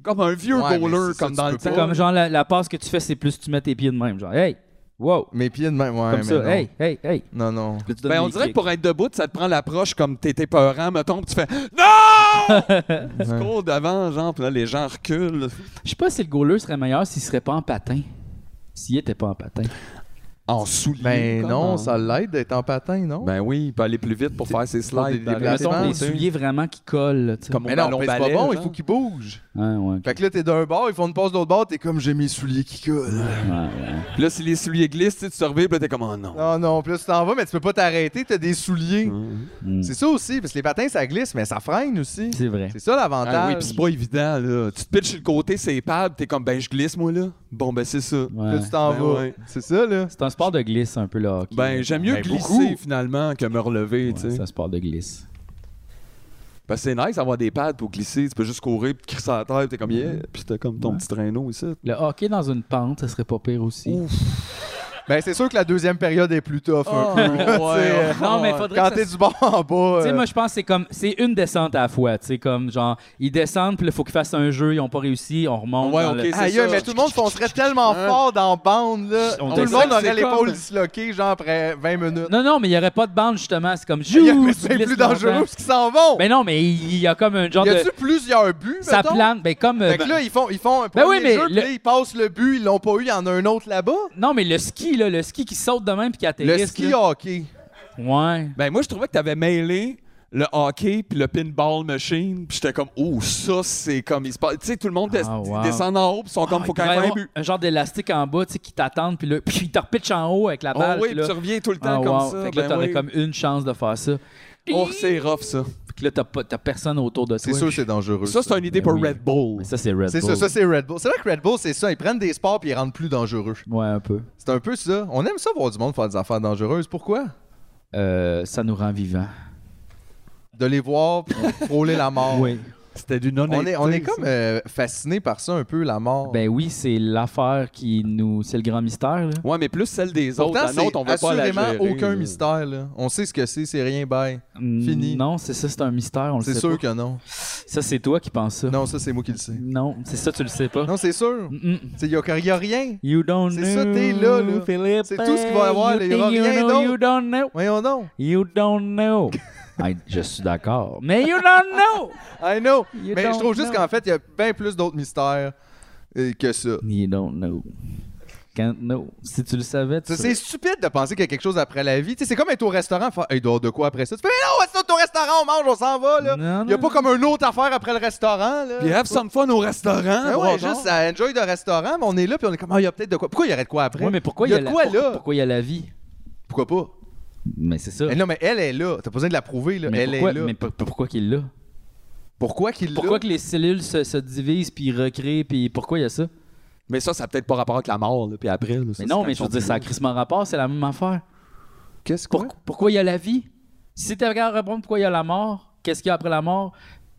S2: comme un vieux
S3: Ouais, mais c'est
S2: goaler
S3: ça,
S2: comme
S3: tu
S2: dans le
S3: peux
S1: C'est
S2: temps.
S1: comme genre la, la passe que tu fais, c'est plus tu mets tes pieds de même. Genre, hey, wow.
S3: Mes pieds de même, ouais.
S1: Comme
S3: mais
S1: ça,
S3: non.
S1: hey, hey, hey.
S3: Non, non.
S1: Puis tu donnes
S2: Ben, on
S1: des
S2: dirait que
S1: kicks.
S2: pour être debout, ça te prend l'approche comme t'étais peurant, mettons,
S3: <laughs>
S2: puis tu fais Non! tu cours devant, genre, puis là, les gens reculent.
S1: Je sais pas si le goaler serait meilleur s'il serait pas en patin. S'il était pas en patin.
S2: Ben, En souliers.
S3: Ben
S2: comme
S3: non,
S2: en-
S3: ça l'aide d'être en patin, non?
S2: Ben oui, il peut aller plus vite pour faire ses
S3: des-
S2: slides.
S3: des
S2: dans
S3: La
S2: la
S1: Mettons des
S3: défense,
S2: santé.
S1: souliers vraiment qui collent. là, tu sais.
S2: Comme au
S3: mais non,
S2: ballon
S3: mais c'est pas
S2: balai,
S3: bon, il
S2: genre.
S3: faut qu'il bouge.
S1: Ouais, ouais,
S3: Fait que là, t'es d'un bord, ils font une passe de l'autre bord, t'es comme j'ai mes souliers qui collent.
S1: ouais, ouais.
S2: Puis là, si les souliers glissent, tu sais, tu te revives, puis là, t'es comme Oh non.
S3: Non, non, plus tu t'en vas, mais tu peux pas t'arrêter, t'as des souliers.
S2: Hum.
S1: Mm.
S3: C'est ça aussi, parce que les patins, ça glisse, mais ça freine aussi.
S1: C'est vrai.
S3: C'est ça
S2: Ah oui,
S3: l'avantage.
S2: puis c'est pas évident, là. Tu te pitches sur le côté, c'est pad, t'es comme Ben, je glisse, moi, là. Bon, ben, c'est ça.
S1: Ouais.
S3: Là, tu t'en
S2: Ben
S3: vas.
S2: ouais.
S3: C'est ça, là.
S1: C'est un sport de glisse un peu là.
S2: Ben, j'aime mieux
S3: Ben,
S2: glisser,
S3: beaucoup.
S2: finalement, que me relever, tu sais.
S1: c'est un sport de glisse.
S2: Parce que c'est nice d'avoir des pads pour glisser. Tu peux juste courir, puis te crisser à la terre, puis t'es comme Yeah, puis t'as comme ton petit traîneau ici.
S1: Le hockey dans une pente, ça serait pas pire aussi.
S3: Ben, c'est sûr que la deuxième période est plus tough. un
S2: <laughs>
S3: peu, là,
S2: ouais,
S3: tu sais,
S2: ouais.
S3: euh,
S1: <laughs> Non, mais faudrait
S3: <laughs> Quand
S1: Oh, que ça
S3: t'es du bord en bas.
S1: Tu sais,
S3: euh,
S1: moi, je pense que c'est comme. C'est une descente à la fois. Tu sais, comme genre, ils descendent, puis il faut qu'ils fassent un jeu, ils n'ont pas réussi, on remonte.
S2: Ouais,
S1: dans
S2: ok,
S1: le-
S2: c'est
S3: euh, Aïe,
S2: ça.
S3: mais tout le
S1: <laughs>
S3: monde foncerait tellement
S2: Hein?
S3: fort dans la bande, là.
S1: On
S3: tout le
S1: dirait
S3: monde
S2: que c'est
S3: aurait l'épaule
S2: comme-
S3: disloquée, genre après 20 minutes.
S1: Non, non, mais il n'y aurait pas de bande, justement. C'est comme.
S3: Aïe,
S1: Jou,
S3: <laughs> mais
S1: tu
S3: c'est
S1: glisses
S3: plus
S1: longtemps.
S3: dangereux parce qu'ils s'en vont.
S1: Mais non, mais il y a comme un genre
S3: y
S1: Ben, de.
S3: a-tu plusieurs buts,
S1: Ça
S3: mettons?
S1: plane. Ben, comme. euh,
S3: Fait que là, ils font, ils font un
S1: Ben
S3: premier
S1: oui, mais
S3: jeu, puis
S1: le-
S3: là, ils passent le but, ils l'ont pas eu, il y en a un autre là-bas.
S1: Non, mais le ski, là, le ski qui saute de même puis qui atterrit.
S3: Le ski
S1: là.
S3: hockey.
S1: Ouais.
S2: Ben moi je trouvais que t'avais mêlé le hockey puis le pinball machine puis j'étais comme oh ça c'est comme il se passe tu sais tout le monde des-
S1: Ah, wow. Ah,
S2: descend en haut puis sont comme faut
S1: Il
S2: quand
S1: devrait y
S2: même un
S1: avoir
S2: but.
S1: un genre d'élastique en bas, tu sais, qui t'attendent, puis là, <laughs> puis ils te repitchent en haut avec la
S3: Ah
S2: Oh
S1: balle.
S2: oui,
S1: puis
S2: puis
S1: là,
S2: tu reviens tout le
S1: ah,
S2: temps comme
S1: wow.
S2: ça.
S1: Fait que là,
S2: ben
S1: t'en as
S2: oui.
S1: comme une chance de faire ça.
S2: Oh, c'est rough ça.
S1: Puis que là, t'as pas- t'as personne autour de toi.
S3: C'est sûr que c'est dangereux.
S2: Ça c'est une idée
S1: Ben
S2: pour
S1: oui.
S2: Red Bull.
S1: Mais ça, c'est Red
S3: C'est ça,
S1: Bull.
S3: ça c'est Red Bull. C'est vrai que Red Bull, c'est ça. Ils prennent des sports puis ils rendent plus dangereux.
S1: Ouais, un peu.
S3: C'est un peu ça. On aime ça voir du monde faire des affaires dangereuses. Pourquoi?
S1: Euh, ça nous rend vivants.
S3: De
S1: <laughs>
S3: les voir frôler la mort.
S2: C'était du
S3: On
S2: non-honnêteté.
S3: est, on est
S2: ça.
S3: comme euh, fasciné par ça un peu, la mort.
S1: Ben oui, c'est l'affaire qui nous. C'est le grand mystère, là.
S2: Ouais mais plus celle des autres.
S3: Pourtant,
S2: La nôtre on
S3: c'est
S2: veut pas la
S3: assurément
S2: gérer.
S3: aucun mystère. Là. On sait ce que c'est, c'est rien, bye. Fini.
S1: Non, c'est ça, c'est un mystère, on le
S3: C'est
S1: sait
S3: sûr
S1: pas.
S3: que non.
S1: Ça, c'est toi qui penses ça.
S3: Non, ça, c'est moi qui le sais.
S1: Non, c'est ça, tu le sais pas.
S3: Non, c'est sûr.
S1: Mm-mm.
S3: Il n'y a, y a rien.
S1: You don't know.
S3: C'est ça, t'es là, là.
S1: Philippe.
S3: C'est tout ce qu'il va y avoir,
S1: You
S3: là, il y aura
S1: think you
S3: rien
S1: know,
S3: d'autre.
S1: You don't know.
S3: Voyons donc.
S1: You don't
S3: <laughs>
S1: know. Hey, je suis d'accord. Mais you don't know.
S3: I know.
S1: You
S3: Mais je
S1: don't
S3: trouve juste
S1: know.
S3: qu'en fait, il y a bien plus d'autres mystères euh, que ça.
S1: You don't know. Can't know. Si tu le savais, tu
S3: Ça, C'est stupide de penser qu'il y a quelque chose après la vie. Tu sais, C'est comme être au restaurant. Faire, hey, dehors de quoi après ça? Tu fais, mais non, c'est au restaurant, on mange, on s'en va. Là.
S1: Non,
S3: Il n'y a
S1: non,
S3: pas comme une autre affaire après le restaurant. Là.
S2: Puis have some fun au restaurant.
S3: Ben
S2: bon,
S3: ouais,
S2: genre.
S3: juste à enjoy de restaurant, mais on est là, puis on est comme, ah, il y a peut-être de quoi. Pourquoi il y aurait de quoi après?
S1: Ouais, mais pourquoi
S3: Il y a
S1: la-
S3: quoi,
S1: pour-
S3: là?
S1: Pourquoi il y a la vie?
S3: Pourquoi pas?
S1: Mais c'est ça.
S3: Mais non, mais elle est là. T'as pas besoin de la prouver, là.
S1: Mais
S3: elle
S1: pourquoi,
S3: est là.
S1: mais pour- pourquoi qu'il l'a?
S3: Pourquoi qu'il l'a?
S1: Pourquoi que les cellules se, se divisent puis recréent puis pourquoi il y a ça?
S2: Mais ça ça a peut-être pas rapport avec la mort là, puis après. là, ça,
S1: mais
S2: c'est
S1: non,
S2: quand
S1: mais je veux
S2: ils sont
S1: dire, ça a
S2: plus
S1: crissement rapport, c'est la même affaire.
S3: Qu'est-ce
S1: Pour- pourquoi il y a la vie? Si tu regardes répondre pourquoi il y a la mort, qu'est-ce qu'il y a après la mort?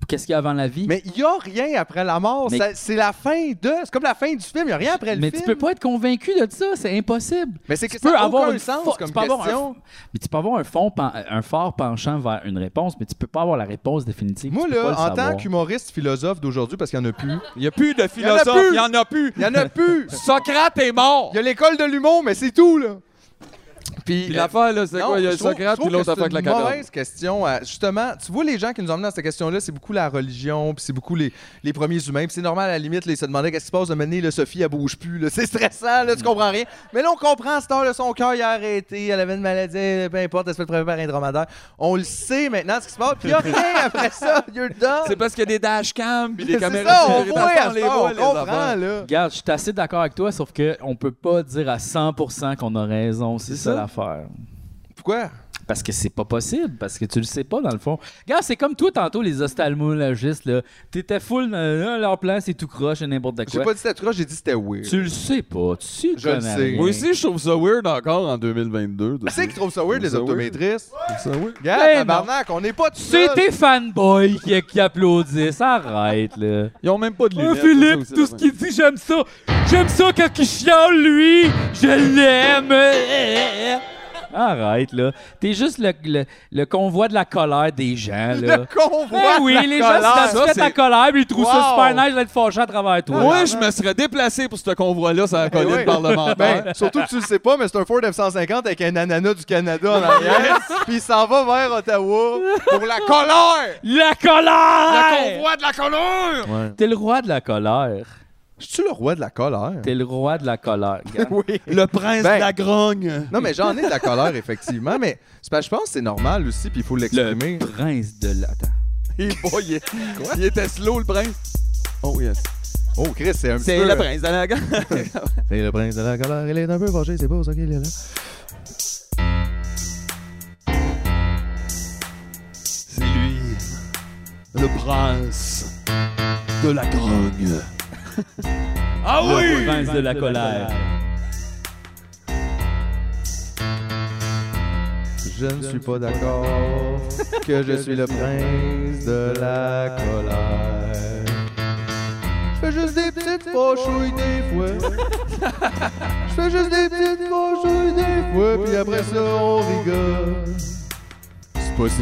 S1: Qu'est-ce qu'il y a avant la vie?
S3: Mais il y a rien après la mort.
S1: Mais-
S3: Ça- C'est la fin de. C'est comme la fin du film. Il y a rien après le
S1: Mais
S3: film.
S1: tu peux pas être convaincu de ça, c'est impossible.
S3: Mais c'est que
S1: Tu peux
S3: ça a
S1: avoir
S3: aucun
S1: une
S3: sens
S1: fo-
S3: comme
S1: tu peux avoir un-
S3: question.
S1: Mais tu peux avoir un, fond pen- un fort penchant vers une réponse, mais tu peux pas avoir la réponse définitive.
S3: Moi,
S1: Tu peux pas
S3: là,
S1: le
S3: en tant
S1: savoir.
S3: qu'humoriste philosophe d'aujourd'hui, parce qu'il n'y en
S1: <laughs>
S3: a plus.
S2: Il y a plus de
S3: en a
S2: philosophes,
S3: plus.
S2: il y en a plus.
S3: Il n'y en a plus.
S2: Socrate est mort.
S3: Il y a l'école de l'humour, mais c'est tout, là. Puis.
S2: Puis
S3: euh,
S2: l'affaire, là, c'est
S3: non,
S2: quoi? Il y a
S3: je trouve- je
S2: Socrate,
S3: trouve
S2: puis l'autre
S3: que
S2: affaire avec la
S3: C'est une
S2: cabane.
S3: mauvaise question. à- justement, tu vois, les gens qui nous emmènent dans cette question-là, c'est beaucoup la religion, puis c'est beaucoup les, les premiers humains. Puis c'est normal, à la limite, les se demander qu'est-ce qui se passe de mener, là, Sophie, elle bouge plus. là. <laughs> C'est stressant, là, tu comprends rien. Mais là, on comprend, cette heure, là, son cœur, il a arrêté, elle avait une maladie, peu importe, elle se fait préparer par un dromadaire. On le sait maintenant, ce qui se passe,
S2: <laughs>
S3: puis il n'y a rien après ça, you're done.
S2: C'est parce qu'il y a des dashcams, puis
S3: <laughs>
S2: des
S3: C'est
S2: caméras.
S3: ça, on
S2: de
S3: voit,
S2: sécurité,
S3: à
S2: on les
S3: cette heure,
S2: voit,
S3: on
S2: les
S3: comprend,
S2: affaires.
S3: là.
S1: Regarde, je suis assez d'accord avec toi, sauf qu'on peut pas dire à 100% qu'on a raison, c'est
S3: C'est
S1: ça,
S3: ça.
S1: l'affaire.
S3: Pourquoi?
S1: Parce que c'est pas possible, parce que tu le sais pas, dans le fond. Regarde, c'est comme toi, tantôt, les ophtalmologistes, là. T'étais full, dans leur plan, c'est tout croche et n'importe
S3: J'ai
S1: quoi.
S3: pas dit c'était trop, j'ai dit c'était weird.
S1: Tu le sais pas, tu
S3: Je le
S1: connais
S3: sais.
S1: rien.
S2: Moi aussi, je trouve ça weird encore en 2022.
S3: Tu sais qui trouve ça weird, les
S2: Ça weird.
S3: optométristes?
S2: ça weird?
S3: Gars,
S1: Ben non.
S3: tabarnak, on n'est pas tout
S1: C'est
S3: seul.
S1: tes fanboys qui, qui applaudissent, arrête, là.
S2: Ils ont même pas de
S1: Oh,
S2: lunettes.
S1: Philippe,
S2: c'est ça aussi,
S1: tout
S2: la
S1: ce
S2: fin.
S1: qu'il dit, j'aime ça. J'aime ça quand il chiale, lui. Je l'aime. Eh, eh, eh. Arrête, là. T'es juste le, le, le convoi de la colère des gens, là.
S3: Le convoi
S1: Ben oui,
S3: de la
S1: les
S3: colère.
S1: gens se
S2: Ça,
S1: fait ta
S2: c'est-
S1: colère, puis ils trouvent ça
S3: Wow.
S1: super nice d'être fâchés à travers toi.
S2: Moi, je me serais déplacé pour ce convoi-là sur la colline
S3: Eh oui.
S2: parlementaire.
S3: Ben, surtout que tu le sais pas, mais c'est un Ford F-150 avec un ananas du Canada en arrière. Puis il s'en va vers Ottawa pour la colère!
S1: La colère!
S3: de la colère!
S1: T'es le roi de la colère.
S3: Je suis le roi de la colère?
S1: T'es le roi de la colère. gars.
S3: Oui.
S2: le prince
S3: Ben.
S2: de la grogne.
S3: Non, mais j'en ai de la colère, effectivement, mais c'est parce que je pense que c'est normal aussi, puis il faut l'exprimer.
S1: Le prince de la... Attends.
S3: Eh
S2: Et boy, il, il était slow, le prince. Oh yes.
S3: Oh, Chris, c'est un petit
S2: C'est
S3: peu...
S2: le prince de la grogne.
S3: <laughs> C'est le prince de la colère, il est un peu fâché, c'est pour ça qu'il est là.
S2: C'est lui, le prince de la grogne. Ah
S1: Le
S2: oui!
S1: prince de la colère.
S3: Je ne suis pas d'accord que je suis le prince de la colère. Je fais juste des petites fâchouilles des <laughs> fois. Je fais juste des petites fâchouilles des fois, puis après ça on rigole. C'est pas si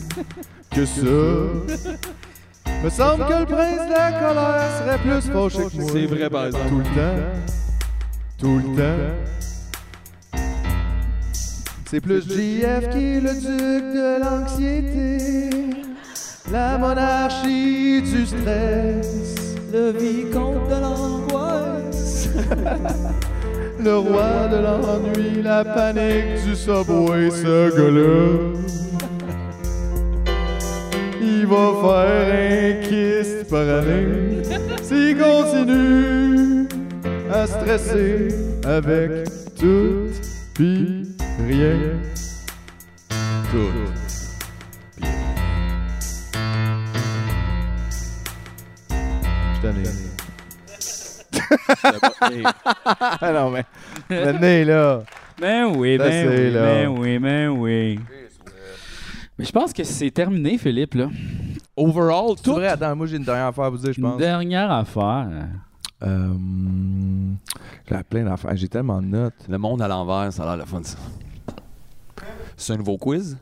S3: <laughs> pire que ça. Me semble que le prince de la colère serait plus fâché que moi.
S2: C'est vrai, par exemple.
S3: Tout le temps. Tout le temps. C'est plus JF qui est le duc de l'anxiété. La monarchie du stress. Le vicomte de l'angoisse. <laughs> le roi de l'ennui, la panique du subway, ce gars-là. Il va faire un kiss par année s'il continue à stresser avec tout puis rien. Tout. Je t'en ai. Ah non, mais. Venez là.
S1: Ben oui,
S3: Ça,
S1: ben
S3: c'est
S1: oui,
S3: là.
S1: ben oui, ben oui. Mais je pense que c'est terminé, Philippe, là.
S2: Overall, tout.
S3: attends, moi j'ai une dernière affaire à vous dire,
S1: Une dernière affaire.
S3: Euh. J'ai plein d'affaires. J'ai tellement de notes.
S2: Le monde à l'envers, ça a l'air le fun, ça. C'est un nouveau quiz?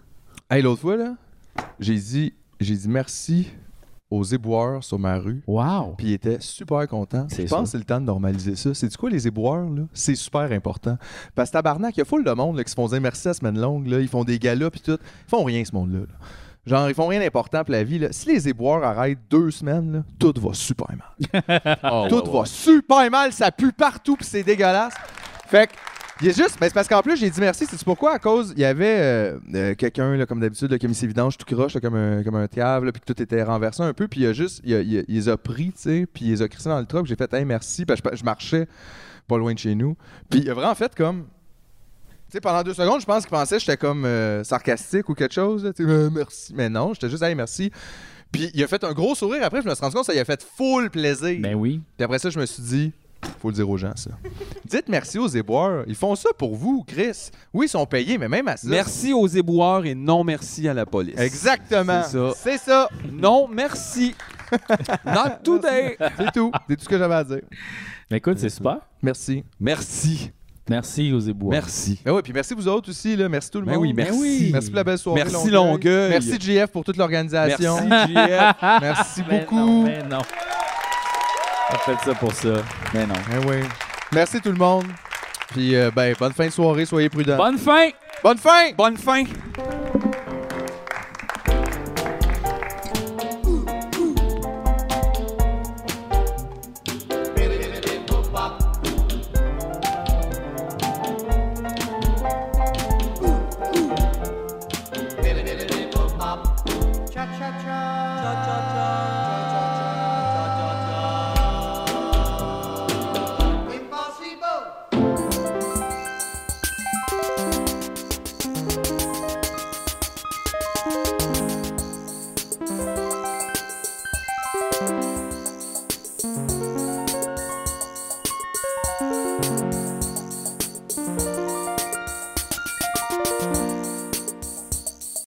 S3: Hey, l'autre fois, là, j'ai dit, j'ai dit merci aux éboueurs sur ma rue.
S1: Wow!
S3: Puis ils étaient super contents. Je
S1: C'est
S3: pense que c'est le temps de normaliser ça. C'est du quoi les éboueurs, là? C'est super important. Parce que tabarnak, il y a full de monde là, qui se font dire merci à semaine longue, là. Ils font des galas puis tout. Ils font rien, ce monde-là. là. Genre, ils font rien d'important pour la vie. là. Si les éboueurs arrêtent deux semaines, là, tout va super mal.
S2: Oh,
S3: Tout
S2: ouais, ouais.
S3: va super mal, ça pue partout, puis c'est dégueulasse. Fait que, il est juste, mais c'est parce qu'en plus, j'ai dit merci. C'est pourquoi? À cause, il y avait euh, euh, quelqu'un, là, comme d'habitude, là, qui a mis ses vidanges tout croche, là, comme un, comme un tiave, là, puis que tout était renversé un peu, puis il a juste, il, a- il a- il les a pris, tu sais, puis il les a crissés dans le truck. J'ai fait, hey, merci, parce que je, je marchais pas loin de chez nous. Puis il a vraiment fait comme. Tu sais, pendant deux secondes, je pense qu'il pensait que j'étais comme euh, sarcastique ou quelque chose. là, Tu sais, Euh, merci. Mais non, j'étais juste, hey, merci. Puis il a fait un gros sourire après, je me suis rendu compte que ça lui a fait full plaisir.
S1: Ben oui.
S3: Puis après ça, je me suis dit, faut le dire aux gens, ça. Dites merci aux éboueurs. Ils font ça pour vous, Chris. Oui, ils sont payés, mais même à ça.
S2: Merci aux éboueurs et non merci à la police.
S3: Exactement.
S2: C'est ça.
S3: C'est ça.
S2: Non <laughs> merci. Not today.
S3: C'est tout. C'est tout ce que j'avais à dire.
S1: Ben écoute, c'est super.
S3: Merci.
S2: Merci.
S1: Merci aux éboueurs.
S2: Merci.
S3: Ben oui, puis merci vous autres aussi. Là. Merci tout le
S2: Ben
S3: monde.
S2: oui, merci.
S1: oui.
S3: Merci pour la belle soirée.
S2: Merci, Longueuil.
S3: Merci JF pour toute
S2: Merci,
S3: l'organisation.
S2: JF.
S3: Merci, beaucoup.
S1: Mais Ben non. On fait ça pour ça. Mais non.
S3: Ben oui. Merci tout le monde. Puis euh, ben bonne fin de soirée, soyez prudents.
S1: Bonne fin!
S3: bonne fin!
S2: Bonne fin.
S7: Impossible.
S1: Bye!